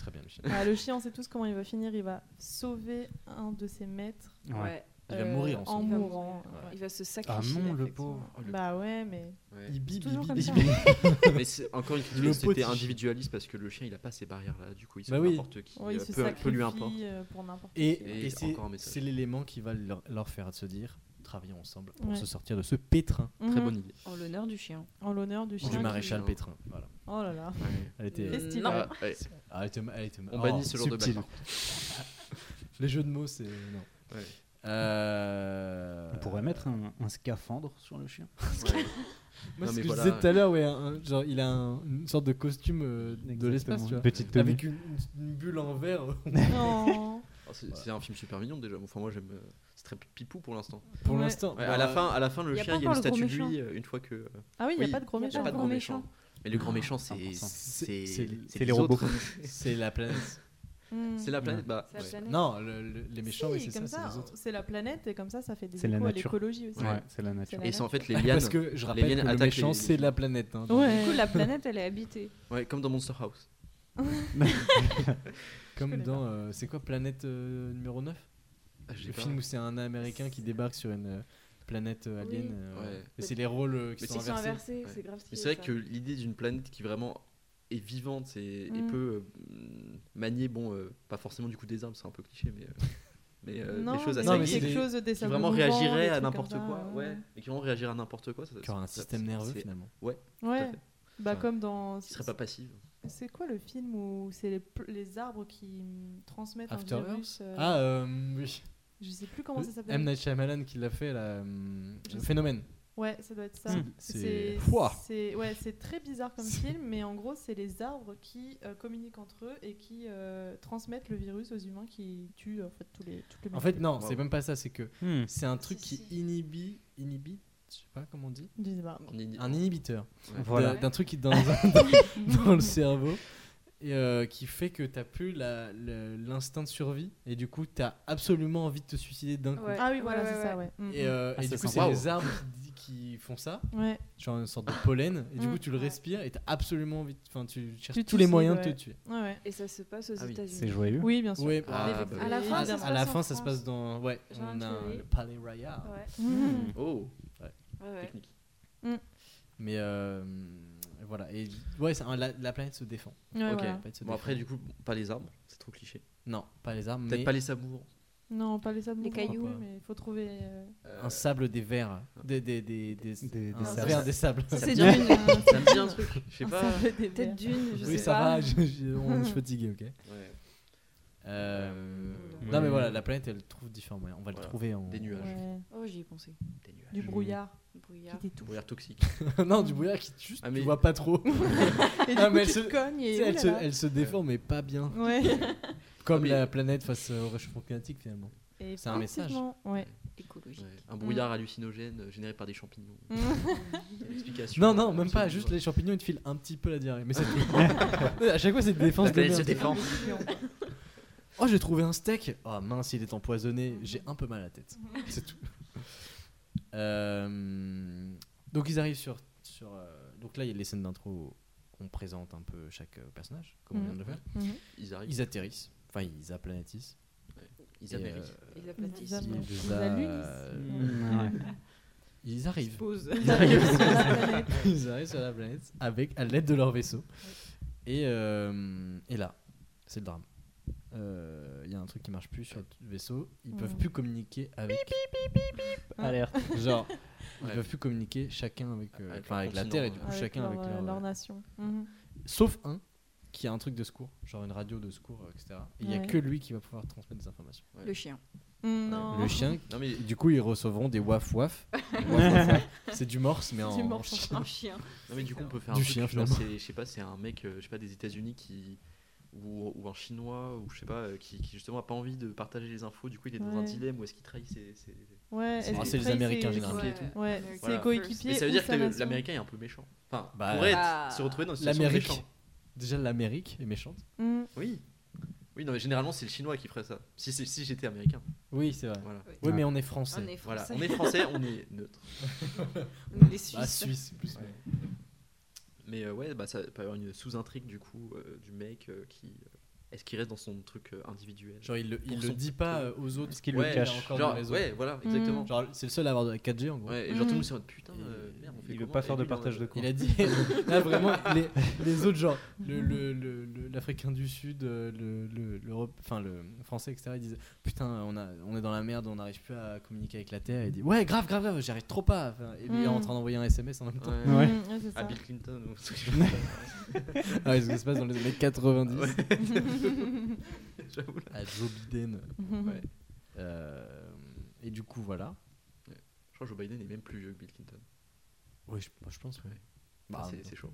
[SPEAKER 5] Très bien, le chien.
[SPEAKER 7] Ah, le chien, on sait tous comment il va finir. Il va sauver un de ses maîtres
[SPEAKER 10] Ouais.
[SPEAKER 9] Ouais.
[SPEAKER 5] Il va
[SPEAKER 7] euh,
[SPEAKER 5] mourir en
[SPEAKER 7] en
[SPEAKER 5] sauvant.
[SPEAKER 7] mourant.
[SPEAKER 5] Ouais.
[SPEAKER 9] Il va se
[SPEAKER 10] Ah
[SPEAKER 9] sacrifier.
[SPEAKER 10] non, le
[SPEAKER 9] effectivement.
[SPEAKER 10] pauvre.
[SPEAKER 7] Bah ouais, mais.
[SPEAKER 8] Ouais.
[SPEAKER 5] Il bip,
[SPEAKER 9] Toujours
[SPEAKER 5] bip,
[SPEAKER 9] comme
[SPEAKER 5] bip,
[SPEAKER 9] ça.
[SPEAKER 5] bip.
[SPEAKER 8] mais c'est- encore une
[SPEAKER 5] Le
[SPEAKER 8] critique, c'était
[SPEAKER 5] petit.
[SPEAKER 8] individualiste parce que le chien il a pas ces barrières là, du coup il se
[SPEAKER 5] Bah
[SPEAKER 8] fait
[SPEAKER 5] oui.
[SPEAKER 8] n'importe qui,
[SPEAKER 7] Ouais, il
[SPEAKER 8] euh,
[SPEAKER 7] se
[SPEAKER 8] peu,
[SPEAKER 7] sacrifie
[SPEAKER 8] peu lui importe.
[SPEAKER 7] euh, pour n'importe
[SPEAKER 5] Et,
[SPEAKER 8] Et
[SPEAKER 5] et c'est
[SPEAKER 8] encore un message.
[SPEAKER 5] c'est l'élément qui va leur, leur faire se dire travaillons ensemble pour
[SPEAKER 7] Ouais.
[SPEAKER 5] se sortir de ce pétrin,
[SPEAKER 7] quoi.
[SPEAKER 8] Très
[SPEAKER 7] Mhm.
[SPEAKER 8] bonne idée.
[SPEAKER 9] En l'honneur du chien.
[SPEAKER 7] En l'honneur du chien.
[SPEAKER 5] du
[SPEAKER 7] qui-
[SPEAKER 5] maréchal
[SPEAKER 8] qui-
[SPEAKER 5] pétrin. Voilà.
[SPEAKER 7] Oh là là.
[SPEAKER 5] Elle était.
[SPEAKER 9] Et-
[SPEAKER 7] Stylé.
[SPEAKER 9] Non.
[SPEAKER 8] Ah, ouais.
[SPEAKER 5] Ah, elle était ma- elle était ma-
[SPEAKER 8] On
[SPEAKER 5] oh,
[SPEAKER 8] bannit ce genre
[SPEAKER 5] subtil.
[SPEAKER 8] de bagarre.
[SPEAKER 5] Les jeux de mots, c'est. Non.
[SPEAKER 8] Ouais.
[SPEAKER 5] Euh,
[SPEAKER 10] On pourrait mettre un, un scaphandre sur le chien.
[SPEAKER 8] Ouais. Non,
[SPEAKER 5] Moi, ce
[SPEAKER 8] mais
[SPEAKER 5] que
[SPEAKER 8] voilà.
[SPEAKER 5] je disais tout à l'heure, ouais, un- un- genre, il a un- une sorte de costume euh, de l'espace, tu vois.
[SPEAKER 10] Petite tenue.
[SPEAKER 5] Avec une, une bulle en verre. euh,
[SPEAKER 7] Non.
[SPEAKER 8] Oh, c'est c'est un film super mignon déjà. Enfin moi j'aime, euh, c'est très pipou pour l'instant.
[SPEAKER 5] Pour
[SPEAKER 7] Ouais.
[SPEAKER 5] l'instant.
[SPEAKER 8] Ouais, à la
[SPEAKER 5] bah,
[SPEAKER 8] fin, à la fin le
[SPEAKER 9] Y a
[SPEAKER 8] chien
[SPEAKER 9] pas
[SPEAKER 8] il y a une
[SPEAKER 9] encore le
[SPEAKER 8] statue
[SPEAKER 9] gros
[SPEAKER 8] de lui
[SPEAKER 9] méchant.
[SPEAKER 8] euh, une fois que. euh,
[SPEAKER 7] Ah oui, il n'y a
[SPEAKER 8] Oui,
[SPEAKER 7] pas de gros
[SPEAKER 9] y a
[SPEAKER 8] Il n'y
[SPEAKER 7] méchant.
[SPEAKER 8] a pas de
[SPEAKER 9] gros
[SPEAKER 8] gros
[SPEAKER 9] méchant.
[SPEAKER 8] méchant. Mais le
[SPEAKER 5] Ah,
[SPEAKER 8] grand méchant, c'est
[SPEAKER 10] 1%.
[SPEAKER 8] c'est-
[SPEAKER 5] C'est-
[SPEAKER 10] c'est
[SPEAKER 8] c'est
[SPEAKER 10] les robots.
[SPEAKER 8] autres.
[SPEAKER 5] C'est la planète.
[SPEAKER 7] Mm.
[SPEAKER 8] C'est la planète. Bah,
[SPEAKER 9] C'est la
[SPEAKER 8] ouais.
[SPEAKER 9] planète.
[SPEAKER 5] Non, le- le- les méchants,
[SPEAKER 7] Si,
[SPEAKER 5] oui, c'est
[SPEAKER 7] comme
[SPEAKER 5] ça, c'est les autres.
[SPEAKER 7] C'est la planète et comme ça, ça fait des
[SPEAKER 10] C'est la
[SPEAKER 7] échos à
[SPEAKER 10] nature.
[SPEAKER 7] l'écologie aussi.
[SPEAKER 10] Ouais, c'est la nature.
[SPEAKER 7] la
[SPEAKER 8] Et c'est en fait les lianes.
[SPEAKER 5] Parce que je
[SPEAKER 8] lianes
[SPEAKER 5] rappelle que le
[SPEAKER 8] attaquent
[SPEAKER 5] méchant,
[SPEAKER 8] les-
[SPEAKER 5] c'est la planète. hein, donc,
[SPEAKER 9] Du
[SPEAKER 7] Ouais.
[SPEAKER 9] coup, la planète, elle est habitée.
[SPEAKER 8] Ouais, comme dans Monster House.
[SPEAKER 5] Comme
[SPEAKER 7] connais
[SPEAKER 5] dans. euh, c'est quoi, planète euh, numéro 9
[SPEAKER 8] Ah, je sais
[SPEAKER 5] Le
[SPEAKER 8] pas.
[SPEAKER 5] film où c'est un américain qui débarque sur une euh, planète euh, alien.
[SPEAKER 7] Oui.
[SPEAKER 5] euh,
[SPEAKER 8] Ouais.
[SPEAKER 5] mais c'est les rôles euh, qui
[SPEAKER 8] Mais
[SPEAKER 5] sont
[SPEAKER 7] Ils sont
[SPEAKER 5] inversés.
[SPEAKER 7] inversés,
[SPEAKER 8] Ouais.
[SPEAKER 7] c'est grave stylé.
[SPEAKER 8] Mais c'est
[SPEAKER 7] ça.
[SPEAKER 8] vrai que l'idée d'une planète qui vraiment est vivante et, et
[SPEAKER 9] Mm.
[SPEAKER 8] peut euh, manier, bon, euh, pas forcément du coup des arbres, c'est un peu cliché, mais, euh, mais euh,
[SPEAKER 7] Non,
[SPEAKER 8] des choses
[SPEAKER 7] mais
[SPEAKER 8] assez
[SPEAKER 5] Non, mais
[SPEAKER 8] geeks
[SPEAKER 5] c'est
[SPEAKER 7] quelque
[SPEAKER 5] des-
[SPEAKER 7] chose des
[SPEAKER 8] qui
[SPEAKER 7] sables
[SPEAKER 8] vraiment
[SPEAKER 7] mouvants,
[SPEAKER 8] réagiraient
[SPEAKER 7] des
[SPEAKER 8] à
[SPEAKER 7] trucs
[SPEAKER 8] n'importe
[SPEAKER 7] comme ça,
[SPEAKER 8] quoi,
[SPEAKER 7] ouais.
[SPEAKER 8] ouais, et qui vont réagir à n'importe quoi. Ça,
[SPEAKER 5] Qui aura un
[SPEAKER 8] ça-
[SPEAKER 5] système
[SPEAKER 8] c'est-
[SPEAKER 5] nerveux
[SPEAKER 8] c'est-
[SPEAKER 5] finalement.
[SPEAKER 8] à
[SPEAKER 7] Ouais,
[SPEAKER 8] fait.
[SPEAKER 7] bah
[SPEAKER 5] Enfin,
[SPEAKER 7] comme dans.
[SPEAKER 8] Qui serait pas passive.
[SPEAKER 7] C'est quoi le film où c'est les, pl- les arbres qui mm, transmettent
[SPEAKER 5] After
[SPEAKER 7] un
[SPEAKER 5] Earth
[SPEAKER 7] virus euh,
[SPEAKER 5] Ah, euh, oui.
[SPEAKER 7] Je sais plus comment
[SPEAKER 5] Le-
[SPEAKER 7] ça s'appelle.
[SPEAKER 5] M. Night Shyamalan qui l'a fait, là, hum,
[SPEAKER 7] Je
[SPEAKER 5] le
[SPEAKER 7] sais
[SPEAKER 5] phénomène.
[SPEAKER 7] Ouais, ça doit être ça.
[SPEAKER 5] C'est-
[SPEAKER 7] C'est-
[SPEAKER 5] c'est-
[SPEAKER 7] C'est
[SPEAKER 5] Pouah.
[SPEAKER 7] c'est- ouais, c'est très bizarre comme film, mais en gros, c'est les arbres qui euh, communiquent entre eux et qui euh, transmettent le virus aux humains qui tuent en fait tous les toutes les
[SPEAKER 5] En fait,
[SPEAKER 7] maladies.
[SPEAKER 5] non,
[SPEAKER 8] Wow.
[SPEAKER 5] c'est même pas ça, c'est que
[SPEAKER 10] Hmm.
[SPEAKER 5] c'est un truc qui
[SPEAKER 9] Si, si.
[SPEAKER 5] inhibe, inhibe, je sais pas comment on dit,
[SPEAKER 7] Je sais pas.
[SPEAKER 8] On y-
[SPEAKER 5] un inhibiteur
[SPEAKER 10] Voilà.
[SPEAKER 5] d'un- d'un truc qui est dans, dans le cerveau et euh, qui fait que t'as plus la- le- l'instinct de survie et du coup t'as absolument envie de te suicider d'un coup.
[SPEAKER 9] Ouais.
[SPEAKER 7] Ah oui, voilà,
[SPEAKER 9] Ouais,
[SPEAKER 7] c'est
[SPEAKER 9] ouais,
[SPEAKER 7] ça, ouais. Mm.
[SPEAKER 5] Et, euh,
[SPEAKER 8] Ah,
[SPEAKER 5] et
[SPEAKER 8] ça
[SPEAKER 5] du coup,
[SPEAKER 8] sent-
[SPEAKER 5] c'est
[SPEAKER 8] Waouh.
[SPEAKER 5] les arbres qui, qui font ça,
[SPEAKER 7] Ouais.
[SPEAKER 5] genre une sorte de pollen, et du coup
[SPEAKER 7] Mm.
[SPEAKER 5] tu le respires et t'as absolument envie, de- enfin tu cherches
[SPEAKER 7] Tu te
[SPEAKER 5] tous les
[SPEAKER 7] suicides,
[SPEAKER 5] moyens de
[SPEAKER 7] ouais.
[SPEAKER 5] te tuer.
[SPEAKER 7] Ouais, ouais.
[SPEAKER 9] Et ça se passe aux
[SPEAKER 8] Ah oui,
[SPEAKER 9] États-Unis.
[SPEAKER 10] C'est joyeux.
[SPEAKER 7] Oui, bien sûr.
[SPEAKER 5] Oui,
[SPEAKER 8] Ah,
[SPEAKER 9] Mais
[SPEAKER 8] bah
[SPEAKER 9] vous-
[SPEAKER 8] oui.
[SPEAKER 9] à la fin, ça se
[SPEAKER 5] à la
[SPEAKER 9] passe en
[SPEAKER 5] fin ça se
[SPEAKER 9] France.
[SPEAKER 5] passe dans, ouais,
[SPEAKER 9] J'ai
[SPEAKER 5] on a
[SPEAKER 9] un
[SPEAKER 5] le Palais Royal.
[SPEAKER 9] Ouais.
[SPEAKER 7] Mm.
[SPEAKER 8] Oh,
[SPEAKER 9] Ouais, ouais.
[SPEAKER 8] technique.
[SPEAKER 5] Mais euh, voilà, et ouais, c'est un- la, la planète se défend.
[SPEAKER 7] Ouais,
[SPEAKER 8] ok.
[SPEAKER 7] voilà.
[SPEAKER 5] La planète se
[SPEAKER 8] Bon,
[SPEAKER 5] défend.
[SPEAKER 8] après, du coup, pas les arbres, c'est trop cliché.
[SPEAKER 5] Non, pas les arbres,
[SPEAKER 8] Peut-être
[SPEAKER 5] mais
[SPEAKER 8] pas les sables mouvants.
[SPEAKER 7] Non, pas les sables
[SPEAKER 9] Les
[SPEAKER 7] mouvants,
[SPEAKER 9] cailloux.
[SPEAKER 7] mais il faut trouver. euh,
[SPEAKER 8] Euh,
[SPEAKER 5] un sable des vers. Des, des, des, des,
[SPEAKER 10] Des-
[SPEAKER 7] Ah.
[SPEAKER 5] un
[SPEAKER 10] des
[SPEAKER 5] ver
[SPEAKER 10] sables.
[SPEAKER 5] des sables.
[SPEAKER 8] Ça
[SPEAKER 9] C'est
[SPEAKER 8] me
[SPEAKER 9] d'une.
[SPEAKER 8] dit-
[SPEAKER 9] euh,
[SPEAKER 8] Ça me dit un truc, je sais
[SPEAKER 7] un
[SPEAKER 8] pas.
[SPEAKER 7] sabre des
[SPEAKER 9] Peut-être
[SPEAKER 7] vers.
[SPEAKER 9] d'une, je
[SPEAKER 5] oui,
[SPEAKER 9] sais
[SPEAKER 5] ça
[SPEAKER 9] pas.
[SPEAKER 5] va, je, je- on- je suis fatigué, ok.
[SPEAKER 8] Ouais,
[SPEAKER 5] Euh,
[SPEAKER 10] Ouais.
[SPEAKER 5] Non, mais voilà, la planète elle trouve différents moyens. On va le
[SPEAKER 8] Voilà.
[SPEAKER 5] trouver en.
[SPEAKER 8] Des nuages.
[SPEAKER 7] Ouais.
[SPEAKER 9] Oh, j'y ai pensé.
[SPEAKER 8] Des nuages.
[SPEAKER 7] Du brouillard
[SPEAKER 9] Brouillard.
[SPEAKER 7] qui t'étouffe.
[SPEAKER 8] Brouillard toxique.
[SPEAKER 5] non, du brouillard qui tue,
[SPEAKER 8] Ah,
[SPEAKER 5] tu
[SPEAKER 8] mais-
[SPEAKER 5] vois pas trop. Tu
[SPEAKER 7] Et du
[SPEAKER 5] Ah,
[SPEAKER 7] coup,
[SPEAKER 5] mais elle
[SPEAKER 7] tu te
[SPEAKER 5] se-
[SPEAKER 7] cognes et.
[SPEAKER 5] sais,
[SPEAKER 9] oh
[SPEAKER 5] elle, se,
[SPEAKER 7] oulala.
[SPEAKER 5] elle se défend, mais pas bien.
[SPEAKER 7] Ouais.
[SPEAKER 5] Comme
[SPEAKER 8] Ah, mais-
[SPEAKER 5] la planète face au réchauffement climatique finalement.
[SPEAKER 7] Et
[SPEAKER 5] C'est un message.
[SPEAKER 7] effectivement, Ouais.
[SPEAKER 9] Écologique.
[SPEAKER 8] Ouais, Un brouillard hallucinogène euh, généré par des champignons.
[SPEAKER 7] Mm.
[SPEAKER 8] Il y a l'explication,
[SPEAKER 5] Non, non,
[SPEAKER 8] euh,
[SPEAKER 5] même pas.
[SPEAKER 8] absolument,
[SPEAKER 5] Juste
[SPEAKER 8] ouais.
[SPEAKER 5] les champignons, ils te filent un petit peu la diarrhée. Mais c'est tout. à chaque fois, c'est des défenses
[SPEAKER 8] La
[SPEAKER 5] de
[SPEAKER 8] planète se
[SPEAKER 5] merde.
[SPEAKER 8] défend.
[SPEAKER 5] Oh, j'ai trouvé un steak. Oh mince, il est empoisonné. J'ai un peu mal à la tête.
[SPEAKER 7] Mhm.
[SPEAKER 5] C'est tout. Euh, donc, ils arrivent sur. sur euh, donc, là, il y a les scènes d'intro. On présente un peu chaque euh, personnage, comme on
[SPEAKER 7] Mhm.
[SPEAKER 5] vient de le faire.
[SPEAKER 8] Ils arrivent,
[SPEAKER 5] Ils atterrissent. Enfin, ils aplanatissent.
[SPEAKER 8] ils
[SPEAKER 5] Et,
[SPEAKER 8] amérissent.
[SPEAKER 5] euh,
[SPEAKER 9] Ils
[SPEAKER 7] Ils
[SPEAKER 9] aplatissent.
[SPEAKER 5] ils
[SPEAKER 7] amérissent.
[SPEAKER 5] les
[SPEAKER 7] Ils
[SPEAKER 5] a-
[SPEAKER 7] allunissent.
[SPEAKER 5] Ils arrivent.
[SPEAKER 9] Pause.
[SPEAKER 5] Ils arrivent sur la planète. Ils arrivent sur la planète avec, à l'aide de leur vaisseau. Et, euh, et là, c'est le drame. Euh, Il y a un truc qui marche plus sur le vaisseau. Ils peuvent
[SPEAKER 7] Mm.
[SPEAKER 5] plus communiquer avec.
[SPEAKER 10] Alerte.
[SPEAKER 5] Genre, ils
[SPEAKER 8] Ouais.
[SPEAKER 5] peuvent plus communiquer chacun avec, euh,
[SPEAKER 8] Avec
[SPEAKER 5] enfin,
[SPEAKER 8] leur
[SPEAKER 5] avec la
[SPEAKER 8] continent,
[SPEAKER 5] Terre et du coup
[SPEAKER 7] Avec
[SPEAKER 5] chacun
[SPEAKER 7] leur,
[SPEAKER 5] avec
[SPEAKER 7] euh,
[SPEAKER 5] leur.
[SPEAKER 7] leur nation. Mhm.
[SPEAKER 5] Sauf un qui a un truc de secours, genre une radio de secours, euh, etc. Et il y a
[SPEAKER 7] Ouais.
[SPEAKER 5] que lui qui va pouvoir transmettre des informations.
[SPEAKER 9] Le chien.
[SPEAKER 7] Non.
[SPEAKER 5] Le chien.
[SPEAKER 8] Non mais
[SPEAKER 5] Du coup, ils recevront des waf waf. Waf, waf, waf. C'est du morse, mais en.
[SPEAKER 7] Du morse en
[SPEAKER 5] chien.
[SPEAKER 9] Un chien.
[SPEAKER 8] Non mais du coup on peut faire un
[SPEAKER 5] Du
[SPEAKER 8] truc,
[SPEAKER 5] chien,
[SPEAKER 8] genre,
[SPEAKER 5] finalement.
[SPEAKER 8] c'est- je sais pas, c'est un mec, euh, je sais pas, des États-Unis qui ou, ou un chinois ou je sais pas, euh, qui, qui justement a pas envie de partager les infos. Du coup il est dans un
[SPEAKER 7] Ouais.
[SPEAKER 8] dilemme où est-ce qu'il trahit ses, ses-
[SPEAKER 7] Ouais,
[SPEAKER 5] C'est-
[SPEAKER 7] est-ce
[SPEAKER 5] Ah,
[SPEAKER 7] que
[SPEAKER 5] c'est les
[SPEAKER 7] Trey,
[SPEAKER 5] Américains,
[SPEAKER 7] c'est-
[SPEAKER 5] généralement.
[SPEAKER 7] Ouais,
[SPEAKER 9] America
[SPEAKER 8] Voilà.
[SPEAKER 7] c'est
[SPEAKER 9] first.
[SPEAKER 7] coéquipier.
[SPEAKER 8] Mais ça veut
[SPEAKER 7] ou
[SPEAKER 8] dire
[SPEAKER 7] sa
[SPEAKER 8] que le-
[SPEAKER 7] nation.
[SPEAKER 8] l'Américain est un peu méchant. Enfin,
[SPEAKER 5] Bah,
[SPEAKER 8] pourrait être-
[SPEAKER 9] Ah.
[SPEAKER 8] se retrouver dans une situation de
[SPEAKER 5] L'Amérique.
[SPEAKER 8] méchant.
[SPEAKER 5] Déjà, l'Amérique est méchante.
[SPEAKER 7] Mm.
[SPEAKER 8] Oui. Oui non mais généralement c'est le chinois qui ferait ça. Si c'est- si j'étais américain.
[SPEAKER 5] Oui, c'est vrai.
[SPEAKER 8] Voilà.
[SPEAKER 5] Oui,
[SPEAKER 10] Ouais.
[SPEAKER 5] mais on est français.
[SPEAKER 9] On est
[SPEAKER 8] Voilà,
[SPEAKER 9] français.
[SPEAKER 8] on est français, on est neutre.
[SPEAKER 9] On est des
[SPEAKER 5] Bah,
[SPEAKER 9] Suisses.
[SPEAKER 5] Suisse, c'est plus.
[SPEAKER 8] Mais euh, ouais, bah, ça peut y avoir une sous-intrigue du coup euh, du mec euh, qui. euh, Est-ce qu'il reste dans son truc euh, individuel
[SPEAKER 5] Genre, il le, il
[SPEAKER 8] Pour
[SPEAKER 5] le
[SPEAKER 8] son-
[SPEAKER 5] dit pas euh, aux autres.
[SPEAKER 10] Parce qu'il
[SPEAKER 8] Ouais,
[SPEAKER 10] le
[SPEAKER 8] il
[SPEAKER 5] a
[SPEAKER 10] cache.
[SPEAKER 5] encore-
[SPEAKER 8] Genre,
[SPEAKER 5] dans les
[SPEAKER 8] ouais, voilà,
[SPEAKER 7] Mm.
[SPEAKER 8] exactement.
[SPEAKER 5] Genre, c'est le seul à avoir de la 4G en gros.
[SPEAKER 8] Ouais, et genre tout le
[SPEAKER 7] Mhm.
[SPEAKER 8] monde s'est en mode putain, euh, merde, on fait
[SPEAKER 10] Il veut
[SPEAKER 8] comment
[SPEAKER 10] pas faire
[SPEAKER 8] Et
[SPEAKER 10] de
[SPEAKER 8] lui, il est en
[SPEAKER 10] partage
[SPEAKER 8] mode,
[SPEAKER 10] de
[SPEAKER 5] Il
[SPEAKER 10] cours.
[SPEAKER 5] a dit. euh, Là, vraiment, les, les autres, genre, l'Africain le, le, le- l'Africain du Sud, euh, le, le, l'Europe- enfin, le français, etc., ils disent Putain, on, a, on est dans la merde, on n'arrive plus à communiquer avec la Terre. Et il dit Ouais, grave, grave, grave, j'arrive trop pas. Enfin, et lui, il est en
[SPEAKER 7] Mm.
[SPEAKER 5] train d'envoyer un SMS en même temps.
[SPEAKER 8] Ouais.
[SPEAKER 7] Mm,
[SPEAKER 10] Ouais.
[SPEAKER 7] ouais, c'est
[SPEAKER 8] À
[SPEAKER 7] ça.
[SPEAKER 8] Bill Clinton ou
[SPEAKER 5] Ah, ouais, ce qui se passe dans les années 90.
[SPEAKER 8] Ouais. J'avoue. là.
[SPEAKER 5] À Ah, Joe Biden.
[SPEAKER 8] Ouais.
[SPEAKER 5] Euh, et du coup, voilà.
[SPEAKER 8] Je crois que Joe Biden est même plus vieux que Bill Clinton.
[SPEAKER 5] Oui, je, je pense, ouais.
[SPEAKER 8] Bah,
[SPEAKER 5] Bah,
[SPEAKER 8] c'est c'est chaud.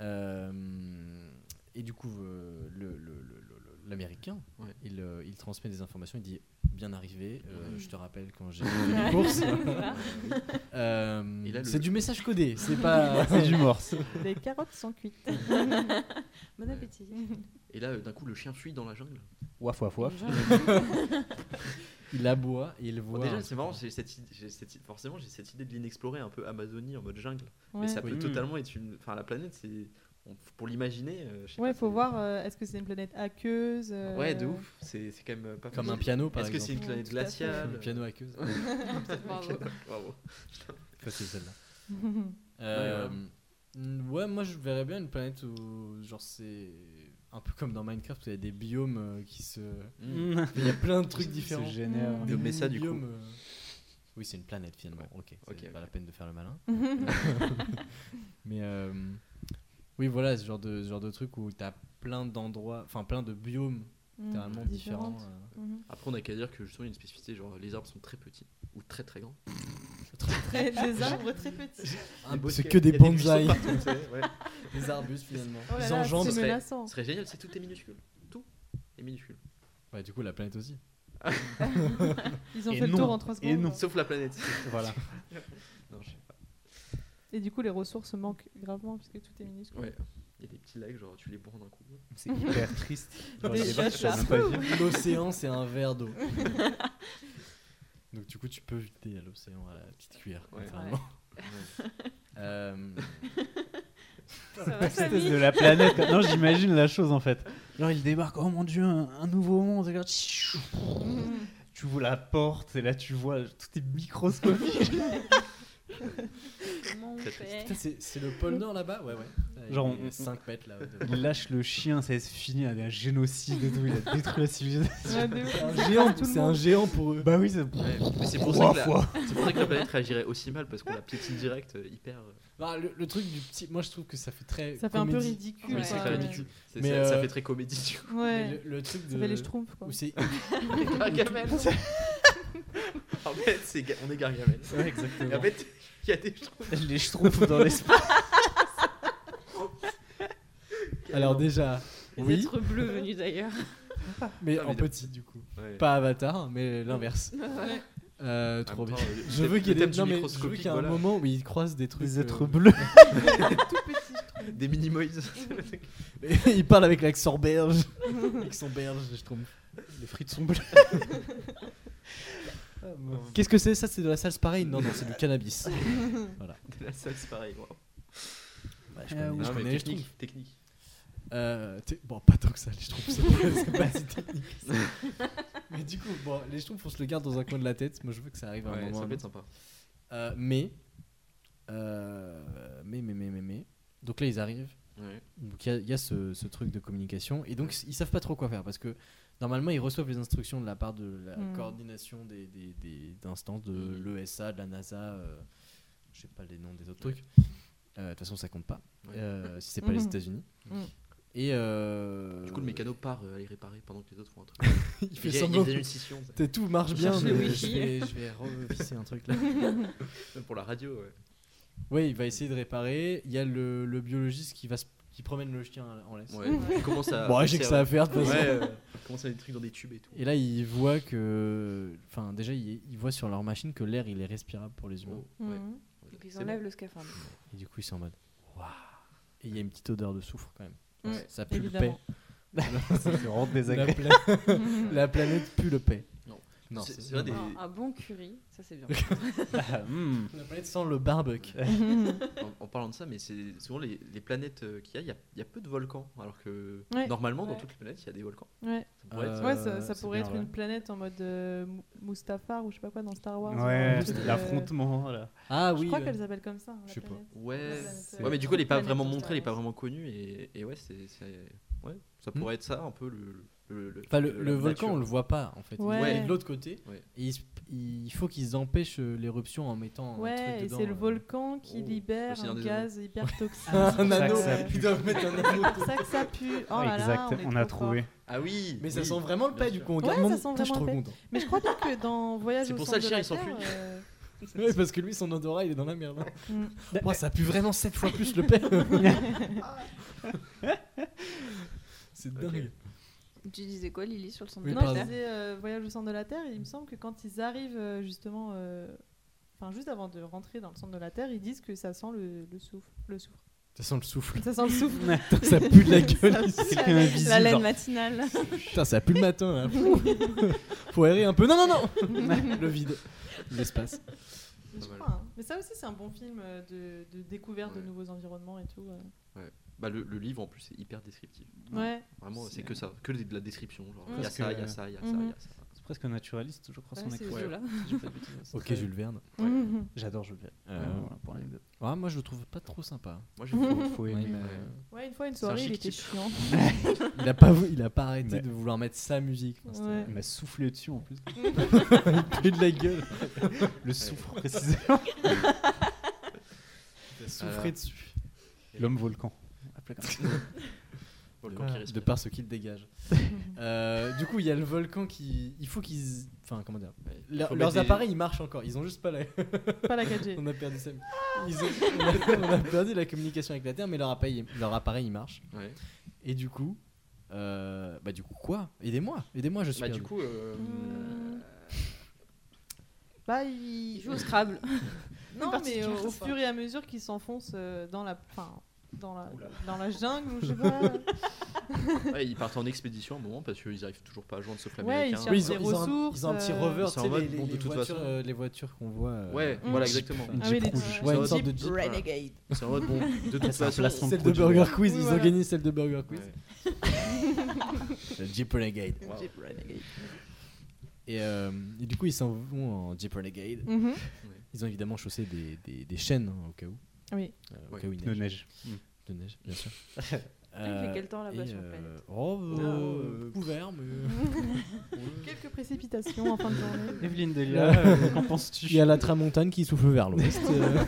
[SPEAKER 5] Euh, et du coup, euh, le- le- le- le- le- l'américain,
[SPEAKER 8] Ouais.
[SPEAKER 5] il, euh, il transmet des informations, il dit bien arrivé, euh,
[SPEAKER 9] Mhm.
[SPEAKER 5] je te rappelle quand j'ai fait les courses.
[SPEAKER 8] bah
[SPEAKER 5] Euh,
[SPEAKER 8] Et là, le-
[SPEAKER 5] c'est du message codé, c'est pas.
[SPEAKER 10] C'est du morse.
[SPEAKER 7] Les carottes sont cuites.
[SPEAKER 9] Bon appétit.
[SPEAKER 8] Et là, euh, d'un coup, le chien fuit dans la jungle.
[SPEAKER 10] Waf waf waf.
[SPEAKER 5] il aboie et il
[SPEAKER 8] Bon,
[SPEAKER 5] voit.
[SPEAKER 8] déjà, c'est marrant, j'ai cette, id- j'ai cette id- forcément, j'ai cette idée de l'inexploré, un peu Amazonie en mode jungle.
[SPEAKER 7] Ouais.
[SPEAKER 8] Mais ça peut
[SPEAKER 10] Oui.
[SPEAKER 8] totalement être une. Enfin, la planète, c'est. on- pour l'imaginer. euh, je sais
[SPEAKER 7] Ouais,
[SPEAKER 8] pas,
[SPEAKER 7] faut
[SPEAKER 8] c'est-
[SPEAKER 7] voir, euh, est-ce que c'est une planète aqueuse euh,
[SPEAKER 8] Ouais, de ouf. C'est c'est quand même euh, pas
[SPEAKER 5] Comme un
[SPEAKER 8] facile.
[SPEAKER 5] piano, par
[SPEAKER 8] Est-ce que c'est
[SPEAKER 5] exemple.
[SPEAKER 8] une planète
[SPEAKER 9] Tout à fait.
[SPEAKER 8] glaciale
[SPEAKER 5] Un piano aqueuse.
[SPEAKER 9] Bravo.
[SPEAKER 8] Bravo.
[SPEAKER 5] Facile celle-là. Euh, mm, ouais, moi je verrais bien une planète où, genre, c'est un peu comme dans Minecraft, où il y a des biomes euh, qui se.
[SPEAKER 7] Mm.
[SPEAKER 5] Il y a plein de trucs différents.
[SPEAKER 10] C'est génial.
[SPEAKER 8] De mais ça, du coup.
[SPEAKER 5] Biomes, euh, Oui, c'est une planète finalement. Ok, c'est
[SPEAKER 8] Ok,
[SPEAKER 5] pas
[SPEAKER 8] ok.
[SPEAKER 5] la peine de faire le malin.
[SPEAKER 7] Mmh,
[SPEAKER 5] Mais euh, oui, voilà, ce genre de, ce genre de truc où t'as plein d'endroits, enfin plein de biomes
[SPEAKER 8] Mmh,
[SPEAKER 7] Mhm.
[SPEAKER 5] littéralement différents.
[SPEAKER 7] Différentes.
[SPEAKER 5] euh,
[SPEAKER 7] Mhm.
[SPEAKER 8] Après, on a qu'à dire que justement, il y a une spécificité genre les arbres sont très petits ou très très grands.
[SPEAKER 7] Très- Des arbres très petits.
[SPEAKER 8] bosquets,
[SPEAKER 5] un bosquet, c'est que des
[SPEAKER 8] il y a buissons
[SPEAKER 5] bonsaïs,
[SPEAKER 8] partout, tu sais, ouais.
[SPEAKER 5] des arbustes finalement.
[SPEAKER 7] Oh là
[SPEAKER 5] Ils
[SPEAKER 7] là,
[SPEAKER 5] enjambent.
[SPEAKER 7] c'est
[SPEAKER 8] serait-
[SPEAKER 7] menaçant.
[SPEAKER 8] Ce serait génial, c'est tout est minuscule. Tout est minuscule.
[SPEAKER 5] Ouais, du coup, la planète aussi.
[SPEAKER 7] Ils ont
[SPEAKER 10] Et
[SPEAKER 7] fait le
[SPEAKER 10] non,
[SPEAKER 7] tour en 3
[SPEAKER 10] et
[SPEAKER 7] secondes.
[SPEAKER 10] non.
[SPEAKER 8] Sauf la planète.
[SPEAKER 10] Voilà.
[SPEAKER 8] non, je sais pas.
[SPEAKER 7] Et du coup, les ressources manquent gravement puisque tout est minuscule.
[SPEAKER 8] Ouais. Il y a des petits lacs, genre tu les bourres d'un coup.
[SPEAKER 10] C'est hyper triste. Genre,
[SPEAKER 7] Des
[SPEAKER 10] je sais pas,
[SPEAKER 7] chats.
[SPEAKER 10] je sais même pas dire.
[SPEAKER 5] L'océan, c'est un verre d'eau. Donc, du coup, tu peux jeter à l'océan à la petite cuillère. quoi,
[SPEAKER 8] Ouais.
[SPEAKER 5] finalement. Euh,
[SPEAKER 9] Ça va,
[SPEAKER 10] Espèce
[SPEAKER 9] Samy
[SPEAKER 10] de la planète. Non, j'imagine la chose en fait. Genre, il débarque, oh mon dieu, un, un nouveau monde. Regarde, chou.
[SPEAKER 7] Mmh.
[SPEAKER 10] tu vois la porte, et là tu vois, tout est microscopique.
[SPEAKER 9] Comment on
[SPEAKER 8] Très
[SPEAKER 9] fait
[SPEAKER 5] putain, c'est c'est le pôle Nord là-bas Ouais, ouais.
[SPEAKER 10] Genre, on-
[SPEAKER 5] 5 mètres là.
[SPEAKER 10] Il lâche le chien, ça se finit, il y a un génocide et tout, il a détruit la civilisation.
[SPEAKER 7] Ouais, de
[SPEAKER 8] Ah,
[SPEAKER 7] ouf. tout le
[SPEAKER 5] C'est un
[SPEAKER 7] monde.
[SPEAKER 5] géant pour eux.
[SPEAKER 10] Bah oui, ça.
[SPEAKER 8] Ouais, mais c'est pour, ça
[SPEAKER 10] Trois
[SPEAKER 8] que la-
[SPEAKER 10] fois.
[SPEAKER 8] c'est pour ça que la planète réagirait aussi mal parce qu'on la petite direct euh, hyper. euh,
[SPEAKER 5] Bah, le, le truc du petit. Moi, je trouve que ça fait très.
[SPEAKER 7] Ça fait un peu
[SPEAKER 5] comédie.
[SPEAKER 7] ridicule.
[SPEAKER 8] Oui,
[SPEAKER 9] Ouais.
[SPEAKER 8] c'est
[SPEAKER 7] quoi.
[SPEAKER 8] très
[SPEAKER 5] Ouais.
[SPEAKER 8] ridicule. C'est-
[SPEAKER 5] Mais,
[SPEAKER 8] ça, ça
[SPEAKER 5] euh,
[SPEAKER 8] fait très comédie du coup.
[SPEAKER 5] Mais
[SPEAKER 7] Ouais.
[SPEAKER 5] le, le truc
[SPEAKER 7] Ça
[SPEAKER 5] de.
[SPEAKER 7] fait les schtroumpfs quoi.
[SPEAKER 5] où c'est
[SPEAKER 8] Gargamel En fait, c'est Ga- on est Gargamel.
[SPEAKER 10] Ouais,
[SPEAKER 8] Et en
[SPEAKER 10] exactement.
[SPEAKER 8] fait, il y a des je trouve,
[SPEAKER 10] Les schtroumpfs dans l'espace.
[SPEAKER 5] Alors, déjà,
[SPEAKER 9] Les
[SPEAKER 5] oui,
[SPEAKER 9] êtres bleus venus d'ailleurs.
[SPEAKER 5] mais
[SPEAKER 8] Ah, mais
[SPEAKER 5] en
[SPEAKER 8] de-
[SPEAKER 5] petit, du coup.
[SPEAKER 8] Ouais.
[SPEAKER 5] Pas Avatar, mais l'inverse.
[SPEAKER 9] Ouais.
[SPEAKER 5] Euh,
[SPEAKER 8] En
[SPEAKER 5] trop
[SPEAKER 8] même
[SPEAKER 5] bien.
[SPEAKER 8] temps, euh,
[SPEAKER 5] Je
[SPEAKER 8] le-
[SPEAKER 5] veux qu'il y
[SPEAKER 8] le
[SPEAKER 5] ait
[SPEAKER 8] thème
[SPEAKER 5] des-
[SPEAKER 8] du
[SPEAKER 5] non, mais je veux
[SPEAKER 8] microscopique,
[SPEAKER 5] qu'il y ait un
[SPEAKER 8] voilà.
[SPEAKER 5] moment où ils croisent des trucs.
[SPEAKER 10] Des êtres
[SPEAKER 5] euh,
[SPEAKER 10] bleus.
[SPEAKER 7] tout petit.
[SPEAKER 8] Des minimoises.
[SPEAKER 5] ils parlent avec l'accent belge. Ils sont belges, je trouve.
[SPEAKER 10] Les frites sont bleues.
[SPEAKER 8] Ah,
[SPEAKER 5] Qu'est-ce que c'est Ça, c'est de la salse pareil Non, non, c'est du cannabis.
[SPEAKER 8] de la salle, c'est pareil. waouh.
[SPEAKER 5] je
[SPEAKER 10] connais-
[SPEAKER 5] connais,
[SPEAKER 10] je
[SPEAKER 8] Non, mais
[SPEAKER 5] je trouve.
[SPEAKER 8] technique, technique.
[SPEAKER 5] Euh, t'es- bon, pas tant que ça, les schtroumpfs. C'est pas- c'est pas si technique. ça. mais du coup, bon, les schtroumpfs, on se le garde dans un coin de la tête. Moi, je veux que ça arrive à un
[SPEAKER 8] Ouais,
[SPEAKER 5] moment. hein.
[SPEAKER 8] ça
[SPEAKER 5] ou
[SPEAKER 8] peut
[SPEAKER 5] un
[SPEAKER 8] être
[SPEAKER 5] autre.
[SPEAKER 8] sympa.
[SPEAKER 5] Euh, mais, euh, mais, mais, mais, mais, mais. Donc là, ils arrivent.
[SPEAKER 8] Ouais.
[SPEAKER 5] Donc il y a, il y a ce, ce truc de communication. Et donc ils savent pas trop quoi faire parce que normalement ils reçoivent les instructions de la part de la
[SPEAKER 7] Mm.
[SPEAKER 5] coordination des, des, des- d'instances de l'ESA, de la NASA, euh, je sais pas les noms des autres trucs. Euh, De toute façon ça compte pas
[SPEAKER 8] Ouais.
[SPEAKER 5] euh, si c'est pas les
[SPEAKER 7] Mhm.
[SPEAKER 5] États-Unis.
[SPEAKER 7] Mm.
[SPEAKER 5] Et euh,
[SPEAKER 8] Du coup, le mécano part euh, aller réparer pendant que les autres font un truc.
[SPEAKER 5] il fait
[SPEAKER 8] y a-
[SPEAKER 5] semblant
[SPEAKER 8] y a
[SPEAKER 5] que
[SPEAKER 8] une scission ça.
[SPEAKER 5] t'es- tout marche bien.
[SPEAKER 9] cherche
[SPEAKER 5] mais
[SPEAKER 9] le
[SPEAKER 5] je
[SPEAKER 9] wifi.
[SPEAKER 5] vais, je vais revisser un truc là.
[SPEAKER 8] Même pour la radio. Ouais.
[SPEAKER 5] Oui, il va essayer de réparer. Il y a le, le biologiste qui va se- qui promène le chien en laisse.
[SPEAKER 8] Ouais. il commence à.
[SPEAKER 5] Bon, ouais, j'ai que ça à faire de toute
[SPEAKER 8] Ouais,
[SPEAKER 5] façon.
[SPEAKER 8] euh, il commence à mettre des trucs dans des tubes et tout.
[SPEAKER 5] Et là, ils voient que. Enfin, déjà, ils ils voient sur leur machine que l'air, il est respirable pour les humains.
[SPEAKER 8] Oh, ouais.
[SPEAKER 7] Mhm.
[SPEAKER 9] Donc
[SPEAKER 8] C'est
[SPEAKER 9] ils
[SPEAKER 8] bon.
[SPEAKER 9] enlèvent le scaphandre.
[SPEAKER 5] Et du coup, ils sont en mode. Waouh Et il y a une petite odeur de soufre quand même.
[SPEAKER 7] Ouais,
[SPEAKER 5] ça pue
[SPEAKER 7] Évidemment.
[SPEAKER 10] C'est vraiment
[SPEAKER 5] le paix. La,
[SPEAKER 10] désagréable.
[SPEAKER 5] pla- la planète pue le paix.
[SPEAKER 8] Non.
[SPEAKER 5] Non,
[SPEAKER 8] C'est-
[SPEAKER 5] c'est-
[SPEAKER 8] c'est vrai des-
[SPEAKER 9] Un- Un bon curry, ça c'est bien.
[SPEAKER 10] Ah, hmm.
[SPEAKER 5] La planète sent le barbecue.
[SPEAKER 8] En, en parlant de ça, mais c'est souvent les, les planètes euh, qu'il y a, il y a- il y, a peu de volcans. Alors que
[SPEAKER 7] Ouais.
[SPEAKER 8] normalement, dans
[SPEAKER 9] Ouais.
[SPEAKER 8] toutes les planètes, il y a des volcans.
[SPEAKER 7] Ouais.
[SPEAKER 8] Ça pourrait
[SPEAKER 5] Euh,
[SPEAKER 8] être-
[SPEAKER 7] Ouais, ça, ça
[SPEAKER 5] c'est
[SPEAKER 7] pourrait
[SPEAKER 5] bien,
[SPEAKER 7] être
[SPEAKER 5] ouais.
[SPEAKER 7] une planète en mode euh, Mou- Mustafar ou je sais pas quoi dans Star Wars.
[SPEAKER 10] Ouais,
[SPEAKER 7] un truc, euh,
[SPEAKER 10] l'affrontement. voilà.
[SPEAKER 5] Ah
[SPEAKER 7] Je
[SPEAKER 5] oui.
[SPEAKER 7] crois
[SPEAKER 5] euh,
[SPEAKER 7] qu'elle s'appelle comme ça. hein, la
[SPEAKER 5] je sais pas.
[SPEAKER 7] planète.
[SPEAKER 8] Ouais.
[SPEAKER 7] c'est-
[SPEAKER 8] ouais, mais du coup, elle est pas
[SPEAKER 9] planète
[SPEAKER 8] vraiment
[SPEAKER 9] dans Star
[SPEAKER 8] montrée, elle est pas
[SPEAKER 9] Wars.
[SPEAKER 8] vraiment connue. Et, et ouais, c'est, c'est- ouais, ça
[SPEAKER 5] Hmm.
[SPEAKER 8] pourrait être ça un peu le. le, le-
[SPEAKER 5] Enfin, le,
[SPEAKER 8] la
[SPEAKER 5] le
[SPEAKER 8] nature.
[SPEAKER 5] volcan, on le voit pas en fait.
[SPEAKER 7] Ouais.
[SPEAKER 5] Il est de l'autre côté.
[SPEAKER 8] Ouais.
[SPEAKER 5] Et il, se- il faut qu'ils empêchent euh, l'éruption en mettant. un
[SPEAKER 7] Ouais,
[SPEAKER 5] truc
[SPEAKER 7] et
[SPEAKER 5] dedans,
[SPEAKER 7] c'est le
[SPEAKER 5] euh,
[SPEAKER 7] volcan qui
[SPEAKER 8] oh,
[SPEAKER 7] libère
[SPEAKER 8] le Seigneur
[SPEAKER 7] un
[SPEAKER 8] des
[SPEAKER 7] gaz hyper toxique.
[SPEAKER 5] Un
[SPEAKER 10] ça que
[SPEAKER 5] anneau.
[SPEAKER 10] ça pue.
[SPEAKER 5] Ils doivent mettre un anneau.
[SPEAKER 7] C'est pour ça que ça pue. Oh là là,
[SPEAKER 10] exact,
[SPEAKER 7] est
[SPEAKER 10] on, a
[SPEAKER 7] trop
[SPEAKER 10] trouvé.
[SPEAKER 7] fort.
[SPEAKER 8] Ah oui
[SPEAKER 5] Mais ça
[SPEAKER 8] oui.
[SPEAKER 5] sent vraiment le
[SPEAKER 8] Bien
[SPEAKER 5] paix du
[SPEAKER 8] sûr.
[SPEAKER 5] coup. on
[SPEAKER 7] Ouais,
[SPEAKER 5] regarde,
[SPEAKER 7] ça
[SPEAKER 5] mon-
[SPEAKER 7] sent
[SPEAKER 5] Putain, Je suis
[SPEAKER 7] vraiment
[SPEAKER 5] trop
[SPEAKER 7] le paix.
[SPEAKER 5] content.
[SPEAKER 7] Mais je crois bien que dans Voyage
[SPEAKER 8] C'est
[SPEAKER 7] au
[SPEAKER 8] pour
[SPEAKER 7] centre
[SPEAKER 8] ça le
[SPEAKER 7] de
[SPEAKER 8] chien,
[SPEAKER 7] la
[SPEAKER 8] il
[SPEAKER 7] Terre, euh,
[SPEAKER 5] Oui, parce que lui, son odorat, il est dans la merde. hein.
[SPEAKER 7] Mm.
[SPEAKER 5] Moi, ça pue vraiment 7 fois plus le père. C'est dingue.
[SPEAKER 9] Tu disais quoi, Lily, sur le centre
[SPEAKER 5] Oui,
[SPEAKER 9] de
[SPEAKER 7] non,
[SPEAKER 9] la
[SPEAKER 7] je
[SPEAKER 5] pardon.
[SPEAKER 9] Terre
[SPEAKER 7] disais euh, Voyage au centre de la Terre, et il me semble que quand ils arrivent euh, justement, euh, enfin juste avant de rentrer dans le centre de la Terre, ils disent que ça sent le, le souffle, le souffle.
[SPEAKER 5] Ça sent le souffle.
[SPEAKER 7] Ça sent le souffle.
[SPEAKER 5] Putain, ça pue de la gueule.
[SPEAKER 10] Quelqu'un invisible.
[SPEAKER 9] La laine
[SPEAKER 10] genre,
[SPEAKER 9] matinale.
[SPEAKER 5] Putain, ça pue le matin. hein. Là. Faut aérer un peu. Non, non, non Le vide. L'espace.
[SPEAKER 7] Je
[SPEAKER 8] Pas mal.
[SPEAKER 7] crois, hein. Mais ça aussi, c'est un bon film euh, de, de découverte de
[SPEAKER 8] Ouais.
[SPEAKER 7] nouveaux environnements et tout. euh.
[SPEAKER 8] Bah, le, le livre en plus est hyper descriptif.
[SPEAKER 7] Ouais.
[SPEAKER 8] Vraiment,
[SPEAKER 6] C'est-
[SPEAKER 8] c'est que ça, que de la description. genre, Il
[SPEAKER 7] Mm.
[SPEAKER 8] y a
[SPEAKER 6] Parce
[SPEAKER 8] ça,
[SPEAKER 6] que-
[SPEAKER 8] il y a ça, il y a ça,
[SPEAKER 7] Mhm.
[SPEAKER 8] il y a ça.
[SPEAKER 6] C'est presque naturaliste, je crois,
[SPEAKER 9] Ouais,
[SPEAKER 6] son
[SPEAKER 9] c'est
[SPEAKER 6] accent.
[SPEAKER 9] ce jeu-là.
[SPEAKER 8] Si je dis pas de bêtises.
[SPEAKER 6] C'est
[SPEAKER 5] Ok,
[SPEAKER 6] très-
[SPEAKER 5] Jules Verne.
[SPEAKER 8] Ouais.
[SPEAKER 7] Mhm.
[SPEAKER 6] J'adore Jules Verne.
[SPEAKER 5] Euh,
[SPEAKER 6] Voilà, pour l'anecdote.
[SPEAKER 5] ouais, moi, je le trouve pas trop sympa.
[SPEAKER 8] Moi, j'ai fait-
[SPEAKER 6] Faut
[SPEAKER 5] Ouais,
[SPEAKER 6] aimer,
[SPEAKER 5] il m'a-
[SPEAKER 8] ouais.
[SPEAKER 7] Ouais, une fois, une
[SPEAKER 8] C'est un
[SPEAKER 7] soirée, il
[SPEAKER 8] chic
[SPEAKER 7] était
[SPEAKER 8] type.
[SPEAKER 7] chiant.
[SPEAKER 5] il a pas, vou- il a pas arrêté
[SPEAKER 6] Mais-
[SPEAKER 5] de vouloir mettre sa musique. Enfin, c'était-
[SPEAKER 7] Ouais.
[SPEAKER 6] Il m'a soufflé dessus en plus.
[SPEAKER 5] il a eu de la gueule.
[SPEAKER 6] Le soufre, précisément.
[SPEAKER 5] Il a souffré
[SPEAKER 8] Alors.
[SPEAKER 5] dessus.
[SPEAKER 6] L'homme volcan. Appelé comme ça.
[SPEAKER 8] Volcan qui
[SPEAKER 5] Ah, de
[SPEAKER 8] respire.
[SPEAKER 5] par ce qu'il dégage. Euh, du coup, il y a le volcan qui. Il faut qu'ils. Enfin, comment dire.
[SPEAKER 8] Ouais. Il
[SPEAKER 5] Leur-
[SPEAKER 8] faut
[SPEAKER 5] leurs
[SPEAKER 8] mettre des-
[SPEAKER 5] appareils, ils marchent encore. Ils ont juste pas la.
[SPEAKER 7] Pas la 4G.
[SPEAKER 5] On a perdu Sam. Ils ont- on, a, on a perdu la communication avec la Terre, mais leur appareil, leur appareil il marche.
[SPEAKER 8] Ouais.
[SPEAKER 5] Et du coup. euh, bah, du coup, quoi Aidez-moi. Aidez-moi, je suis.
[SPEAKER 8] Bah, du
[SPEAKER 5] perdu.
[SPEAKER 8] coup, euh,
[SPEAKER 7] Euh, Bah, il
[SPEAKER 9] Il joue au Scrabble.
[SPEAKER 7] Non, mais
[SPEAKER 9] particulière,
[SPEAKER 7] au, au
[SPEAKER 9] ça.
[SPEAKER 7] fur et à mesure qu'ils s'enfoncent euh, dans la, enfin, dans la, dans la jungle ou je sais pas.
[SPEAKER 8] ouais, ils partent en expédition à un moment parce qu'ils arrivent toujours pas à joindre sauf
[SPEAKER 7] Ouais,
[SPEAKER 8] l'américain.
[SPEAKER 7] ils
[SPEAKER 5] Oui, ils, ont,
[SPEAKER 7] cherchent des
[SPEAKER 5] ils ont un,
[SPEAKER 7] ressources,
[SPEAKER 5] ils ont un petit
[SPEAKER 7] euh,
[SPEAKER 5] rover,
[SPEAKER 8] Ils sont
[SPEAKER 5] tu sais,
[SPEAKER 8] en mode,
[SPEAKER 5] les, les-
[SPEAKER 8] bon, de
[SPEAKER 5] les
[SPEAKER 8] toute
[SPEAKER 5] voitures,
[SPEAKER 8] façon.
[SPEAKER 5] euh, les voitures qu'on voit. euh,
[SPEAKER 8] Ouais,
[SPEAKER 7] Mm.
[SPEAKER 8] voilà,
[SPEAKER 5] Jeep,
[SPEAKER 8] exactement.
[SPEAKER 5] enfin,
[SPEAKER 7] Ah oui, les
[SPEAKER 6] rouge.
[SPEAKER 7] Jeep,
[SPEAKER 5] Ouais, une
[SPEAKER 7] Jeep
[SPEAKER 5] sorte de Jeep.
[SPEAKER 8] voilà.
[SPEAKER 9] Renegade.
[SPEAKER 8] C'est en mode, bon, de toute
[SPEAKER 6] c'est un
[SPEAKER 8] façon.
[SPEAKER 6] placement
[SPEAKER 5] Celle de
[SPEAKER 6] produit,
[SPEAKER 5] Burger Quiz,
[SPEAKER 7] Oui,
[SPEAKER 5] ils
[SPEAKER 7] voilà.
[SPEAKER 5] organisent celle de Burger Quiz.
[SPEAKER 8] Ouais.
[SPEAKER 5] Le Jeep Renegade.
[SPEAKER 8] Wow.
[SPEAKER 9] Jeep Renegade.
[SPEAKER 5] Et, euh, et du coup, ils s'en vont en Jeep Renegade.
[SPEAKER 7] Mhm.
[SPEAKER 5] Ils ont évidemment chaussé des, des, des chaînes hein, au cas où.
[SPEAKER 7] Oui.
[SPEAKER 5] Euh, au
[SPEAKER 8] Ouais.
[SPEAKER 5] cas où il
[SPEAKER 10] de
[SPEAKER 5] neige.
[SPEAKER 10] neige.
[SPEAKER 5] De neige, bien sûr.
[SPEAKER 9] Il fait quel temps là-bas
[SPEAKER 5] et,
[SPEAKER 9] sur la
[SPEAKER 5] euh,
[SPEAKER 9] planète
[SPEAKER 5] Oh, euh,
[SPEAKER 6] Ah,
[SPEAKER 5] couvert, mais.
[SPEAKER 7] Mm. Quelques précipitations en fin de journée.
[SPEAKER 6] Evelyne Delia, euh, qu'en penses-tu
[SPEAKER 5] Il y a la tramontane qui souffle vers l'ouest euh,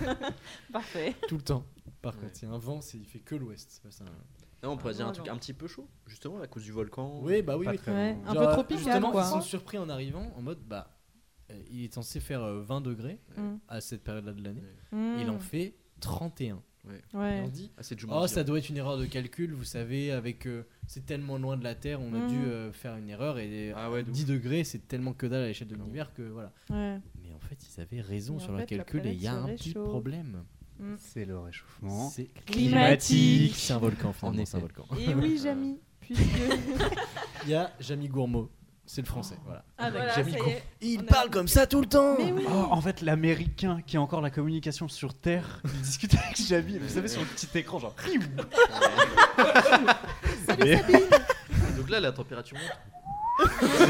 [SPEAKER 9] Parfait.
[SPEAKER 5] tout le temps. Par
[SPEAKER 8] Ouais.
[SPEAKER 5] contre, il y a un vent, c'est- il fait que l'ouest. Ouais, c'est un-
[SPEAKER 8] Non, on pourrait dire un
[SPEAKER 9] Ouais,
[SPEAKER 8] truc
[SPEAKER 9] non.
[SPEAKER 8] un petit peu chaud, justement, à cause du volcan.
[SPEAKER 5] Oui, bah oui,
[SPEAKER 6] Pas
[SPEAKER 5] oui.
[SPEAKER 6] très
[SPEAKER 7] Ouais,
[SPEAKER 6] loin.
[SPEAKER 7] un
[SPEAKER 5] Genre,
[SPEAKER 7] peu tropical
[SPEAKER 5] justement,
[SPEAKER 7] quoi. hein.
[SPEAKER 5] Ils sont surpris en arrivant en mode bah euh, il est censé faire euh, 20 degrés
[SPEAKER 7] Mm.
[SPEAKER 5] à cette période-là de l'année.
[SPEAKER 7] Mhm.
[SPEAKER 5] Il en fait 31. Et
[SPEAKER 7] Ouais.
[SPEAKER 5] on dit
[SPEAKER 8] Ah, c'est
[SPEAKER 5] oh
[SPEAKER 8] Jumanji,
[SPEAKER 5] ça
[SPEAKER 8] hein.
[SPEAKER 5] doit être une erreur de calcul, vous savez avec euh, c'est tellement loin de la Terre, on a
[SPEAKER 7] Mm.
[SPEAKER 5] dû euh, faire une erreur et
[SPEAKER 8] Ah ouais, de ouf.
[SPEAKER 5] 10 degrés c'est tellement que dalle à l'échelle de
[SPEAKER 8] Non.
[SPEAKER 5] l'univers que voilà.
[SPEAKER 7] Ouais.
[SPEAKER 5] Mais en fait ils avaient raison
[SPEAKER 7] Mais en
[SPEAKER 5] sur leur
[SPEAKER 7] fait, la
[SPEAKER 5] calcul et il y a un
[SPEAKER 7] planète se
[SPEAKER 5] petit
[SPEAKER 7] réchauffe.
[SPEAKER 5] problème.
[SPEAKER 10] C'est le réchauffement.
[SPEAKER 5] C'est
[SPEAKER 7] Climatique.
[SPEAKER 5] C'est un volcan, finalement,
[SPEAKER 8] En
[SPEAKER 5] c'est un
[SPEAKER 8] effet.
[SPEAKER 5] volcan.
[SPEAKER 7] Et oui, Jamy, puisque
[SPEAKER 5] Il y a Jamie Gourmaud, c'est le français, voilà.
[SPEAKER 7] ah bah,
[SPEAKER 9] Voilà,
[SPEAKER 5] Jamie
[SPEAKER 9] ça y
[SPEAKER 5] Cour-
[SPEAKER 9] est.
[SPEAKER 5] Il
[SPEAKER 9] On a-
[SPEAKER 5] parle comme ça tout le temps
[SPEAKER 7] mais oui.
[SPEAKER 6] Oh, en fait, l'américain qui a encore la communication sur Terre, il discute avec Jamie, vous savez, sur le petit écran, genre.
[SPEAKER 8] Et Donc là, la température monte.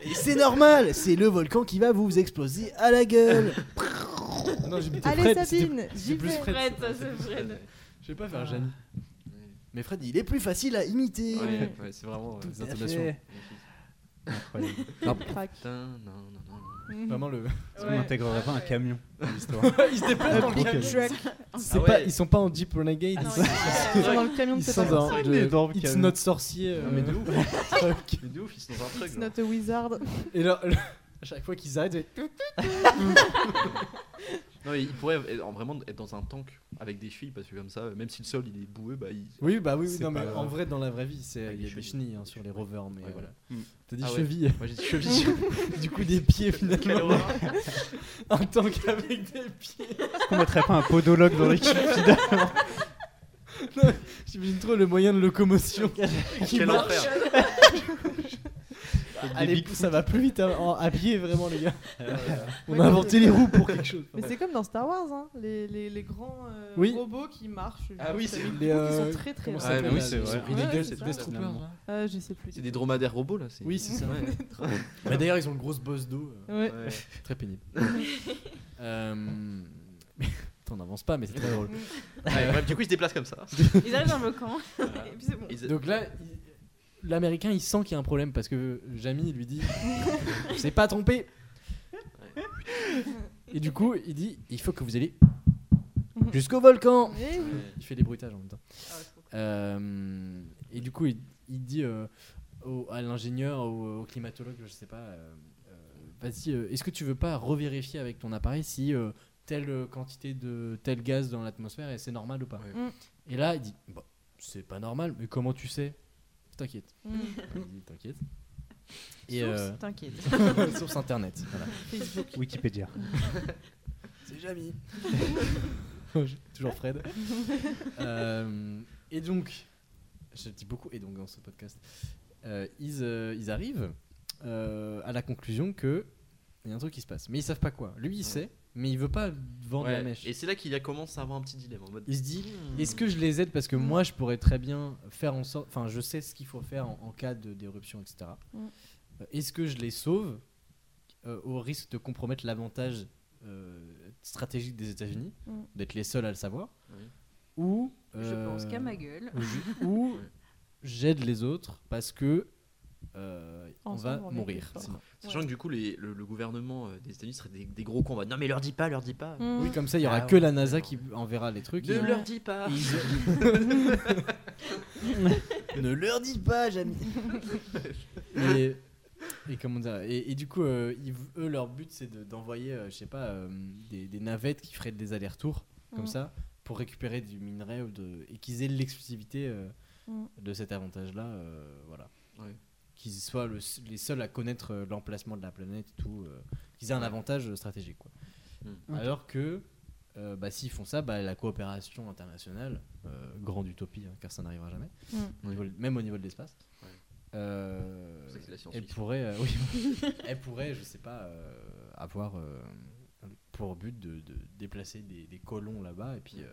[SPEAKER 5] Et c'est normal, c'est le volcan qui va vous exploser à la gueule. non, j'ai
[SPEAKER 7] Allez Sabine, j'y
[SPEAKER 5] plus
[SPEAKER 7] vais.
[SPEAKER 5] Fred.
[SPEAKER 9] Fred, ça c'est Fred.
[SPEAKER 5] Je vais pas faire Jeanne. Mais Fred, il est plus facile à imiter.
[SPEAKER 8] Ouais, ouais, c'est vraiment.
[SPEAKER 5] Tout
[SPEAKER 8] euh,
[SPEAKER 5] à
[SPEAKER 8] des intonations.
[SPEAKER 5] fait.
[SPEAKER 10] Incroyable.
[SPEAKER 7] Crac.
[SPEAKER 8] Tin, nan, nan, nan.
[SPEAKER 7] Mhm.
[SPEAKER 5] Vraiment le.
[SPEAKER 10] Est-ce qu'on n'intégrerait pas un camion à l'histoire
[SPEAKER 5] ils se déplacent dans le
[SPEAKER 10] Nickel.
[SPEAKER 5] camion. C'est
[SPEAKER 8] Ah ouais.
[SPEAKER 5] pas, ils sont pas en Jeep Renegade.
[SPEAKER 9] Ah non,
[SPEAKER 5] ils,
[SPEAKER 7] Ils sont dans le camion de
[SPEAKER 5] ils sont dans
[SPEAKER 6] un
[SPEAKER 5] le
[SPEAKER 6] énorme
[SPEAKER 5] It's
[SPEAKER 6] camion.
[SPEAKER 5] Not Sorcier. euh,
[SPEAKER 8] Ah, Mais de ouf.
[SPEAKER 5] truc.
[SPEAKER 8] Mais de ouf, ils sont dans un truc.
[SPEAKER 7] It's
[SPEAKER 8] genre.
[SPEAKER 7] not a wizard.
[SPEAKER 5] Et là, là, à chaque fois qu'ils arrêtent, c'est-
[SPEAKER 8] Non, mais ils pourraient être- en vraiment être dans un tank avec des filles parce que comme ça, euh, même si le sol il est boueux, bah ils.
[SPEAKER 5] oui, bah oui, oui,
[SPEAKER 6] C'est
[SPEAKER 5] non,
[SPEAKER 6] pas
[SPEAKER 5] mais
[SPEAKER 6] grave.
[SPEAKER 5] en vrai, dans la vraie vie, c'est
[SPEAKER 8] Avec
[SPEAKER 5] il y a
[SPEAKER 8] des
[SPEAKER 5] des
[SPEAKER 8] chevilles.
[SPEAKER 5] chenilles hein, sur les rovers, mais
[SPEAKER 8] Ouais,
[SPEAKER 5] voilà.
[SPEAKER 6] Mm.
[SPEAKER 5] T'as dit
[SPEAKER 8] Ah ouais.
[SPEAKER 5] cheville,
[SPEAKER 8] Moi j'ai dit cheville.
[SPEAKER 5] du coup des pieds
[SPEAKER 8] Quelle
[SPEAKER 5] finalement.
[SPEAKER 8] horreur.
[SPEAKER 5] Un tank avec des pieds.
[SPEAKER 6] Est-ce qu'on mettrait pas un podologue dans l'équipe
[SPEAKER 5] J'imagine trop le moyen de locomotion. qui
[SPEAKER 8] Quel
[SPEAKER 5] marche.
[SPEAKER 8] enfer.
[SPEAKER 5] Allez, ça va plus vite à, en- à pied, vraiment, les gars.
[SPEAKER 8] Ah
[SPEAKER 5] On a inventé les roues pour quelque chose.
[SPEAKER 7] Mais c'est comme dans Star Wars, hein, les, les, les grands euh,
[SPEAKER 5] Oui.
[SPEAKER 7] robots qui marchent.
[SPEAKER 8] Ah oui, c'est.
[SPEAKER 5] Les, euh,
[SPEAKER 7] Ils sont très très
[SPEAKER 5] comment
[SPEAKER 7] longs.
[SPEAKER 5] ça
[SPEAKER 8] Ouais,
[SPEAKER 5] s'appelle,
[SPEAKER 8] mais oui,
[SPEAKER 5] là,
[SPEAKER 6] c'est
[SPEAKER 5] les-
[SPEAKER 6] vrai.
[SPEAKER 5] ils ont pris des
[SPEAKER 7] Ouais,
[SPEAKER 5] gueules,
[SPEAKER 7] c'est
[SPEAKER 5] c'est
[SPEAKER 7] ça.
[SPEAKER 5] Death Troopers,
[SPEAKER 6] Finalement.
[SPEAKER 5] là.
[SPEAKER 7] Euh, je sais plus.
[SPEAKER 8] C'est des dromadaires robots là. c'est-
[SPEAKER 5] Oui, c'est ça.
[SPEAKER 8] hein. Ouais.
[SPEAKER 5] Bah, D'ailleurs, ils ont une grosse bosse d'eau. euh,
[SPEAKER 7] Ouais.
[SPEAKER 8] Ouais.
[SPEAKER 5] Très pénible. Euh, Putain, on n'avance pas, mais c'est très drôle.
[SPEAKER 8] Ah, Ouais, bref, du coup, ils se déplacent comme ça.
[SPEAKER 9] Ils arrivent dans le camp. Et puis c'est bon.
[SPEAKER 8] Ils-
[SPEAKER 5] Donc là, il- l'américain il sent qu'il y a un problème parce que Jamie lui dit C'est pas trompé Et du coup, il dit Il faut que vous allez jusqu'au volcan
[SPEAKER 7] Eh oui.
[SPEAKER 5] Il fait des bruitages en même temps.
[SPEAKER 9] Ah, trop cool.
[SPEAKER 5] Euh, et du coup, il, il dit euh, au- à l'ingénieur, au, au climatologue, je sais pas, euh, euh, vas-y, euh, est-ce que tu veux pas revérifier avec ton appareil si euh, telle euh, quantité de tel gaz dans l'atmosphère et c'est normal ou pas
[SPEAKER 8] Ouais.
[SPEAKER 7] Mm.
[SPEAKER 5] Et là, il dit, Bah, c'est pas normal, mais comment tu sais T'inquiète.
[SPEAKER 7] Mm.
[SPEAKER 5] Il dit, T'inquiète. Et
[SPEAKER 9] Source,
[SPEAKER 5] euh,
[SPEAKER 9] T'inquiète.
[SPEAKER 5] source internet. Voilà.
[SPEAKER 10] Wikipédia.
[SPEAKER 5] C'est Jamie. Toujours Fred. Euh, et donc, je dis beaucoup et donc dans ce podcast, Euh, ils, euh, ils arrivent euh, à la conclusion que Il y a un truc qui se passe. Mais ils savent pas quoi. Lui, il sait, mais il veut pas vendre la
[SPEAKER 8] Ouais,
[SPEAKER 5] mèche.
[SPEAKER 8] Et c'est là qu'il a commencé à avoir un petit dilemme en mode.
[SPEAKER 5] Il se dit
[SPEAKER 9] Mmh.
[SPEAKER 8] Hmm.
[SPEAKER 5] est-ce que je les aide parce que moi je pourrais très bien faire en sorte. Enfin, je sais ce qu'il faut faire en, en cas de d'éruption, etc.
[SPEAKER 9] Mm.
[SPEAKER 5] Euh, Est-ce que je les sauve euh, au risque de compromettre l'avantage euh, stratégique des États-Unis,
[SPEAKER 9] Mm.
[SPEAKER 5] d'être les seuls à le savoir
[SPEAKER 8] Oui.
[SPEAKER 5] Ou.
[SPEAKER 9] Je pense
[SPEAKER 5] euh,
[SPEAKER 9] qu'à ma gueule.
[SPEAKER 5] ou je- ou j'aide les autres parce que euh, on va
[SPEAKER 7] Ensemble, on est
[SPEAKER 5] mourir.
[SPEAKER 7] plus fort.
[SPEAKER 5] sinon.
[SPEAKER 8] Sachant que du coup, les- le, le gouvernement euh, des États-Unis serait des, des gros cons en mode, Non, mais leur dis pas, leur dis pas.
[SPEAKER 9] Mm.
[SPEAKER 5] Oui, comme ça, il y aura
[SPEAKER 8] Ah
[SPEAKER 5] que
[SPEAKER 8] ouais,
[SPEAKER 5] la NASA qui
[SPEAKER 8] d'accord.
[SPEAKER 5] enverra les trucs.
[SPEAKER 8] Ne
[SPEAKER 5] Ils-
[SPEAKER 8] leur dis pas.
[SPEAKER 5] ne leur dis pas, Jamie. et, et comment dire Et, et du coup, euh, ils- eux, leur but, c'est de- d'envoyer, euh, je sais pas, euh, des, des navettes qui feraient des allers-retours comme
[SPEAKER 9] Mm.
[SPEAKER 5] ça pour récupérer du minerai ou de, et qu'ils aient l'exclusivité euh,
[SPEAKER 9] Mm.
[SPEAKER 5] de cet avantage-là, euh, voilà.
[SPEAKER 8] Ouais.
[SPEAKER 5] Qu'ils soient le- les seuls à connaître euh, l'emplacement de la planète, et tout. euh, qu'ils aient un avantage euh, stratégique, quoi.
[SPEAKER 8] Mm.
[SPEAKER 5] Alors que. euh, bah, s'ils font ça, bah, la coopération internationale, euh, grande utopie, hein, car ça n'arrivera jamais,
[SPEAKER 9] Mm.
[SPEAKER 5] au niveau- même au niveau de l'espace.
[SPEAKER 8] Ouais.
[SPEAKER 5] Euh,
[SPEAKER 8] C'est pour ça que c'est la
[SPEAKER 5] elle
[SPEAKER 8] science-fiction.
[SPEAKER 5] pourrait, euh, oui, elle pourrait, je sais pas, euh, avoir euh, pour but de, de déplacer des, des colons là-bas et puis euh,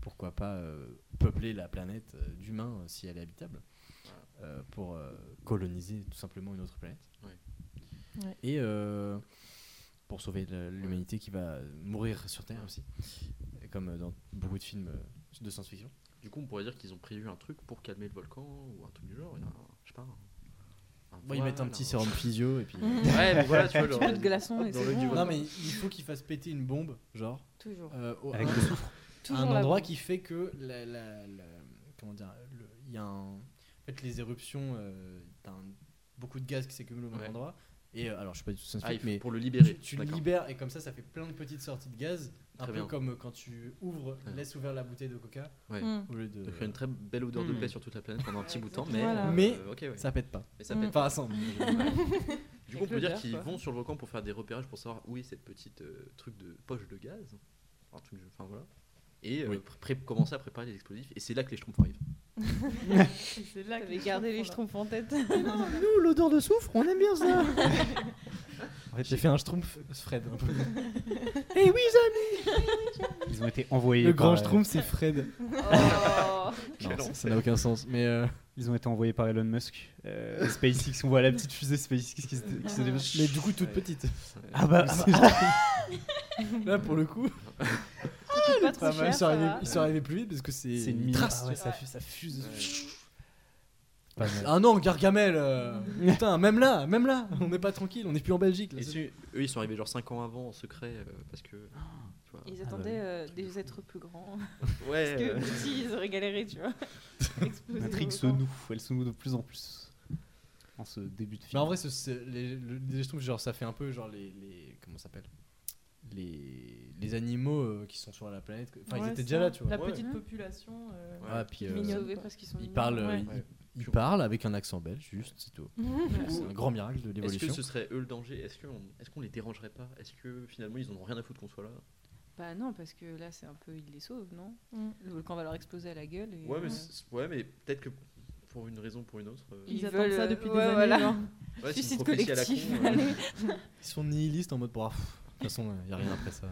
[SPEAKER 5] pourquoi pas euh, peupler la planète euh, d'humains euh, si elle est habitable euh, pour euh, coloniser tout simplement une autre planète.
[SPEAKER 7] Ouais. Ouais.
[SPEAKER 5] Et euh, pour sauver la- l'humanité qui va mourir sur Terre aussi, comme euh, dans beaucoup de films euh, de science-fiction.
[SPEAKER 8] Du coup, on pourrait dire qu'ils ont prévu un truc pour calmer le volcan ou un truc du genre. il y a un- je sais pas. un- un
[SPEAKER 5] Bon, ils mettent un
[SPEAKER 8] voile,
[SPEAKER 5] petit sérum physio et puis. euh,
[SPEAKER 8] Ouais, mais voilà, tu vois.
[SPEAKER 9] Un
[SPEAKER 8] leur-
[SPEAKER 9] peu de glaçon et
[SPEAKER 8] dans
[SPEAKER 9] c'est
[SPEAKER 8] l'œil du
[SPEAKER 9] bon.
[SPEAKER 8] volcan.
[SPEAKER 5] Non mais il faut qu'il fasse péter une bombe, genre,
[SPEAKER 9] Toujours.
[SPEAKER 5] euh, au-
[SPEAKER 10] Avec
[SPEAKER 5] un,
[SPEAKER 10] le
[SPEAKER 9] Toujours
[SPEAKER 5] un
[SPEAKER 9] la
[SPEAKER 5] endroit
[SPEAKER 9] bombe.
[SPEAKER 5] qui fait que la, la- la- comment dire, le- il y a un- en fait les éruptions, euh, t'as un- beaucoup de gaz qui s'accumule au même
[SPEAKER 8] Ouais.
[SPEAKER 5] endroit. Et euh, alors je sais pas du tout
[SPEAKER 8] Ah, il
[SPEAKER 5] scientifique,
[SPEAKER 8] faut-
[SPEAKER 5] mais
[SPEAKER 8] pour le
[SPEAKER 5] tu,
[SPEAKER 8] libérer.
[SPEAKER 5] tu le
[SPEAKER 8] d'accord.
[SPEAKER 5] libères et comme ça ça fait plein de petites sorties de gaz, un
[SPEAKER 8] Très
[SPEAKER 5] peu
[SPEAKER 8] bien.
[SPEAKER 5] comme quand tu ouvres,
[SPEAKER 8] Ouais.
[SPEAKER 5] laisse ouvert la bouteille de Coca
[SPEAKER 8] Ouais.
[SPEAKER 7] Mm.
[SPEAKER 5] au lieu de.
[SPEAKER 8] Ça fait une très belle odeur de
[SPEAKER 5] Mm.
[SPEAKER 8] paix sur toute la planète pendant un petit bout de temps, mais.
[SPEAKER 7] Voilà.
[SPEAKER 5] Mais-
[SPEAKER 8] euh, ok, ouais.
[SPEAKER 5] Ça pète pas.
[SPEAKER 8] Mais ça
[SPEAKER 7] Mm.
[SPEAKER 8] pète
[SPEAKER 5] Enfin, ça,
[SPEAKER 8] Du coup, on
[SPEAKER 9] Avec
[SPEAKER 8] peut
[SPEAKER 9] le
[SPEAKER 8] dire
[SPEAKER 9] verre,
[SPEAKER 8] qu'ils
[SPEAKER 9] quoi.
[SPEAKER 8] vont sur le volcan pour faire des repérages pour savoir où est cette petite euh, truc de poche de gaz. Un truc, de- enfin voilà. Et euh, pr- pré- commencer à préparer les explosifs. Et c'est là que les schtroumpfs arrivent.
[SPEAKER 7] Et c'est là que
[SPEAKER 9] T'avais gardé les
[SPEAKER 7] schtroumpfs
[SPEAKER 9] schtroumpfs en tête.
[SPEAKER 5] Nous, l'odeur de soufre, on aime bien ça. J'ai fait un schtroumpf, euh, Fred. un peu. Eh oui,
[SPEAKER 10] Ils ont été envoyés.
[SPEAKER 5] Le
[SPEAKER 10] par,
[SPEAKER 5] grand
[SPEAKER 10] euh,
[SPEAKER 5] schtroumpf, c'est Fred.
[SPEAKER 9] Oh.
[SPEAKER 8] Quel
[SPEAKER 5] Non, ça- ça
[SPEAKER 8] enfer.
[SPEAKER 5] n'a aucun sens. Mais euh,
[SPEAKER 10] Ils ont été envoyés par Elon Musk. Euh, SpaceX, on voit la petite fusée SpaceX qui se, qui se déplace.
[SPEAKER 5] mais du coup, toute petite.
[SPEAKER 10] Ah bah,
[SPEAKER 5] Là, pour le coup,
[SPEAKER 9] Coûte pas trop
[SPEAKER 5] ils
[SPEAKER 9] cher,
[SPEAKER 5] sont
[SPEAKER 9] ça
[SPEAKER 5] arrivés,
[SPEAKER 9] va.
[SPEAKER 5] ils sont arrivés plus vite parce que c'est
[SPEAKER 10] C'est une mine.
[SPEAKER 5] trace.
[SPEAKER 10] Ah ouais, ça
[SPEAKER 9] Ouais.
[SPEAKER 10] fuse, ça fuse.
[SPEAKER 5] Ah, non, Gargamel. euh, Putain, même là, même là, on n'est pas tranquille, on n'est plus en Belgique. là,
[SPEAKER 8] Et
[SPEAKER 5] c'est-
[SPEAKER 8] si- eux, ils sont arrivés genre 5 ans avant en secret euh, parce que.
[SPEAKER 9] Ah.
[SPEAKER 8] tu vois.
[SPEAKER 9] Ils attendaient euh, des êtres plus grands.
[SPEAKER 8] Ouais.
[SPEAKER 9] Parce que
[SPEAKER 8] euh,
[SPEAKER 9] petits, ils auraient galéré, tu vois. Exploser
[SPEAKER 10] L'intrigue
[SPEAKER 9] le
[SPEAKER 10] se
[SPEAKER 9] volcan.
[SPEAKER 10] noue, elle se noue de plus en plus. En ce début de film.
[SPEAKER 5] Mais en vrai, ce- ce- les, le- les schtroumpfs, genre, ça fait un peu genre les. les comment ça s'appelle les, les animaux euh, qui sont sur la planète. Enfin, ils
[SPEAKER 7] Ouais,
[SPEAKER 5] étaient
[SPEAKER 7] ça.
[SPEAKER 5] déjà là, tu vois.
[SPEAKER 7] La
[SPEAKER 8] Ouais.
[SPEAKER 7] petite population. euh,
[SPEAKER 8] Ouais.
[SPEAKER 5] Ah, puis, euh,
[SPEAKER 7] Mignonne.
[SPEAKER 9] Sauvés parce qu'ils sont
[SPEAKER 5] ils
[SPEAKER 9] mignons.
[SPEAKER 5] parlent, euh,
[SPEAKER 7] Ouais.
[SPEAKER 5] ils-
[SPEAKER 8] Ouais.
[SPEAKER 5] ils parlent avec un accent belge, juste, c'est tout. C'est un grand miracle
[SPEAKER 8] Est-ce
[SPEAKER 5] de
[SPEAKER 8] que
[SPEAKER 5] l'évolution.
[SPEAKER 8] ce serait eux le danger Est-ce qu'on est qu'on les dérangerait pas Est-ce que finalement ils en ont rien à foutre qu'on soit là
[SPEAKER 9] Bah non, parce que là, c'est un peu. Ils les sauvent, non
[SPEAKER 7] Mm.
[SPEAKER 9] Le volcan va leur exploser à la gueule. Et,
[SPEAKER 8] Ouais,
[SPEAKER 9] euh,
[SPEAKER 8] mais, c'est- ouais, mais peut-être que pour une raison ou pour une autre. euh,
[SPEAKER 9] Ils
[SPEAKER 7] Ils attendent ça
[SPEAKER 9] veulent, euh,
[SPEAKER 7] depuis des
[SPEAKER 9] ouais,
[SPEAKER 7] années.
[SPEAKER 9] voilà.
[SPEAKER 7] genre.
[SPEAKER 8] ouais, c'est une
[SPEAKER 9] Suicide
[SPEAKER 8] prophétie à la
[SPEAKER 9] collectif.
[SPEAKER 8] con, euh,
[SPEAKER 9] allez.
[SPEAKER 5] Ils sont nihilistes en mode, bah, pff, de toute façon, il n'y a rien après ça.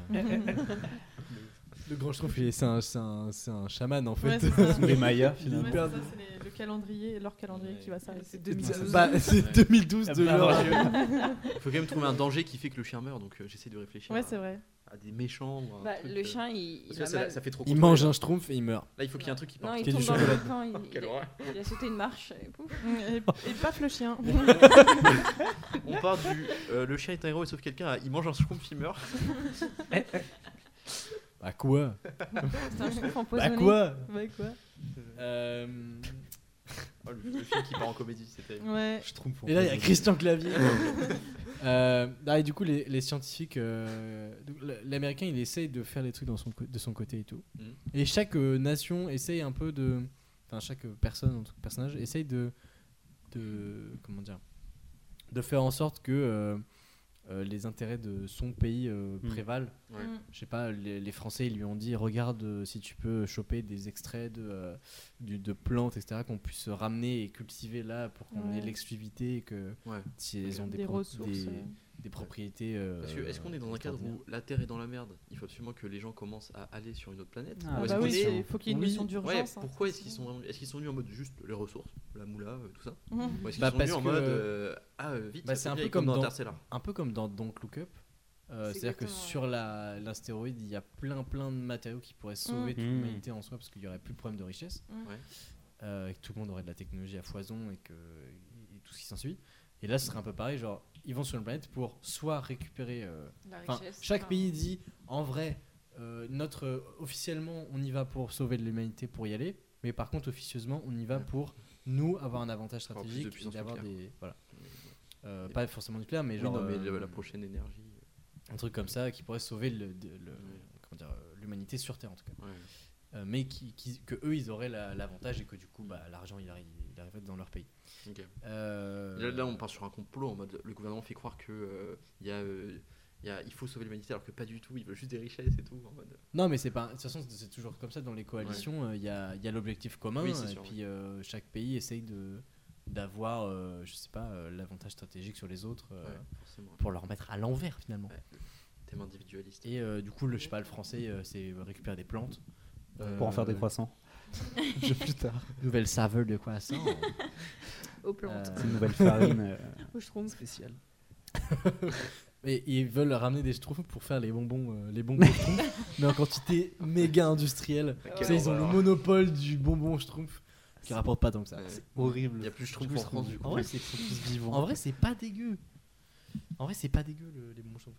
[SPEAKER 5] Le grand schtroumpf, il est- c'est un, c'est un, c'est un chaman en fait.
[SPEAKER 7] Ouais, c'est ça.
[SPEAKER 10] les Mayas,
[SPEAKER 7] Ouais,
[SPEAKER 10] finalement.
[SPEAKER 7] c'est ça, c'est les- le calendrier, leur calendrier qui va s'arrêter.
[SPEAKER 9] C'est 2012.
[SPEAKER 5] Bah, c'est 2012 de
[SPEAKER 10] Ah,
[SPEAKER 5] leur-
[SPEAKER 8] faut quand même trouver un danger qui fait que le chien meurt, donc euh, j'essaie de réfléchir
[SPEAKER 7] Ouais,
[SPEAKER 8] à-
[SPEAKER 7] c'est vrai.
[SPEAKER 8] à, des méchants. Ou à un
[SPEAKER 9] Bah,
[SPEAKER 8] truc,
[SPEAKER 9] le
[SPEAKER 8] euh,
[SPEAKER 9] chien, il.
[SPEAKER 8] parce
[SPEAKER 9] il
[SPEAKER 8] que là,
[SPEAKER 9] a
[SPEAKER 8] ça,
[SPEAKER 9] mal-
[SPEAKER 8] ça fait trop.
[SPEAKER 5] Il
[SPEAKER 8] contrôler,
[SPEAKER 5] mange
[SPEAKER 8] là.
[SPEAKER 5] un schtroumpf et il meurt.
[SPEAKER 8] Là, il faut qu'il y ait un truc qui
[SPEAKER 9] Non,
[SPEAKER 8] parte.
[SPEAKER 9] il
[SPEAKER 5] Qu'il y ait
[SPEAKER 9] tombe
[SPEAKER 5] du
[SPEAKER 9] dans le
[SPEAKER 5] chocolat.
[SPEAKER 9] volcan. il-
[SPEAKER 8] Quelle
[SPEAKER 9] il a-
[SPEAKER 8] horreur.
[SPEAKER 9] Il a sauté une marche. et pouf.
[SPEAKER 7] Et,
[SPEAKER 9] Oh.
[SPEAKER 7] et paf le chien.
[SPEAKER 8] On part du. euh, le chien est un héros et sauve quelqu'un. à Il mange un schtroumpf, il meurt.
[SPEAKER 5] Bah quoi
[SPEAKER 9] C'est un schtroumpf
[SPEAKER 5] Bah
[SPEAKER 9] empoisonné.
[SPEAKER 5] quoi
[SPEAKER 7] Ouais, quoi.
[SPEAKER 5] Euh,
[SPEAKER 8] Oh, le, le film qui part en comédie, euh, c'est terrible.
[SPEAKER 7] Ouais.
[SPEAKER 5] Et là, il y a Christian Clavier. Euh, ah, et du coup, les, les scientifiques, euh, donc, l- l'américain, il essaye de faire les trucs dans son co- de son côté et tout.
[SPEAKER 8] Mhm.
[SPEAKER 5] Et chaque euh, nation essaye un peu de, enfin chaque euh, personne, en tout cas, personnage, essaye de, de, comment dire, de faire en sorte que euh, euh, les intérêts de son pays euh,
[SPEAKER 10] Mhm.
[SPEAKER 5] prévalent
[SPEAKER 8] Ouais.
[SPEAKER 7] Mm.
[SPEAKER 5] Je sais pas, les, les Français ils lui ont dit regarde euh, si tu peux choper des extraits de, euh, du- de plantes, etc., qu'on puisse ramener et cultiver là pour qu'on
[SPEAKER 7] Ouais.
[SPEAKER 5] ait l'exclusivité et que
[SPEAKER 8] Ouais.
[SPEAKER 5] si elles ont des,
[SPEAKER 7] des,
[SPEAKER 5] pro-
[SPEAKER 7] ressources.
[SPEAKER 5] des,
[SPEAKER 7] euh,
[SPEAKER 5] des propriétés. euh,
[SPEAKER 8] Parce que est-ce qu'on est dans un cadre
[SPEAKER 5] extraordinaires.
[SPEAKER 8] où la Terre est dans la merde Il faut absolument que les gens commencent à aller sur une autre planète
[SPEAKER 6] Ah,
[SPEAKER 8] Ou
[SPEAKER 7] Ah
[SPEAKER 8] est-ce
[SPEAKER 7] bah
[SPEAKER 8] que
[SPEAKER 7] oui,
[SPEAKER 8] c'est-
[SPEAKER 7] c'est- faut qu'il y ait une
[SPEAKER 8] Oui,
[SPEAKER 7] notion d'urgence.
[SPEAKER 8] ouais,
[SPEAKER 7] hein,
[SPEAKER 8] pourquoi est-ce qu'ils
[SPEAKER 7] forcément.
[SPEAKER 8] sont est-ce qu'ils sont venus en mode juste les ressources, la moula, euh, tout ça
[SPEAKER 9] Mm.
[SPEAKER 7] Mhm.
[SPEAKER 8] Ou est-ce qu'ils
[SPEAKER 5] Bah,
[SPEAKER 8] sont
[SPEAKER 5] parce
[SPEAKER 8] venus en
[SPEAKER 5] que-
[SPEAKER 8] mode euh, ah euh, vite
[SPEAKER 5] Bah,
[SPEAKER 8] ça
[SPEAKER 5] c'est un
[SPEAKER 8] devient
[SPEAKER 5] peu comme dans-
[SPEAKER 8] Interstellar.
[SPEAKER 5] Un peu comme dans Don't Look Up. euh,
[SPEAKER 7] C'est
[SPEAKER 5] C'est-à-dire que
[SPEAKER 7] exactement, ouais.
[SPEAKER 5] sur la- l'astéroïde, il y a plein plein de matériaux qui pourraient sauver toute
[SPEAKER 10] Mm.
[SPEAKER 5] l'humanité en soi parce qu'il n'y aurait plus de problème de richesse.
[SPEAKER 7] Mm.
[SPEAKER 8] Ouais.
[SPEAKER 5] Euh, et que tout le monde aurait de la technologie à foison et, que, et tout ce qui s'ensuit. Et là, ce serait un peu pareil genre, ils vont sur une planète pour soit récupérer. euh,
[SPEAKER 9] La
[SPEAKER 5] Enfin,
[SPEAKER 9] richesse.
[SPEAKER 5] chaque
[SPEAKER 9] enfin,
[SPEAKER 5] pays dit en vrai, euh, notre euh, officiellement on y va pour sauver de l'humanité pour y aller, mais par contre officieusement on y va pour nous avoir un avantage
[SPEAKER 8] Avoir plus de
[SPEAKER 5] stratégique et
[SPEAKER 8] puissance
[SPEAKER 5] d'avoir
[SPEAKER 8] nucléaire.
[SPEAKER 5] des voilà.
[SPEAKER 8] Mais-
[SPEAKER 5] Euh, pas forcément nucléaire, mais
[SPEAKER 8] Oui,
[SPEAKER 5] genre
[SPEAKER 8] non, mais
[SPEAKER 5] euh,
[SPEAKER 8] la, la prochaine énergie.
[SPEAKER 5] un truc comme ça qui pourrait sauver le, de- le-
[SPEAKER 8] Ouais.
[SPEAKER 5] comment dire, euh, l'humanité sur Terre en tout cas.
[SPEAKER 8] Ouais.
[SPEAKER 5] Euh, mais qui, qui- que eux ils auraient la- l'avantage et que du coup bah, l'argent il arrive il arriverait dans leur pays.
[SPEAKER 8] Ok.
[SPEAKER 5] Euh,
[SPEAKER 8] Là, là, on part sur un complot en mode le gouvernement fait croire que euh, il y a, euh, il y a- il faut sauver l'humanité alors que pas du tout, il veut juste des richesses et tout. En mode.
[SPEAKER 5] Non, mais c'est pas. De toute façon, c'est toujours comme ça dans les coalitions. euh, Il y a, il y a l'objectif commun,
[SPEAKER 8] Oui, c'est
[SPEAKER 5] et
[SPEAKER 8] sûr,
[SPEAKER 5] puis euh, chaque pays essaye de d'avoir, euh, je sais pas, euh, l'avantage stratégique sur les autres euh,
[SPEAKER 8] Ouais, forcément.
[SPEAKER 5] pour leur mettre à l'envers finalement.
[SPEAKER 8] Ouais. Thème individualiste.
[SPEAKER 5] Et euh, du coup, le, je sais pas, le français, euh, c'est récupérer des plantes
[SPEAKER 10] Pour en faire des
[SPEAKER 5] croissants.
[SPEAKER 10] croissants. Je plus tard.
[SPEAKER 5] Nouvelle saveur de croissants.
[SPEAKER 9] Aux plantes.
[SPEAKER 5] Euh,
[SPEAKER 10] C'est une nouvelle farine euh,
[SPEAKER 9] Aux schtroumpfs.
[SPEAKER 10] spéciale.
[SPEAKER 5] Et ils veulent ramener des schtroumpfs pour faire les bonbons, euh, les bonbons schtroumpfs, mais en quantité méga industrielle.
[SPEAKER 8] Ah,
[SPEAKER 5] Tu
[SPEAKER 8] quelle
[SPEAKER 5] sais, ils ont le
[SPEAKER 8] horreur.
[SPEAKER 5] monopole du bonbon schtroumpf qui rapporte pas tant que ça.
[SPEAKER 8] Ouais.
[SPEAKER 10] Horrible.
[SPEAKER 8] Il n'y a plus je trouve en France du coup.
[SPEAKER 5] En vrai, c'est En vrai, c'est pas dégueu. En vrai, c'est pas dégueu le- les bonbons schtroumpfs.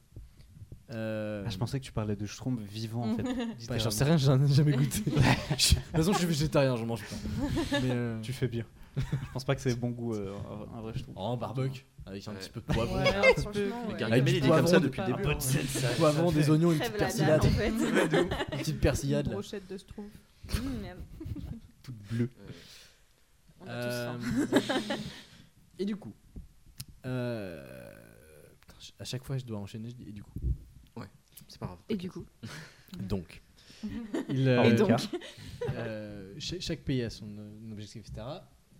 [SPEAKER 5] Euh,
[SPEAKER 10] Ah, je pensais que tu parlais de schtroumpf vivant en fait.
[SPEAKER 5] bah,
[SPEAKER 10] littéralement.
[SPEAKER 5] j'en sais rien, j'en ai jamais goûté. Je- de toute façon, je suis végétarien, je mange pas. Mais, euh,
[SPEAKER 10] Tu fais bien. je pense pas que c'est bon goût euh, un un vrai schtroumpf.
[SPEAKER 5] En barbecue, avec un
[SPEAKER 8] Ouais.
[SPEAKER 5] petit peu de poivron.
[SPEAKER 7] Ouais,
[SPEAKER 9] Ouais,
[SPEAKER 7] un petit
[SPEAKER 9] franchement,
[SPEAKER 7] peu.
[SPEAKER 9] ouais.
[SPEAKER 8] Gargamel,
[SPEAKER 5] du
[SPEAKER 8] il est comme ça
[SPEAKER 5] poivron,
[SPEAKER 8] depuis le
[SPEAKER 7] du
[SPEAKER 8] début.
[SPEAKER 7] poivron.
[SPEAKER 8] hein.
[SPEAKER 5] Du poivron, des oignons, une petite
[SPEAKER 9] Crève la dalle, en
[SPEAKER 5] persillade.
[SPEAKER 9] fait.
[SPEAKER 5] Une petite
[SPEAKER 7] Une
[SPEAKER 5] persillade. là.
[SPEAKER 7] brochette de schtroumpf.
[SPEAKER 9] Mmh, merde.
[SPEAKER 10] Toute bleue.
[SPEAKER 8] Ouais.
[SPEAKER 9] On a tous faim.
[SPEAKER 5] Euh, et du coup, euh, putain, je- à chaque fois, je dois enchaîner. Je dis, et du coup,
[SPEAKER 8] C'est pas grave.
[SPEAKER 9] Et du coup,
[SPEAKER 5] donc,
[SPEAKER 10] Et
[SPEAKER 9] donc.
[SPEAKER 5] Euh, cha- chaque pays a son euh, objectif, etc.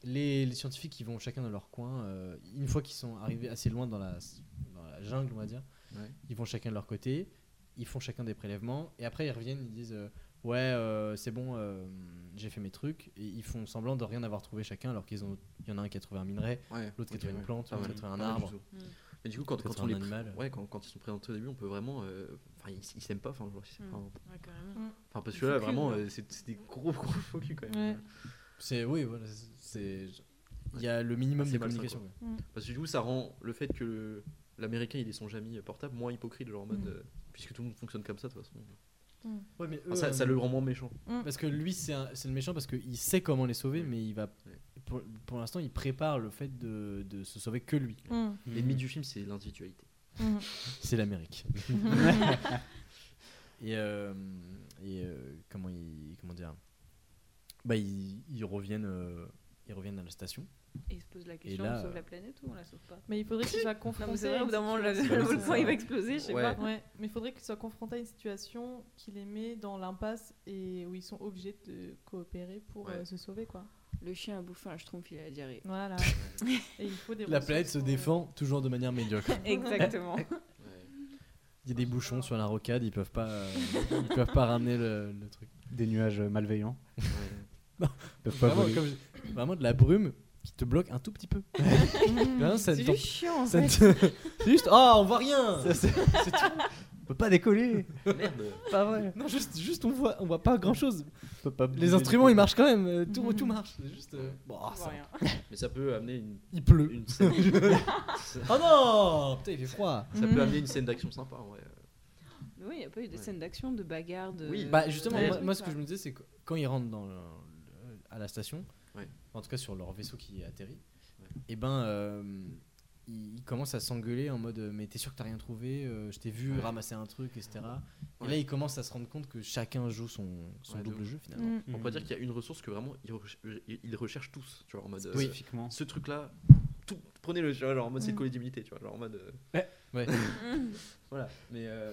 [SPEAKER 5] Les, les scientifiques, ils vont chacun dans leur coin. euh, une fois qu'ils sont arrivés assez loin dans la, dans la jungle, on va dire,
[SPEAKER 8] Ouais.
[SPEAKER 5] ils vont chacun de leur côté. Ils font chacun des prélèvements. Et après, ils reviennent, ils disent euh, Ouais, euh, c'est bon, euh, j'ai fait mes trucs. Et ils font semblant de rien avoir trouvé chacun, alors qu'il y en a un qui a trouvé un minerai,
[SPEAKER 8] Ouais,
[SPEAKER 5] l'autre qui a
[SPEAKER 8] ok,
[SPEAKER 5] trouvé une
[SPEAKER 8] ouais.
[SPEAKER 5] plante,
[SPEAKER 8] Pas
[SPEAKER 5] l'autre qui
[SPEAKER 8] mal.
[SPEAKER 5] a trouvé un
[SPEAKER 8] Pas mal
[SPEAKER 5] arbre.
[SPEAKER 8] du tout.
[SPEAKER 9] Mm.
[SPEAKER 8] Mais du coup, quand,
[SPEAKER 5] Peut-être
[SPEAKER 8] quand on
[SPEAKER 5] un
[SPEAKER 8] les pr-
[SPEAKER 5] animal.
[SPEAKER 8] ouais, quand, quand ils sont présentés au début, on peut vraiment. euh, Enfin, ils, ils s'aiment pas. Enfin, genre, c'est-
[SPEAKER 9] Mm.
[SPEAKER 8] enfin,
[SPEAKER 9] ouais, carrément.
[SPEAKER 8] enfin, parce
[SPEAKER 9] Ils hein.
[SPEAKER 8] que là,
[SPEAKER 9] s'enculent,
[SPEAKER 8] vraiment,
[SPEAKER 9] quoi.
[SPEAKER 8] euh, c'est c'est des gros gros faux culs, quand même.
[SPEAKER 7] Ouais.
[SPEAKER 5] C'est oui, voilà, c'est- c'est il y a le minimum
[SPEAKER 8] Ah, C'est
[SPEAKER 5] de
[SPEAKER 8] malsain,
[SPEAKER 5] communication.
[SPEAKER 8] Parce que du coup, ça rend le fait que le- l'américain il ait son Jamie portable moins hypocrite, genre en mode.
[SPEAKER 7] Mm.
[SPEAKER 8] euh, puisque tout le monde fonctionne comme ça, de toute façon.
[SPEAKER 5] Ouais, mais
[SPEAKER 8] Enfin, Ah, ça, ça le rend moins méchant.
[SPEAKER 5] parce que lui c'est un- c'est le méchant parce qu'il sait comment les sauver,
[SPEAKER 8] Oui.
[SPEAKER 5] mais il va
[SPEAKER 8] Oui.
[SPEAKER 5] pour, pour l'instant il prépare le fait de, de se sauver que lui.
[SPEAKER 7] Mmh,
[SPEAKER 8] L'ennemi du film, c'est l'individualité.
[SPEAKER 7] mmh.
[SPEAKER 5] C'est l'Amérique. et euh, et euh, comment il comment dire Bah ils, ils reviennent euh, ils reviennent à la station.
[SPEAKER 9] Et il se pose la question,
[SPEAKER 5] là,
[SPEAKER 9] on sauve
[SPEAKER 5] euh,
[SPEAKER 9] la planète ou on la sauve pas
[SPEAKER 7] Mais il faudrait qu'il soit
[SPEAKER 9] Non,
[SPEAKER 7] confronté.
[SPEAKER 9] mais c'est
[SPEAKER 7] à
[SPEAKER 9] vrai, au
[SPEAKER 7] une
[SPEAKER 9] bout d'un moment, le,
[SPEAKER 7] situation-
[SPEAKER 9] le
[SPEAKER 5] c'est
[SPEAKER 9] volcan
[SPEAKER 5] ça.
[SPEAKER 9] il va exploser, je sais
[SPEAKER 8] Ouais.
[SPEAKER 9] pas.
[SPEAKER 7] Ouais, mais il faudrait qu'ils soient confrontés à une situation qui les met dans l'impasse et où ils sont obligés de coopérer pour
[SPEAKER 8] Ouais.
[SPEAKER 7] euh, se sauver, quoi.
[SPEAKER 9] Le chien a bouffé un schtroumpf, il a la diarrhée.
[SPEAKER 7] Voilà. et il faut des
[SPEAKER 5] La
[SPEAKER 7] ressources
[SPEAKER 5] planète se
[SPEAKER 7] pour-
[SPEAKER 5] défend toujours de manière médiocre.
[SPEAKER 9] Exactement.
[SPEAKER 5] Il y a des bouchons sur la rocade, ils peuvent pas euh, ils peuvent pas ramener le- le truc.
[SPEAKER 10] Des nuages euh, malveillants. Ils peuvent pas
[SPEAKER 5] Vraiment,
[SPEAKER 10] voler.
[SPEAKER 5] comme je- vraiment de la brume qui te bloque un tout petit peu. Vraiment, ça
[SPEAKER 9] C'est
[SPEAKER 5] t'en-
[SPEAKER 9] juste chiant en
[SPEAKER 5] ça
[SPEAKER 9] fait.
[SPEAKER 5] te- c'est juste, oh, on voit rien.
[SPEAKER 10] Ça, c'est- On peut pas décoller.
[SPEAKER 8] Merde.
[SPEAKER 10] Pas vrai.
[SPEAKER 5] Non, juste, juste on voit, on voit pas grand chose.
[SPEAKER 10] On peut pas
[SPEAKER 5] Les
[SPEAKER 10] bouger.
[SPEAKER 5] instruments, ils marchent quand même. euh, Tout,
[SPEAKER 8] Mhm.
[SPEAKER 5] tout marche. C'est juste, euh, bon, ah,
[SPEAKER 9] On voit
[SPEAKER 5] ça-
[SPEAKER 9] rien.
[SPEAKER 8] Mais ça peut amener une,
[SPEAKER 5] il pleut.
[SPEAKER 8] une scène. ça,
[SPEAKER 5] Oh non, putain, il fait froid.
[SPEAKER 8] ça peut amener une scène d'action sympa, en vrai.
[SPEAKER 9] Mais oui, il n'y a pas eu de
[SPEAKER 8] Ouais.
[SPEAKER 9] scène d'action, de bagarre. De...
[SPEAKER 8] Oui,
[SPEAKER 5] Bah justement,
[SPEAKER 9] Ouais,
[SPEAKER 5] moi,
[SPEAKER 9] je
[SPEAKER 5] moi,
[SPEAKER 9] sais
[SPEAKER 5] ce que
[SPEAKER 9] pas.
[SPEAKER 5] je me disais, c'est que quand ils rentrent dans le- le- à la station,
[SPEAKER 8] Ouais.
[SPEAKER 5] en tout cas sur leur vaisseau qui atterrit,
[SPEAKER 8] Ouais.
[SPEAKER 5] et ben euh, ils ils commencent à s'engueuler en mode euh, mais t'es sûr que t'as rien trouvé, Euh, je t'ai vu
[SPEAKER 8] Ouais.
[SPEAKER 5] ramasser un truc, etc. Et
[SPEAKER 8] Ouais.
[SPEAKER 5] là ils commencent à se rendre compte que chacun joue son, son
[SPEAKER 8] Ouais, de
[SPEAKER 5] double
[SPEAKER 8] ouf.
[SPEAKER 5] jeu finalement.
[SPEAKER 7] Mmh.
[SPEAKER 8] On pourrait dire qu'il y a une ressource que vraiment ils, reche- ils recherchent tous, tu vois, en
[SPEAKER 10] Hmm.
[SPEAKER 8] mode. euh,
[SPEAKER 10] Spécifiquement.
[SPEAKER 8] Ce truc-là, tout- prenez-le, tu vois, genre en mode c'est de
[SPEAKER 7] Mm.
[SPEAKER 8] collidibilité, tu vois, genre en mode. euh,
[SPEAKER 5] Ouais.
[SPEAKER 8] Voilà, mais. euh,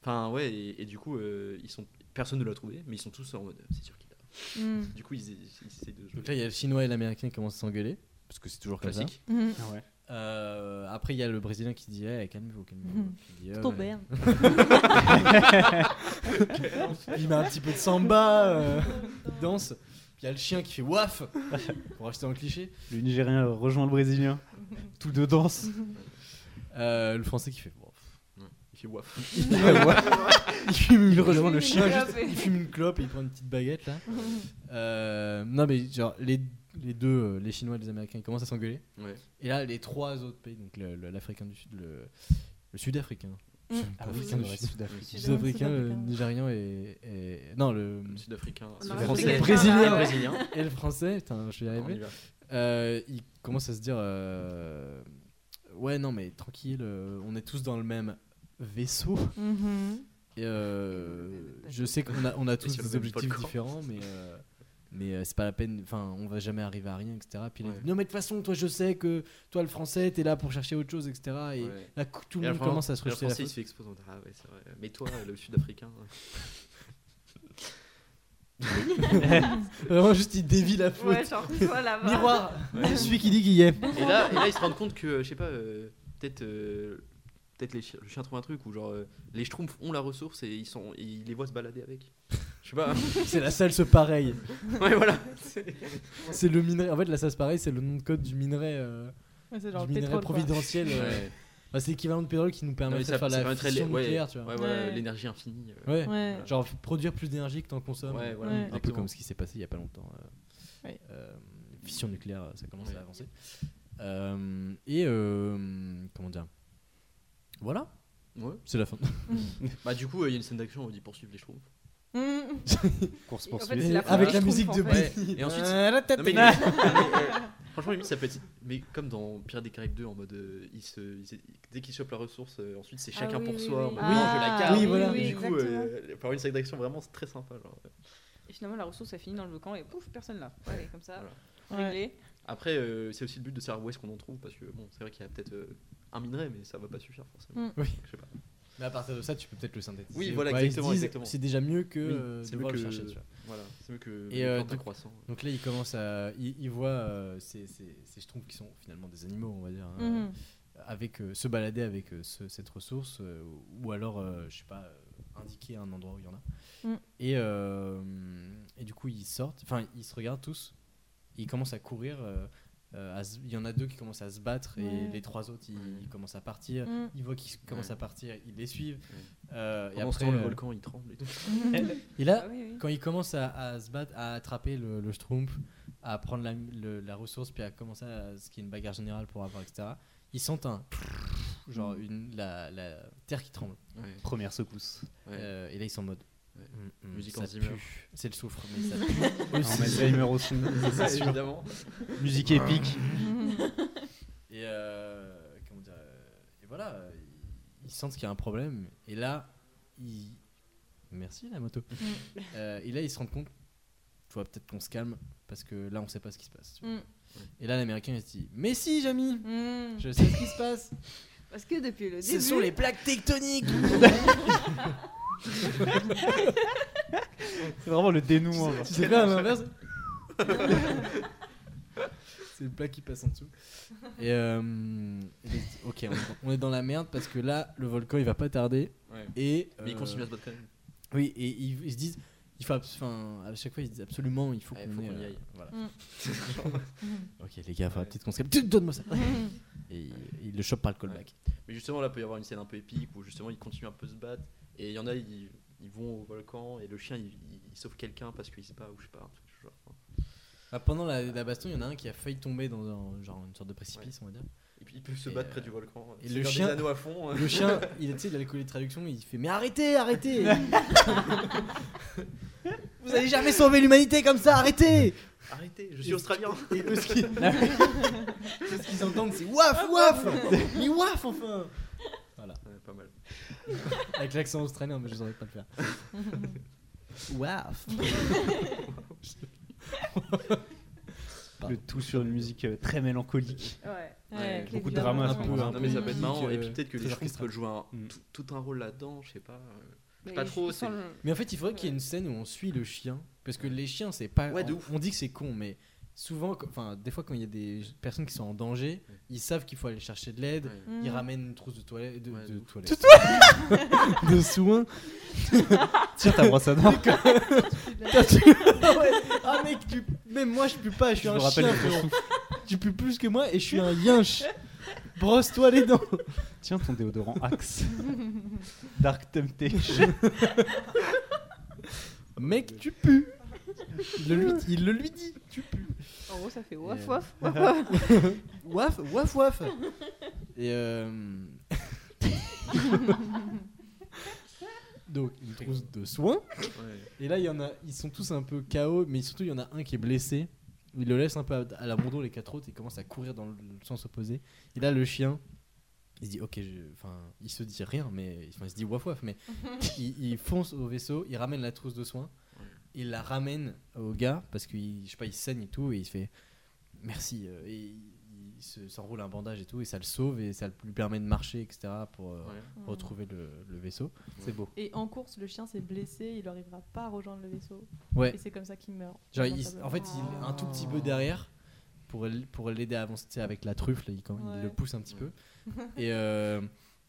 [SPEAKER 8] Enfin, ouais, et, et du coup, euh, ils sont... personne ne l'a trouvé, mais ils sont tous en mode euh, c'est sûr qu'il a.
[SPEAKER 7] Mm.
[SPEAKER 8] Du coup, ils, ils essaient de jouer.
[SPEAKER 5] Donc là, il y a le chinois et l'américain qui commencent à s'engueuler, parce que c'est toujours comme ça.
[SPEAKER 8] classique.
[SPEAKER 7] Mm.
[SPEAKER 10] Ah
[SPEAKER 5] Euh, après, il y a le brésilien qui dit Eh, calmez-vous, calmez-vous.
[SPEAKER 7] Mhm.
[SPEAKER 5] Qui dit, Euh,
[SPEAKER 7] Ton père.
[SPEAKER 5] Il met un petit peu de samba, euh, il danse. Puis il y a le chien qui fait waf pour acheter un cliché.
[SPEAKER 10] Le Nigérien rejoint le Brésilien. Tout de danse.
[SPEAKER 5] Euh, le français qui fait bon, pff.
[SPEAKER 8] Il fait waf.
[SPEAKER 5] il fume, il rejoint
[SPEAKER 9] fume
[SPEAKER 5] le
[SPEAKER 9] une
[SPEAKER 5] chien,
[SPEAKER 9] clope
[SPEAKER 5] juste,
[SPEAKER 9] et-
[SPEAKER 5] il fume une clope et il prend une petite baguette là.
[SPEAKER 7] mm,
[SPEAKER 5] Euh, non mais genre les, les deux, euh, les Chinois et les Américains, ils commencent à s'engueuler.
[SPEAKER 8] Ouais.
[SPEAKER 5] Et là, les trois autres pays, donc le- le- l'Africain du Sud, le, le Sud-Africain,
[SPEAKER 7] Mm.
[SPEAKER 5] Ah oui, c'est vrai,
[SPEAKER 7] Je
[SPEAKER 5] le
[SPEAKER 7] suis dans le
[SPEAKER 5] Sud-Africain, le
[SPEAKER 7] Sud-Africain.
[SPEAKER 5] Nigérian et, et- non le,
[SPEAKER 8] Le sud-africain.
[SPEAKER 7] Le
[SPEAKER 8] le
[SPEAKER 5] Mm. français,
[SPEAKER 7] Sud-Africain,
[SPEAKER 5] le
[SPEAKER 7] là.
[SPEAKER 5] brésilien,
[SPEAKER 8] brésilien.
[SPEAKER 5] et le français. Putain, je vais y
[SPEAKER 8] On y
[SPEAKER 5] arriver.
[SPEAKER 8] va.
[SPEAKER 5] Euh, ils commencent à se dire euh, ouais non mais tranquille, euh, on est tous dans le même vaisseau.
[SPEAKER 7] Mhm.
[SPEAKER 5] Et, euh, je sais qu'on a, on a tous
[SPEAKER 8] sur le
[SPEAKER 5] des
[SPEAKER 8] même
[SPEAKER 5] objectifs
[SPEAKER 8] volcan.
[SPEAKER 5] différents, mais, euh, mais euh, c'est pas la peine. Enfin, on va jamais arriver à rien, etc. Puis là, il
[SPEAKER 8] Ouais.
[SPEAKER 5] dit, non, mais de toute façon, toi, je sais que toi, le français, t'es là pour chercher autre chose, etc. Et
[SPEAKER 8] Ouais.
[SPEAKER 5] là, cou- tout
[SPEAKER 8] Et
[SPEAKER 5] le
[SPEAKER 8] là,
[SPEAKER 5] monde
[SPEAKER 8] vraiment,
[SPEAKER 5] commence à se
[SPEAKER 8] et là,
[SPEAKER 5] rejeter.
[SPEAKER 8] Le
[SPEAKER 5] la
[SPEAKER 8] français, il se
[SPEAKER 5] faute.
[SPEAKER 8] fait exploser. on dit, Ah ouais, c'est vrai. Mais toi, le sud-africain.
[SPEAKER 5] Euh, Vraiment, juste, il dévie la faute.
[SPEAKER 9] Ouais, genre, toi là-bas.
[SPEAKER 5] Miroir
[SPEAKER 8] Ouais.
[SPEAKER 5] Celui qui dit qu'il y est.
[SPEAKER 8] Et là, et là, ils se rendent compte que, euh, je sais pas, euh, peut-être euh, peut-être les chi- le chien trouve un truc ou genre euh, les schtroumpfs ont la ressource et ils, sont, et ils les voient se balader avec. Je sais pas. hein.
[SPEAKER 5] C'est la salle, ce pareil.
[SPEAKER 8] ouais, voilà. C'est-
[SPEAKER 5] C'est le minerai. En fait, la salle, pareil, c'est le nom de code du minerai, euh,
[SPEAKER 7] Ouais, C'est
[SPEAKER 5] du
[SPEAKER 7] genre le
[SPEAKER 5] minerai
[SPEAKER 7] pétrole. quoi.
[SPEAKER 5] providentiel. euh,
[SPEAKER 8] Ouais.
[SPEAKER 5] bah, c'est l'équivalent de pétrole qui nous
[SPEAKER 8] Non,
[SPEAKER 5] permet
[SPEAKER 8] mais
[SPEAKER 5] de faire
[SPEAKER 8] ça
[SPEAKER 5] la
[SPEAKER 8] permettrait
[SPEAKER 5] fission
[SPEAKER 8] les- ouais,
[SPEAKER 5] nucléaire, tu vois.
[SPEAKER 8] Ouais, voilà,
[SPEAKER 7] Ouais.
[SPEAKER 8] l'énergie infinie. euh.
[SPEAKER 5] Ouais.
[SPEAKER 7] Ouais.
[SPEAKER 5] Genre produire plus d'énergie que t'en consommes.
[SPEAKER 8] Ouais, voilà.
[SPEAKER 7] Ouais.
[SPEAKER 5] Un peu
[SPEAKER 8] exactement.
[SPEAKER 5] comme ce qui s'est passé il y a pas longtemps. euh,
[SPEAKER 7] Ouais.
[SPEAKER 5] euh, fission nucléaire, ça commence
[SPEAKER 8] Ouais.
[SPEAKER 5] à avancer. Euh, et euh, comment dire Voilà,
[SPEAKER 8] Ouais.
[SPEAKER 5] c'est la fin.
[SPEAKER 8] Bah, du coup, euh, il y a une scène d'action où ils poursuivent les schtroumpfs.
[SPEAKER 7] Mhm.
[SPEAKER 10] Course
[SPEAKER 9] En fait,
[SPEAKER 10] poursuite.
[SPEAKER 9] c'est la fin
[SPEAKER 5] Avec
[SPEAKER 9] du
[SPEAKER 5] la
[SPEAKER 9] Schtroumpf,
[SPEAKER 5] musique
[SPEAKER 9] en
[SPEAKER 5] de
[SPEAKER 9] fait.
[SPEAKER 5] Britney.
[SPEAKER 8] Et ensuite, Non, mais il- Franchement, limite, ça peut être. Mais comme dans Pirates des Caraïbes 2, en mode. euh, ils se, ils- dès qu'ils chopent la ressource, euh, ensuite c'est
[SPEAKER 9] Ah
[SPEAKER 8] chacun
[SPEAKER 9] oui,
[SPEAKER 8] pour
[SPEAKER 9] oui,
[SPEAKER 8] soi.
[SPEAKER 9] oui.
[SPEAKER 8] en mode, non, je la
[SPEAKER 7] Ah,
[SPEAKER 8] garde.
[SPEAKER 5] oui, voilà.
[SPEAKER 8] Et
[SPEAKER 9] oui,
[SPEAKER 8] du coup, euh, par une scène d'action vraiment c'est très sympa. Genre. euh.
[SPEAKER 9] Et finalement, la ressource, ça finit dans le volcan et pouf, personne là. Allez, comme ça,
[SPEAKER 7] Ouais.
[SPEAKER 9] réglé.
[SPEAKER 8] Après, euh, c'est aussi le but de savoir où est-ce qu'on en trouve, parce que bon, c'est vrai qu'il y a peut-être euh, un minerai, mais ça va pas suffire forcément.
[SPEAKER 7] Mm.
[SPEAKER 5] Oui.
[SPEAKER 8] Je sais pas.
[SPEAKER 5] Mais à partir de ça, tu peux peut-être le synthétiser.
[SPEAKER 8] Oui, voilà,
[SPEAKER 5] Ouais, ils se
[SPEAKER 8] exactement,
[SPEAKER 5] disent,
[SPEAKER 8] exactement.
[SPEAKER 5] C'est déjà mieux que
[SPEAKER 8] Oui,
[SPEAKER 5] euh,
[SPEAKER 8] c'est
[SPEAKER 5] de
[SPEAKER 8] mieux
[SPEAKER 5] voir le
[SPEAKER 8] que-
[SPEAKER 5] chercher. tu vois.
[SPEAKER 8] Voilà, c'est mieux que
[SPEAKER 5] Et,
[SPEAKER 8] le
[SPEAKER 5] euh,
[SPEAKER 8] plantain
[SPEAKER 5] donc-
[SPEAKER 8] croissant.
[SPEAKER 5] Donc là, ils commencent à. Ils, ils voient euh, ces, ces, ces schtroumpfs qui sont finalement des animaux, on va dire. hein,
[SPEAKER 7] Mhm.
[SPEAKER 5] avec euh, se balader avec euh, ce- cette ressource euh, ou alors euh, je sais pas euh, indiquer un endroit où il y en a
[SPEAKER 7] Mm.
[SPEAKER 5] et euh, et du coup ils sortent enfin ils se regardent tous ils commencent à courir euh, euh, à se- il y en a deux qui commencent à se battre et
[SPEAKER 7] Ouais.
[SPEAKER 5] les trois autres ils,
[SPEAKER 8] Ouais.
[SPEAKER 5] ils commencent à partir
[SPEAKER 7] Mhm.
[SPEAKER 5] ils voient qu'ils commencent à partir ils les suivent Euh, et
[SPEAKER 8] Et
[SPEAKER 5] après
[SPEAKER 8] le
[SPEAKER 5] euh,
[SPEAKER 8] volcan il tremble et tout.
[SPEAKER 5] et là
[SPEAKER 9] Ah oui, oui.
[SPEAKER 5] quand ils commencent à, à se battre, à attraper le, le schtroumpf, à prendre la, le- la ressource, puis à commencer à ce qui est une bagarre générale pour avoir, etc., ils sentent un. Genre une, la, la terre qui tremble.
[SPEAKER 8] Ouais,
[SPEAKER 10] Première secousse.
[SPEAKER 8] ouais.
[SPEAKER 5] Euh, et là, ils sont en mode.
[SPEAKER 8] Ouais.
[SPEAKER 5] Mm, mm,
[SPEAKER 8] Musique
[SPEAKER 5] ça
[SPEAKER 8] en Zimmer.
[SPEAKER 5] pue. C'est le soufre, mais ça pue.
[SPEAKER 10] En Alzheimer au son.
[SPEAKER 8] Ça, évidemment.
[SPEAKER 10] Musique épique.
[SPEAKER 7] mm,
[SPEAKER 5] Et euh, comment dire euh, Et voilà, euh, ils, ils sentent qu'il y a un problème. Et là, ils. Merci la moto.
[SPEAKER 9] Mm.
[SPEAKER 5] Euh, et là, ils se rendent compte. Tu vois, peut-être qu'on se calme parce que là, on sait pas ce qui se passe. tu vois.
[SPEAKER 7] Mm.
[SPEAKER 5] Et là, l'américain, il se dit Mais si, Jamy
[SPEAKER 7] Mhm.
[SPEAKER 5] Je sais ce qui se passe.
[SPEAKER 9] Parce que depuis Mm. le
[SPEAKER 5] Ce
[SPEAKER 9] début.
[SPEAKER 5] sont les plaques tectoniques.
[SPEAKER 10] C'est vraiment le dénouement. genre.
[SPEAKER 5] tu sais pas, à l'inverse C'est le plat qui passe en dessous. Et euh, il se dit, ok, on, on est dans la merde parce que là, le volcan il va pas tarder.
[SPEAKER 8] Ouais.
[SPEAKER 5] Et,
[SPEAKER 8] Mais ils
[SPEAKER 5] euh,
[SPEAKER 8] continuent à se battre quand même.
[SPEAKER 5] Oui, et ils, ils se disent, il faut, abs- enfin, à chaque fois ils se disent absolument, il faut
[SPEAKER 8] Ouais,
[SPEAKER 5] qu'on
[SPEAKER 8] faut
[SPEAKER 5] ait,
[SPEAKER 8] qu'on y
[SPEAKER 5] euh,
[SPEAKER 8] aille.
[SPEAKER 5] voilà.
[SPEAKER 7] Mm.
[SPEAKER 5] ok, les gars, faut la
[SPEAKER 8] Ouais.
[SPEAKER 5] petite conscription. Donne-moi ça.
[SPEAKER 7] Mhm.
[SPEAKER 5] Et il, il le chope par le callback.
[SPEAKER 8] Mais justement, là, peut y avoir une scène un peu épique où justement ils continuent un peu à se battre. Et il y en a, ils, ils vont au volcan et le chien il, il- il sauve quelqu'un parce qu'il se bat ou je sais pas. un truc du genre. hein.
[SPEAKER 5] Bah, pendant la, la baston, il y en a un qui a failli tomber dans un- genre, une sorte de précipice, on va dire.
[SPEAKER 8] Et puis ils peuvent se
[SPEAKER 5] Et,
[SPEAKER 8] battre
[SPEAKER 5] euh,
[SPEAKER 8] près du volcan.
[SPEAKER 5] et
[SPEAKER 8] se
[SPEAKER 5] le
[SPEAKER 8] faire
[SPEAKER 5] chien-
[SPEAKER 8] Des anneaux à fond. euh.
[SPEAKER 5] Le chien, il, tu sais, il a le collier de traduction, il fait Mais arrêtez, arrêtez Vous allez jamais sauver l'humanité comme ça, arrêtez
[SPEAKER 8] Arrêtez, je suis australien.
[SPEAKER 5] Et eux, ce qu'ils ce qu'ils entendent, c'est Waf, waf Mais waf, enfin
[SPEAKER 8] Ouais, pas mal.
[SPEAKER 5] Avec l'accent australien, mais je saurais pas le faire. Waf
[SPEAKER 10] Le tout sur une musique euh, très mélancolique.
[SPEAKER 9] Ouais.
[SPEAKER 7] Ouais,
[SPEAKER 9] Beaucoup
[SPEAKER 7] les
[SPEAKER 10] Beaucoup de
[SPEAKER 7] violences,
[SPEAKER 10] drama un
[SPEAKER 7] ouais.
[SPEAKER 10] peu.
[SPEAKER 8] Non, mais ça peut être
[SPEAKER 5] politique,
[SPEAKER 8] marrant. Et
[SPEAKER 5] euh,
[SPEAKER 8] puis peut-être que les
[SPEAKER 5] très
[SPEAKER 8] gens peuvent
[SPEAKER 5] orchestral.
[SPEAKER 8] jouer un-
[SPEAKER 10] Mm.
[SPEAKER 8] tout- tout un rôle là-dedans, je sais pas. euh,
[SPEAKER 9] Mais
[SPEAKER 8] pas trop,
[SPEAKER 9] je sens
[SPEAKER 8] c'est-
[SPEAKER 9] le-
[SPEAKER 5] Mais en fait, il faudrait qu'il y ait une scène où on suit le chien. Parce que les chiens, c'est pas.
[SPEAKER 8] Ouais, de
[SPEAKER 5] on,
[SPEAKER 8] ouf.
[SPEAKER 5] on dit que c'est con, mais souvent, quand- enfin, des fois, quand il y a des personnes qui sont en danger,
[SPEAKER 8] Ouais.
[SPEAKER 5] ils savent qu'il faut aller chercher de l'aide.
[SPEAKER 8] ouais.
[SPEAKER 7] Mm.
[SPEAKER 5] Ils ramènent une trousse de toilette. De,
[SPEAKER 8] Ouais,
[SPEAKER 5] de
[SPEAKER 8] de ouf.
[SPEAKER 5] toilette. de soins.
[SPEAKER 10] Tire ta brosse à dents.
[SPEAKER 5] Ah ouais. Ah mec, tu- même moi, je pue pas, je suis
[SPEAKER 10] Je
[SPEAKER 5] un
[SPEAKER 10] me rappelle
[SPEAKER 5] chien.
[SPEAKER 10] de
[SPEAKER 5] frérot.
[SPEAKER 10] ton
[SPEAKER 5] Tu pues plus que moi et je suis un yinche. Brosse-toi les dents.
[SPEAKER 10] Tiens ton déodorant Axe. Dark Temptation.
[SPEAKER 5] Mec, tu pues. Il le lui, il le lui dit. Tu pues.
[SPEAKER 9] En gros, ça fait waf
[SPEAKER 5] euh,
[SPEAKER 9] waf waf waf.
[SPEAKER 5] Waf, waf, waf. Et euh... Donc, une trousse de soins.
[SPEAKER 8] Ouais.
[SPEAKER 5] Et là, il y en a, ils sont tous un peu KO, mais surtout, il y en a un qui est blessé. Il le laisse un peu à, à l'abandon, les quatre autres, et commence à courir dans le le sens opposé. Et là, le chien, il se dit, ok, je- enfin, il se dit rien, mais enfin, il se dit waf waf, mais il, il fonce au vaisseau, il ramène la trousse de soins, il la ramène au gars, parce qu'il, je sais pas, il saigne et tout, et il se fait merci, euh, et il, il se- s'enroule un bandage et tout, et ça le sauve, et ça lui permet de marcher, etc., pour euh,
[SPEAKER 8] Ouais.
[SPEAKER 5] retrouver le, le vaisseau. C'est beau.
[SPEAKER 7] Mm, Et en course, le chien s'est blessé, il n'arrivera pas à rejoindre le vaisseau.
[SPEAKER 5] Ouais.
[SPEAKER 7] Et c'est comme ça qu'il meurt.
[SPEAKER 5] Genre, il-
[SPEAKER 7] lamentablement.
[SPEAKER 5] en fait, il est un tout petit peu derrière pour, l- pour l'aider à avancer tu sais, avec la truffe, là, il, quand il
[SPEAKER 7] Ouais.
[SPEAKER 5] le pousse un petit peu. Et euh,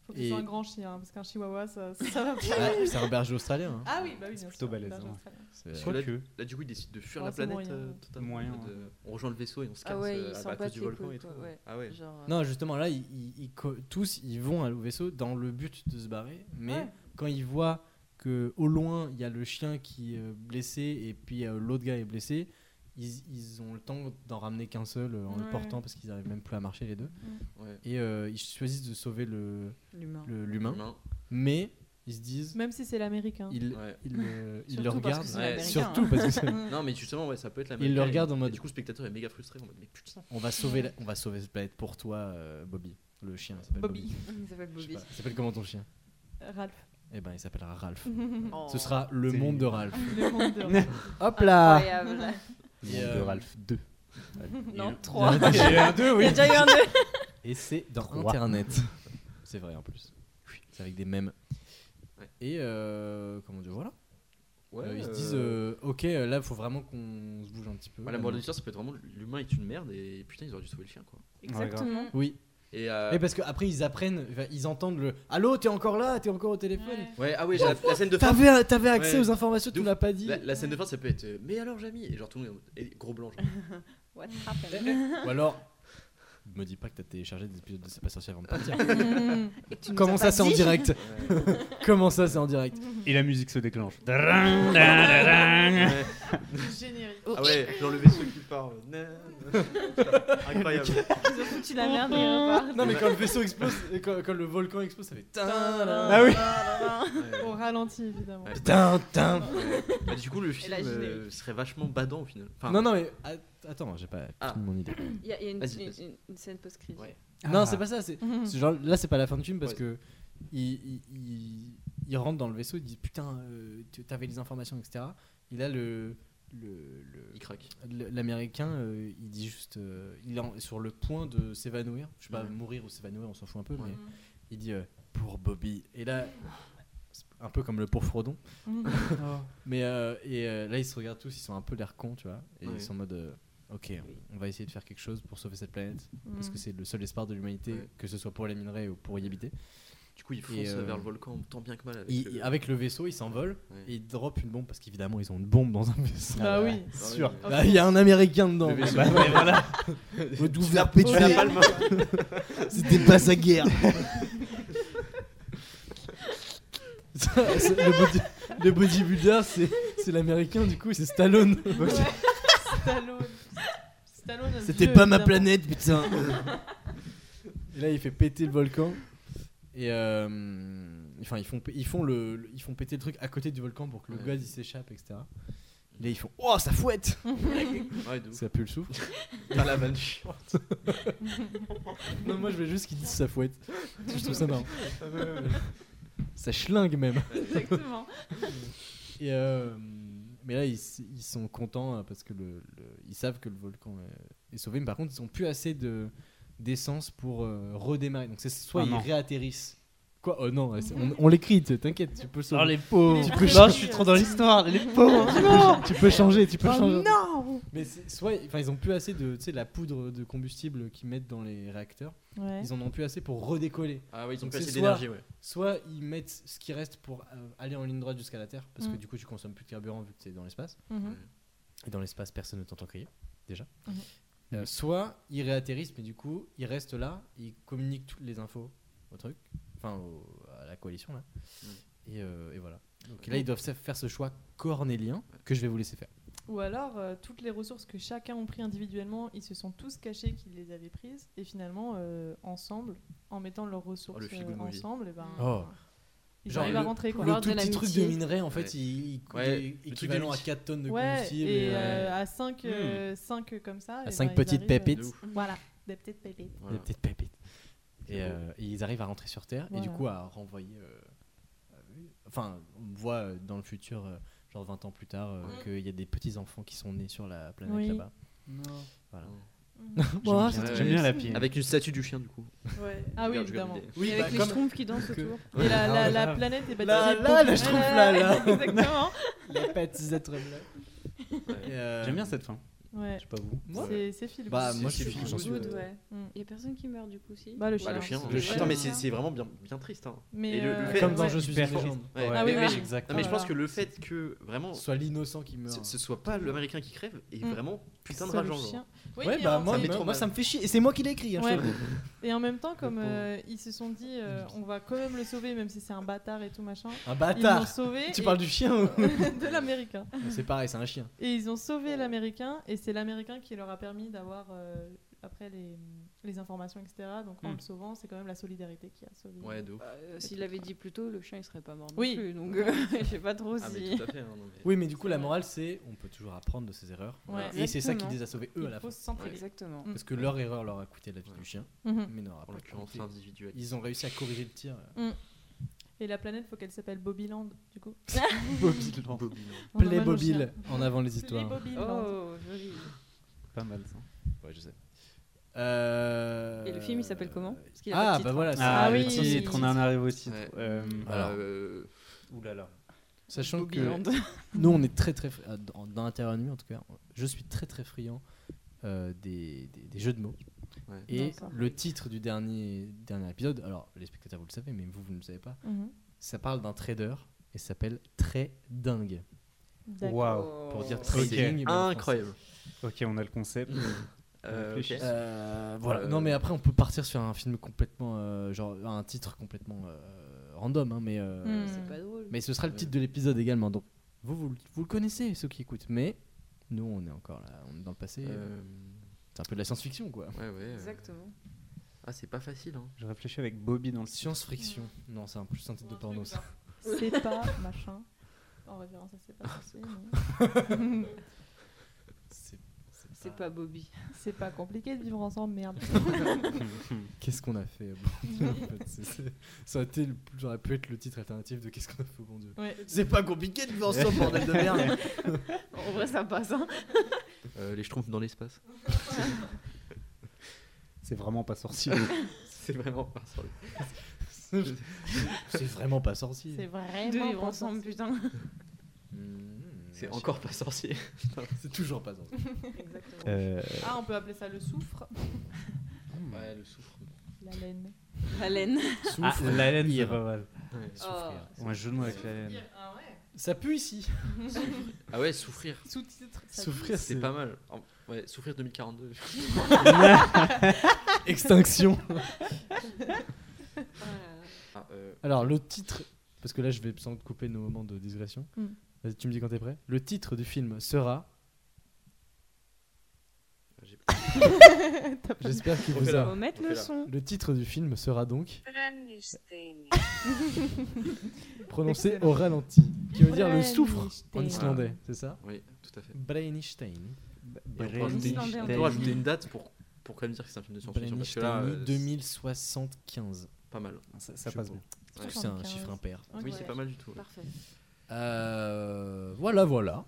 [SPEAKER 7] Faut que ce soit
[SPEAKER 5] et-
[SPEAKER 7] un grand chien, hein, parce qu'un chihuahua, ça, ça va pas.
[SPEAKER 5] ah, c'est un berger australien. hein.
[SPEAKER 7] Ah oui, bah oui, bien
[SPEAKER 10] plutôt
[SPEAKER 7] sûr,
[SPEAKER 10] balèze,
[SPEAKER 7] bah,
[SPEAKER 10] hein.
[SPEAKER 7] j'en sais rien.
[SPEAKER 5] C'est- euh,
[SPEAKER 8] Parce que là,
[SPEAKER 10] Quoique.
[SPEAKER 8] là, du coup, ils décident de fuir
[SPEAKER 7] Ouais,
[SPEAKER 8] la
[SPEAKER 7] c'est
[SPEAKER 8] planète
[SPEAKER 7] moyen.
[SPEAKER 8] euh, totalement.
[SPEAKER 10] Moyen,
[SPEAKER 8] en mode, euh, on rejoint le vaisseau et on se
[SPEAKER 9] Ah
[SPEAKER 8] casse
[SPEAKER 9] ouais,
[SPEAKER 8] euh,
[SPEAKER 9] ils s'en
[SPEAKER 8] à la
[SPEAKER 9] battent
[SPEAKER 8] cause du
[SPEAKER 9] les
[SPEAKER 8] volcan
[SPEAKER 9] couilles,
[SPEAKER 8] et tout.
[SPEAKER 9] quoi, ouais.
[SPEAKER 8] Ah ouais.
[SPEAKER 9] Genre, euh,
[SPEAKER 5] Non, justement, là, ils- ils- ils co- tous, ils vont au vaisseau dans le but de se barrer, mais
[SPEAKER 7] Ouais.
[SPEAKER 5] quand ils voient que au loin, il y a le chien qui est euh, blessé et puis euh, l'autre gars est blessé, ils, ils ont le temps d'en ramener qu'un seul euh, en le
[SPEAKER 7] Ouais.
[SPEAKER 5] portant parce qu'ils n'arrivent même plus à marcher les deux.
[SPEAKER 8] Ouais.
[SPEAKER 5] Et euh, ils choisissent de sauver le,
[SPEAKER 9] l'humain.
[SPEAKER 5] le- l'humain,
[SPEAKER 8] Humain.
[SPEAKER 5] mais ils se disent...
[SPEAKER 7] Même si c'est l'américain.
[SPEAKER 5] Ils,
[SPEAKER 8] Ouais.
[SPEAKER 5] il le, il le
[SPEAKER 9] Surtout parce
[SPEAKER 5] regarde
[SPEAKER 9] que c'est
[SPEAKER 8] Ouais,
[SPEAKER 9] l'américain,
[SPEAKER 5] surtout
[SPEAKER 9] hein.
[SPEAKER 5] parce que c'est-
[SPEAKER 8] Non, mais justement, ouais, ça peut être la
[SPEAKER 5] Il le regarde en
[SPEAKER 8] Et
[SPEAKER 5] mode-
[SPEAKER 8] Du coup, le spectateur est méga frustré en mode mais putain.
[SPEAKER 5] on va sauver la- on va sauver cette planète pour toi euh, Bobby le chien il s'appelle Bobby,
[SPEAKER 7] Bobby.
[SPEAKER 9] Il s'appelle
[SPEAKER 5] Je sais
[SPEAKER 9] Bobby.
[SPEAKER 5] pas, il s'appelle comment ton chien
[SPEAKER 7] Ralph.
[SPEAKER 5] Eh ben il s'appellera Ralph
[SPEAKER 9] Oh,
[SPEAKER 5] ce sera le
[SPEAKER 10] C'est
[SPEAKER 5] monde
[SPEAKER 10] mignon.
[SPEAKER 5] de Ralph
[SPEAKER 7] Le monde de-
[SPEAKER 5] hop
[SPEAKER 9] Incroyable.
[SPEAKER 10] Le
[SPEAKER 5] Et,
[SPEAKER 10] monde de
[SPEAKER 5] euh,
[SPEAKER 10] Ralph 2.
[SPEAKER 9] Non,
[SPEAKER 5] Il y en
[SPEAKER 9] trois.
[SPEAKER 5] a déjà eu un deux,
[SPEAKER 9] Il
[SPEAKER 5] oui.
[SPEAKER 9] y a déjà eu un deux.
[SPEAKER 5] et c'est dans
[SPEAKER 10] Trois.
[SPEAKER 5] internet c'est vrai en plus c'est avec des mèmes
[SPEAKER 8] Ouais.
[SPEAKER 5] et euh, comment dire voilà
[SPEAKER 8] Ouais,
[SPEAKER 5] Euh, ils se
[SPEAKER 8] euh,
[SPEAKER 5] disent euh, ok euh, là faut vraiment qu'on se bouge un petit peu Euh,
[SPEAKER 8] ouais, la morale de l'histoire, ça peut être vraiment l'humain est une merde et putain, ils auraient dû sauver le chien quoi.
[SPEAKER 9] Exactement.
[SPEAKER 5] oui
[SPEAKER 8] Et euh,
[SPEAKER 5] mais parce que après ils apprennent enfin, ils entendent le allô t'es encore là t'es encore au téléphone
[SPEAKER 7] Ouais.
[SPEAKER 8] ouais, ah ouais, j'ai la, la scène de fin.
[SPEAKER 5] T'avais, t'avais accès
[SPEAKER 8] Ouais.
[SPEAKER 5] aux informations, tu
[SPEAKER 8] D'où-
[SPEAKER 5] l'as pas dit.
[SPEAKER 8] La, la scène de fin, ça peut être euh, mais alors, Jamie Et genre tout le monde est en mode, eh, gros blanc. Genre.
[SPEAKER 9] What happened
[SPEAKER 5] Ou alors, me dis pas que t'as téléchargé des épisodes de C'est pas sorcier avant de partir.
[SPEAKER 7] Mhm.
[SPEAKER 9] Tu nous
[SPEAKER 5] Comment
[SPEAKER 9] as
[SPEAKER 5] ça,
[SPEAKER 9] pas
[SPEAKER 5] c'est en
[SPEAKER 9] dit
[SPEAKER 5] direct
[SPEAKER 8] Ouais.
[SPEAKER 5] Comment ça, c'est en direct
[SPEAKER 10] Et la musique se déclenche.
[SPEAKER 8] Ouais.
[SPEAKER 7] Générique.
[SPEAKER 8] Ah ouais, genre le vaisseau qui part. ouais. Nan, nan. Incroyable.
[SPEAKER 9] Ils ont foutu la merde, ils repartent.
[SPEAKER 5] Non, mais quand le vaisseau explose, et quand, quand le volcan explose, ça fait
[SPEAKER 7] Ah
[SPEAKER 5] oui
[SPEAKER 7] Au ralenti, évidemment.
[SPEAKER 8] Ouais.
[SPEAKER 5] Tin, tin.
[SPEAKER 8] Bah, du coup, le film
[SPEAKER 9] la générique.
[SPEAKER 8] euh, serait vachement badant au final. Enfin,
[SPEAKER 5] Non, non, mais at- attends, j'ai pas
[SPEAKER 8] Ah.
[SPEAKER 5] fini mon idée.
[SPEAKER 9] Il y a, il y a une,
[SPEAKER 8] Vas-y,
[SPEAKER 9] une-
[SPEAKER 8] vas-y.
[SPEAKER 9] une- une scène post-crise.
[SPEAKER 8] Ouais.
[SPEAKER 5] Non, c'est pas ça. C'est,
[SPEAKER 9] Hmm.
[SPEAKER 7] Mhm.
[SPEAKER 5] c'est genre, là, c'est pas la fin du film parce
[SPEAKER 8] Ouais.
[SPEAKER 5] que il, il, il- il rentre dans le vaisseau, il dit putain, euh, tu- t'avais les informations, etc. Et là, le. le, le
[SPEAKER 8] Il craque.
[SPEAKER 5] L- L'américain, euh, il dit juste, euh, il est en- sur le point de s'évanouir. Je sais pas,
[SPEAKER 8] Ouais.
[SPEAKER 5] mourir ou s'évanouir, on s'en fout un peu,
[SPEAKER 8] Ouais.
[SPEAKER 5] mais il dit euh, pour Bobby. Et là, c'est un peu comme le pour Frodon.
[SPEAKER 7] Mhm.
[SPEAKER 5] Mais euh, et euh, là, ils se regardent tous, ils sont un peu l'air cons, tu vois. Et
[SPEAKER 8] Ouais.
[SPEAKER 5] ils sont en mode, euh, ok, on va essayer de faire quelque chose pour sauver cette planète, parce que c'est le seul espoir de l'humanité,
[SPEAKER 8] Mm. Ouais.
[SPEAKER 5] que ce soit pour les minerais ou pour y habiter.
[SPEAKER 8] Du coup, il fonce
[SPEAKER 5] Et, euh,
[SPEAKER 8] vers le volcan tant bien que mal. Avec,
[SPEAKER 5] Il- ah,
[SPEAKER 8] euh,
[SPEAKER 5] il- avec le vaisseau, ils s'envolent
[SPEAKER 8] Ouais.
[SPEAKER 5] et ils dropent une bombe parce qu'évidemment, ils ont une bombe dans un vaisseau.
[SPEAKER 7] Bah oui.
[SPEAKER 8] genre,
[SPEAKER 10] sûr.
[SPEAKER 8] euh,
[SPEAKER 5] Bah, Il y a un Américain
[SPEAKER 8] le
[SPEAKER 5] dedans. Bah,
[SPEAKER 8] vaisseau.
[SPEAKER 5] Faut tout
[SPEAKER 8] l'as-
[SPEAKER 5] faire
[SPEAKER 8] tu l'as
[SPEAKER 5] péter.
[SPEAKER 8] pas le main.
[SPEAKER 5] C'était pas sa guerre. le, body, le bodybuilder, c'est, c'est l'américain, du coup, c'est Stallone.
[SPEAKER 7] Stallone. Stallone,
[SPEAKER 5] C'était
[SPEAKER 7] vieux,
[SPEAKER 5] pas ma
[SPEAKER 7] évidemment.
[SPEAKER 5] planète, putain. Et là, il fait péter le volcan. Et euh, enfin, ils font, p- ils, font le, le- ils font péter le truc à côté du volcan pour que le
[SPEAKER 8] Ouais.
[SPEAKER 5] gaz il s'échappe, etc. Et là, ils font Oh, ça fouette
[SPEAKER 8] Ouais, de ouf.
[SPEAKER 5] Ça pue le souffle.
[SPEAKER 8] Dans la vanne chiante.
[SPEAKER 5] Non, moi, je veux juste qu'ils disent ça fouette. Je trouve ça marrant. Ça schlingue même.
[SPEAKER 7] Exactement.
[SPEAKER 5] Et euh, mais là, ils, s- ils sont contents euh, parce que le, le- ils savent que le volcan est, est sauvé, mais par contre, ils n'ont plus assez de, d'essence pour euh, redémarrer. Donc c'est soit
[SPEAKER 10] Ah
[SPEAKER 5] ils
[SPEAKER 10] non.
[SPEAKER 5] réatterrissent. Quoi Oh non, c'est-
[SPEAKER 7] Mm-hmm.
[SPEAKER 5] on, on l'écrit, t- t'inquiette, tu peux le sauver.
[SPEAKER 10] Ah,
[SPEAKER 6] les pauvres.
[SPEAKER 5] Tu peux
[SPEAKER 6] Non,
[SPEAKER 5] changer.
[SPEAKER 6] je suis trop dans l'histoire. Les pauvres.
[SPEAKER 5] Tu peux cha- tu peux changer, tu peux
[SPEAKER 7] Oh
[SPEAKER 5] changer.
[SPEAKER 7] non
[SPEAKER 5] Mais c'est- soit, enfin, ils ont plus assez de, tu sais, de la poudre de combustible qu'ils mettent dans les réacteurs.
[SPEAKER 7] Ouais.
[SPEAKER 5] Ils en ont plus assez pour redécoller.
[SPEAKER 8] Ah oui, ils ont
[SPEAKER 5] Donc
[SPEAKER 8] placé
[SPEAKER 5] c'est
[SPEAKER 8] d'énergie, ouais.
[SPEAKER 5] Soit ils mettent ce qui reste pour euh, aller en ligne droite jusqu'à la Terre, parce que
[SPEAKER 7] Mm.
[SPEAKER 5] du coup tu consommes plus de carburant vu que t'es dans l'espace.
[SPEAKER 7] Mhm.
[SPEAKER 5] Et dans l'espace, personne ne t'entend crier, déjà.
[SPEAKER 7] Mhm.
[SPEAKER 5] Euh, soit ils réatterrissent, mais du coup, ils restent là, ils communiquent toutes les infos au truc, enfin au- à la coalition, là.
[SPEAKER 7] Mm.
[SPEAKER 8] Mhm.
[SPEAKER 5] Et, euh, et voilà. Donc là, ils doivent sa- faire ce choix cornélien que je vais vous laisser faire.
[SPEAKER 7] Ou alors, euh, toutes les ressources que chacun ont pris individuellement, ils se sont tous cachés qu'ils les avaient prises, et finalement, euh, ensemble, en mettant leurs ressources
[SPEAKER 8] le feel
[SPEAKER 7] euh,
[SPEAKER 8] good movie.
[SPEAKER 7] ensemble, et ben,
[SPEAKER 5] Oh.
[SPEAKER 7] ils
[SPEAKER 5] Genre
[SPEAKER 7] arrivent à
[SPEAKER 5] le-
[SPEAKER 7] rentrer. Quoi.
[SPEAKER 5] Le
[SPEAKER 9] L'ordre
[SPEAKER 5] tout
[SPEAKER 9] de
[SPEAKER 5] petit truc de
[SPEAKER 9] l'amitié.
[SPEAKER 5] minerai, en
[SPEAKER 8] Ouais.
[SPEAKER 5] fait, il, il-
[SPEAKER 8] Ouais,
[SPEAKER 5] il est
[SPEAKER 8] le truc de
[SPEAKER 5] équivalent à
[SPEAKER 8] l'huile.
[SPEAKER 5] 4 tonnes de
[SPEAKER 7] Ouais,
[SPEAKER 5] combustible.
[SPEAKER 7] et
[SPEAKER 5] euh,
[SPEAKER 7] euh, à 5, 5 comme ça. et
[SPEAKER 5] à
[SPEAKER 7] ben,
[SPEAKER 5] 5
[SPEAKER 7] ils
[SPEAKER 5] petites
[SPEAKER 7] arrivent, euh,
[SPEAKER 5] pépites.
[SPEAKER 8] de ouf.
[SPEAKER 7] Voilà, des petites pépites.
[SPEAKER 5] des
[SPEAKER 8] Voilà.
[SPEAKER 5] petites pépites. Et,
[SPEAKER 8] beau.
[SPEAKER 5] euh, et ils arrivent à rentrer sur Terre et du
[SPEAKER 7] Voilà.
[SPEAKER 5] coup à renvoyer. euh, euh, Enfin, on voit euh, dans le futur, euh, genre 20 ans plus tard, euh, qu'il y a des petits enfants qui sont nés sur la planète
[SPEAKER 7] Oui.
[SPEAKER 5] là-bas. Voilà.
[SPEAKER 7] Mhm.
[SPEAKER 9] Ouah,
[SPEAKER 8] bien,
[SPEAKER 9] c'est
[SPEAKER 8] ouais.
[SPEAKER 9] trop
[SPEAKER 10] J'aime bien la
[SPEAKER 9] mignon.
[SPEAKER 10] pierre.
[SPEAKER 8] Avec une statue du chien, du coup.
[SPEAKER 7] Ah oui,
[SPEAKER 8] Regarde, je regarde
[SPEAKER 7] évidemment.
[SPEAKER 8] l'idée.
[SPEAKER 5] Oui,
[SPEAKER 9] avec
[SPEAKER 5] bah,
[SPEAKER 9] les
[SPEAKER 5] comme-
[SPEAKER 9] schtroumpfs qui dansent autour.
[SPEAKER 7] Et la, la, la
[SPEAKER 6] Ah ouais.
[SPEAKER 7] planète est bâtie
[SPEAKER 5] Là,
[SPEAKER 7] de
[SPEAKER 5] là, là, je
[SPEAKER 7] pompes.
[SPEAKER 5] trouve,
[SPEAKER 7] Ouais,
[SPEAKER 5] là,
[SPEAKER 7] ouais,
[SPEAKER 5] là.
[SPEAKER 7] Exactement.
[SPEAKER 5] les petits êtres blancs.
[SPEAKER 8] Ouais.
[SPEAKER 5] Et, euh,
[SPEAKER 10] J'aime bien cette fin.
[SPEAKER 7] Ouais.
[SPEAKER 10] Je sais pas vous.
[SPEAKER 5] moi,
[SPEAKER 7] C'est c'est Philippe.
[SPEAKER 5] Bah,
[SPEAKER 8] C'est-
[SPEAKER 5] moi
[SPEAKER 8] c'est
[SPEAKER 5] je suis
[SPEAKER 8] Philippe,
[SPEAKER 5] j'en suis,
[SPEAKER 9] Good,
[SPEAKER 5] euh,
[SPEAKER 9] ouais.
[SPEAKER 7] Mm.
[SPEAKER 9] Il y a personne qui meurt du coup, si.
[SPEAKER 7] Bah, le chien.
[SPEAKER 8] Bah, le chien.
[SPEAKER 5] Le
[SPEAKER 8] Le
[SPEAKER 5] chien.
[SPEAKER 8] Attends, mais c'est c'est vraiment bien, bien triste. Hein.
[SPEAKER 7] Mais
[SPEAKER 8] Et le- le
[SPEAKER 7] euh,
[SPEAKER 8] fait-
[SPEAKER 5] Comme dans
[SPEAKER 7] ouais.
[SPEAKER 5] Je suis
[SPEAKER 10] Super
[SPEAKER 5] une légende.
[SPEAKER 8] Ouais.
[SPEAKER 7] Ah oui,
[SPEAKER 8] mais,
[SPEAKER 7] oui.
[SPEAKER 10] Exact.
[SPEAKER 8] non, mais je
[SPEAKER 7] Voilà.
[SPEAKER 8] pense que le fait que vraiment
[SPEAKER 5] Soit l'innocent qui meurt.
[SPEAKER 8] ce, ce soit pas l'américain qui crève est
[SPEAKER 7] Mm.
[SPEAKER 8] vraiment putain de
[SPEAKER 7] Soit le
[SPEAKER 8] rageant. genre.
[SPEAKER 7] chien. Oui,
[SPEAKER 5] Ouais,
[SPEAKER 7] mais
[SPEAKER 5] bah
[SPEAKER 7] en
[SPEAKER 5] moi,
[SPEAKER 8] fait-
[SPEAKER 5] moi, moi, ça me fait chier. Et c'est moi qui l'ai écrit. hein, je
[SPEAKER 7] Ouais.
[SPEAKER 5] te le dis.
[SPEAKER 7] Et en même temps, comme
[SPEAKER 8] pauvre.
[SPEAKER 7] euh, ils se sont dit, euh, on va quand même le sauver, même si c'est un bâtard et tout machin.
[SPEAKER 5] Un
[SPEAKER 7] Ils l'ont
[SPEAKER 5] bâtard.
[SPEAKER 7] sauvé.
[SPEAKER 5] Tu
[SPEAKER 7] et-
[SPEAKER 5] parles du chien ou
[SPEAKER 7] de l'américain.
[SPEAKER 5] C'est pareil, c'est un chien.
[SPEAKER 7] Et ils ont
[SPEAKER 5] Oh.
[SPEAKER 7] sauvé l'américain, et c'est l'américain qui leur a permis d'avoir euh, après les, les informations, etc. Donc en
[SPEAKER 10] Hmm.
[SPEAKER 7] le sauvant, c'est quand même la solidarité qui a sauvé.
[SPEAKER 8] Ouais, de ouf.
[SPEAKER 9] Euh, S'il l'avait dit plus tôt, le chien il serait pas mort non
[SPEAKER 7] Oui.
[SPEAKER 9] plus. Donc euh, je sais pas trop
[SPEAKER 8] Ah, mais
[SPEAKER 9] si.
[SPEAKER 8] tout à fait. hein, non, mais-
[SPEAKER 5] Oui, mais du coup,
[SPEAKER 7] C'est
[SPEAKER 5] la
[SPEAKER 7] vrai.
[SPEAKER 5] morale, c'est on peut toujours apprendre de ses erreurs.
[SPEAKER 7] Ouais.
[SPEAKER 5] Et c'est ça qui
[SPEAKER 9] Exactement.
[SPEAKER 5] les a sauvés eux à la fin.
[SPEAKER 7] Il faut se
[SPEAKER 9] euh,
[SPEAKER 7] centrer.
[SPEAKER 9] Exactement.
[SPEAKER 5] Parce que leur erreur leur a coûté la vie
[SPEAKER 8] Ouais.
[SPEAKER 5] du chien.
[SPEAKER 7] Mhm.
[SPEAKER 5] Mais non,
[SPEAKER 8] En
[SPEAKER 5] après,
[SPEAKER 8] l'occurrence,
[SPEAKER 5] ils-
[SPEAKER 8] l'individuel.
[SPEAKER 5] ils ont réussi à corriger le tir. euh.
[SPEAKER 7] Et la planète, faut qu'elle s'appelle Bobbyland, du coup. En
[SPEAKER 5] Play
[SPEAKER 7] hommage au
[SPEAKER 5] Bobil
[SPEAKER 7] chien.
[SPEAKER 5] en avant les
[SPEAKER 7] Play
[SPEAKER 5] histoires.
[SPEAKER 7] Bobbyland.
[SPEAKER 9] Oh, joli.
[SPEAKER 10] Pas mal ça.
[SPEAKER 5] Ouais, je sais.
[SPEAKER 9] Et le film il s'appelle comment Parce qu'il a pas
[SPEAKER 5] Euh, Ah,
[SPEAKER 9] de
[SPEAKER 5] bah
[SPEAKER 9] titre. hein.
[SPEAKER 5] voilà,
[SPEAKER 10] Ah,
[SPEAKER 7] Ah
[SPEAKER 10] le
[SPEAKER 7] oui.
[SPEAKER 10] titre, on en arrive au titre.
[SPEAKER 8] Ouais.
[SPEAKER 10] Euh,
[SPEAKER 5] Alors.
[SPEAKER 8] Euh,
[SPEAKER 10] oulala.
[SPEAKER 5] Sachant que
[SPEAKER 9] Bobbyland.
[SPEAKER 5] nous, on est très très. fri- ah, Dans dans l'intérieur de nuit, en tout cas, je suis très très friand euh, des, des- des jeux de mots.
[SPEAKER 8] Ouais.
[SPEAKER 5] Et
[SPEAKER 9] D'accord.
[SPEAKER 5] le titre du dernier, dernier épisode, alors les spectateurs vous le savez, mais vous, vous ne le savez pas,
[SPEAKER 9] Oh.
[SPEAKER 7] Mhm.
[SPEAKER 5] ça parle d'un trader et ça s'appelle Très Dingue.
[SPEAKER 7] D'accord.
[SPEAKER 10] Waouh.
[SPEAKER 5] Pour
[SPEAKER 9] Oh.
[SPEAKER 5] dire
[SPEAKER 10] très
[SPEAKER 5] trading.
[SPEAKER 10] dingue,
[SPEAKER 5] mais en français.
[SPEAKER 8] Ah, Incroyable.
[SPEAKER 10] Ok, on a le concept.
[SPEAKER 8] Euh,
[SPEAKER 10] Réfléchis.
[SPEAKER 8] ok.
[SPEAKER 5] Euh, voilà.
[SPEAKER 8] Euh,
[SPEAKER 5] Non, mais après, on peut partir sur un film complètement. euh, genre, un titre complètement euh, random, hein, mais, euh,
[SPEAKER 7] Hmm.
[SPEAKER 9] C'est pas drôle.
[SPEAKER 5] mais ce sera le titre de l'épisode également. Donc, vous, vous, le- vous le connaissez, ceux qui écoutent, mais nous, on est encore là, on est dans le passé.
[SPEAKER 8] Euh,
[SPEAKER 5] C'est un peu de la science-fiction, quoi.
[SPEAKER 8] Ouais, ouais. euh,
[SPEAKER 9] Exactement.
[SPEAKER 8] Ah, c'est pas facile. Hein.
[SPEAKER 10] Je réfléchis avec Bobby dans le titre.
[SPEAKER 5] Science-fiction. Non, c'est un, plus un titre de porno, ça.
[SPEAKER 7] C'est pas machin. En référence à c'est pas sorcier, mais
[SPEAKER 5] C'est- c'est
[SPEAKER 9] C'est
[SPEAKER 5] pas-
[SPEAKER 9] pas Bobby.
[SPEAKER 7] C'est pas compliqué de vivre ensemble, merde.
[SPEAKER 5] Qu'est-ce qu'on a fait bon Dieu, en fait, c'est- c'est- Ça aurait été le- ça aurait pu être le titre alternatif de Qu'est-ce qu'on a fait, bon Dieu.
[SPEAKER 7] Ouais.
[SPEAKER 5] C'est pas compliqué de vivre ensemble, bordel de merde.
[SPEAKER 9] En vrai, ça passe. Hein.
[SPEAKER 8] Euh, les schtroumpfs dans l'espace.
[SPEAKER 10] C'est vraiment pas sorcier.
[SPEAKER 8] c'est vraiment pas sorcier.
[SPEAKER 5] C'est vraiment pas sorcier.
[SPEAKER 7] C'est
[SPEAKER 9] De
[SPEAKER 7] vraiment
[SPEAKER 9] vivre
[SPEAKER 7] pas
[SPEAKER 9] ensemble,
[SPEAKER 7] sorcier.
[SPEAKER 9] putain.
[SPEAKER 5] Mmh,
[SPEAKER 8] Hmm, C'est
[SPEAKER 5] je sais
[SPEAKER 8] encore
[SPEAKER 5] pas.
[SPEAKER 8] pas sorcier.
[SPEAKER 5] C'est toujours pas sorcier.
[SPEAKER 9] Exactement.
[SPEAKER 10] Euh,
[SPEAKER 7] Ah, on peut appeler ça le soufre.
[SPEAKER 8] Ouais, le soufre.
[SPEAKER 7] La laine.
[SPEAKER 10] ah,
[SPEAKER 9] La laine.
[SPEAKER 10] la laine, c'est
[SPEAKER 5] Souffrir.
[SPEAKER 10] pas mal.
[SPEAKER 9] Oh.
[SPEAKER 10] Ouais, je joue avec la laine.
[SPEAKER 7] Ah ouais.
[SPEAKER 5] Ça pue ici.
[SPEAKER 8] Ah ouais, souffrir.
[SPEAKER 7] Sous-titre. ça
[SPEAKER 5] Souffrir,
[SPEAKER 8] C'est pas mal. En- Ouais, souffrir 2042.
[SPEAKER 5] extinction.
[SPEAKER 9] Ah là là.
[SPEAKER 8] Ah, euh,
[SPEAKER 5] Alors, le titre, parce que là, je vais sans doute couper nos moments de digression.
[SPEAKER 7] Mm.
[SPEAKER 5] Vas-y, tu me dis quand t'es prêt. Le titre du film sera.
[SPEAKER 8] j'ai-
[SPEAKER 5] J'espère qu'il vous
[SPEAKER 8] Refais-la.
[SPEAKER 5] a.
[SPEAKER 9] Faut mettre le
[SPEAKER 8] Refais-la.
[SPEAKER 9] son.
[SPEAKER 5] Le titre du film sera donc prononcé au ralenti, qui veut dire le soufre en
[SPEAKER 7] Brennisteinstein.
[SPEAKER 5] islandais, c'est ça
[SPEAKER 8] Oui, tout à fait.
[SPEAKER 5] Brainstein.
[SPEAKER 10] Bah,
[SPEAKER 8] Et on peut
[SPEAKER 9] Islandais,
[SPEAKER 8] rajouter- on
[SPEAKER 9] en
[SPEAKER 8] peut
[SPEAKER 9] fait.
[SPEAKER 8] rajouter une date pour, pour quand même dire que c'est un film de science-fiction. Parce que là,
[SPEAKER 5] Brainstein
[SPEAKER 8] euh,
[SPEAKER 5] 2075.
[SPEAKER 8] c'est pas mal.
[SPEAKER 10] Ça,
[SPEAKER 5] Je
[SPEAKER 10] ça
[SPEAKER 5] sais
[SPEAKER 10] passe
[SPEAKER 5] pas.
[SPEAKER 10] bien.
[SPEAKER 5] Je trouve que C'est un
[SPEAKER 7] 75.
[SPEAKER 5] chiffre impair.
[SPEAKER 7] Ok.
[SPEAKER 8] Oui, c'est pas mal du tout.
[SPEAKER 9] Parfait.
[SPEAKER 5] Euh, voilà, voilà.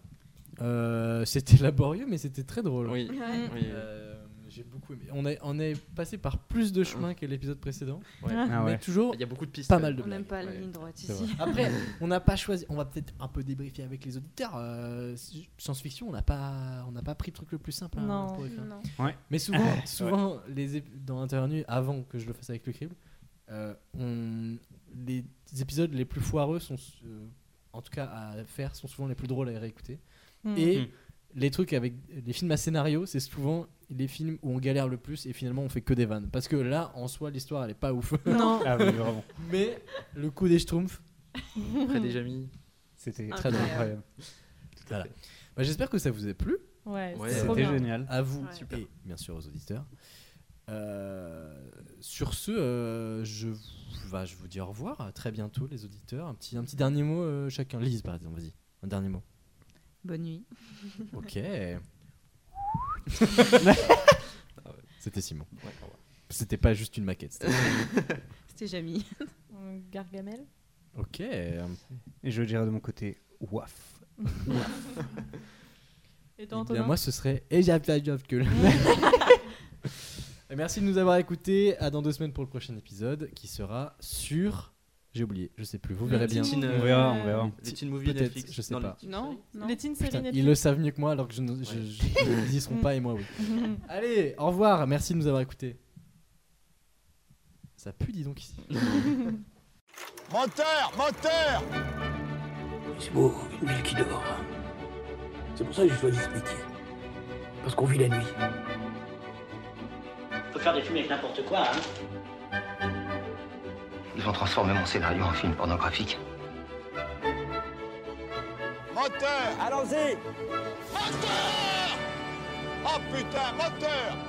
[SPEAKER 5] Euh, c'était laborieux, mais c'était très drôle.
[SPEAKER 8] Oui, oui.
[SPEAKER 5] Euh, je j'ai beaucoup aimé. On est, on est passé par plus de chemins que l'épisode précédent,
[SPEAKER 10] Ah
[SPEAKER 5] mais
[SPEAKER 10] ouais.
[SPEAKER 5] toujours
[SPEAKER 8] Il y a beaucoup de pistes.
[SPEAKER 5] pas mal de
[SPEAKER 9] On n'aime
[SPEAKER 5] blagues.
[SPEAKER 9] pas la
[SPEAKER 8] Ouais.
[SPEAKER 9] ligne droite
[SPEAKER 10] C'est
[SPEAKER 9] ici.
[SPEAKER 5] Après, on n'a pas choisi. On va peut-être un peu débriefer avec les auditeurs. euh, Science-fiction, on n'a pas, on n'a pas pris le truc le plus simple. hein,
[SPEAKER 7] Non.
[SPEAKER 5] pour écrire.
[SPEAKER 9] Non.
[SPEAKER 5] Mais souvent,
[SPEAKER 10] Ah
[SPEAKER 5] souvent les ép- dans Intervenu, avant que je le fasse avec le crible, euh, on- les épisodes les plus foireux sont, s- euh, en tout cas à faire, sont souvent les plus drôles à réécouter.
[SPEAKER 7] Hmm.
[SPEAKER 5] Et
[SPEAKER 10] Mm.
[SPEAKER 5] les trucs avec les films à scénario, c'est souvent les films où on galère le plus et finalement on fait que des vannes. Parce que là, en soi, l'histoire elle est pas ouf.
[SPEAKER 7] Non.
[SPEAKER 10] Ah oui, vraiment.
[SPEAKER 5] Mais le coup des schtroumpfs,
[SPEAKER 8] Près des Jamis.
[SPEAKER 10] C'était
[SPEAKER 5] très drôle.
[SPEAKER 10] incroyable.
[SPEAKER 5] Voilà. Bah, J'espère que ça vous a plu.
[SPEAKER 7] Ouais,
[SPEAKER 8] Ouais,
[SPEAKER 7] c'est trop
[SPEAKER 10] C'était
[SPEAKER 7] bien.
[SPEAKER 10] génial.
[SPEAKER 5] à vous
[SPEAKER 9] Ouais.
[SPEAKER 8] Super.
[SPEAKER 5] et bien sûr aux auditeurs. Euh, sur ce, euh, je, vous- bah, je vous dis au revoir. À très bientôt, les auditeurs. Un petit, un petit dernier mot euh, chacun. Lise, par exemple, vas-y. Un dernier mot.
[SPEAKER 9] Bonne nuit.
[SPEAKER 5] Ok. Ah C'était Simon.
[SPEAKER 8] Ouais, au revoir.
[SPEAKER 5] C'était pas juste une maquette. c'était-
[SPEAKER 9] C'était Jamie.
[SPEAKER 7] Euh, Gargamel.
[SPEAKER 5] Ok. euh,
[SPEAKER 10] Et je dirais de mon côté, waf.
[SPEAKER 7] Et toi,
[SPEAKER 5] Eh
[SPEAKER 7] Antonin
[SPEAKER 5] bien, moi, ce serait Et j'ai appelé à Jeff Kull. Merci de nous avoir écoutés. À dans deux semaines pour le prochain épisode qui sera sur. J'ai oublié, je sais plus, vous verrez bien.
[SPEAKER 8] Teen,
[SPEAKER 10] On
[SPEAKER 8] euh,
[SPEAKER 10] verra, on verra.
[SPEAKER 8] les teen movies
[SPEAKER 5] peut-être,
[SPEAKER 8] Netflix.
[SPEAKER 5] je sais
[SPEAKER 8] Non, les
[SPEAKER 5] pas.
[SPEAKER 8] teen
[SPEAKER 9] Non, non.
[SPEAKER 7] Les teen séries
[SPEAKER 5] Putain,
[SPEAKER 7] Netflix.
[SPEAKER 5] ils le savent mieux que moi alors que je ne je- je- ils y sont pas et moi oui. Allez, au revoir, merci de nous avoir écoutés. Ça pue, dis donc ici.
[SPEAKER 1] Moteur Moteur
[SPEAKER 2] C'est beau, une ville qui dort. C'est pour ça que j'ai choisi ce métier. Parce qu'on vit la nuit.
[SPEAKER 3] On peut faire des films avec n'importe quoi, hein.
[SPEAKER 4] Ils ont transformé mon scénario en film pornographique.
[SPEAKER 1] Moteur
[SPEAKER 2] Allons-y
[SPEAKER 1] Moteur Oh putain, moteur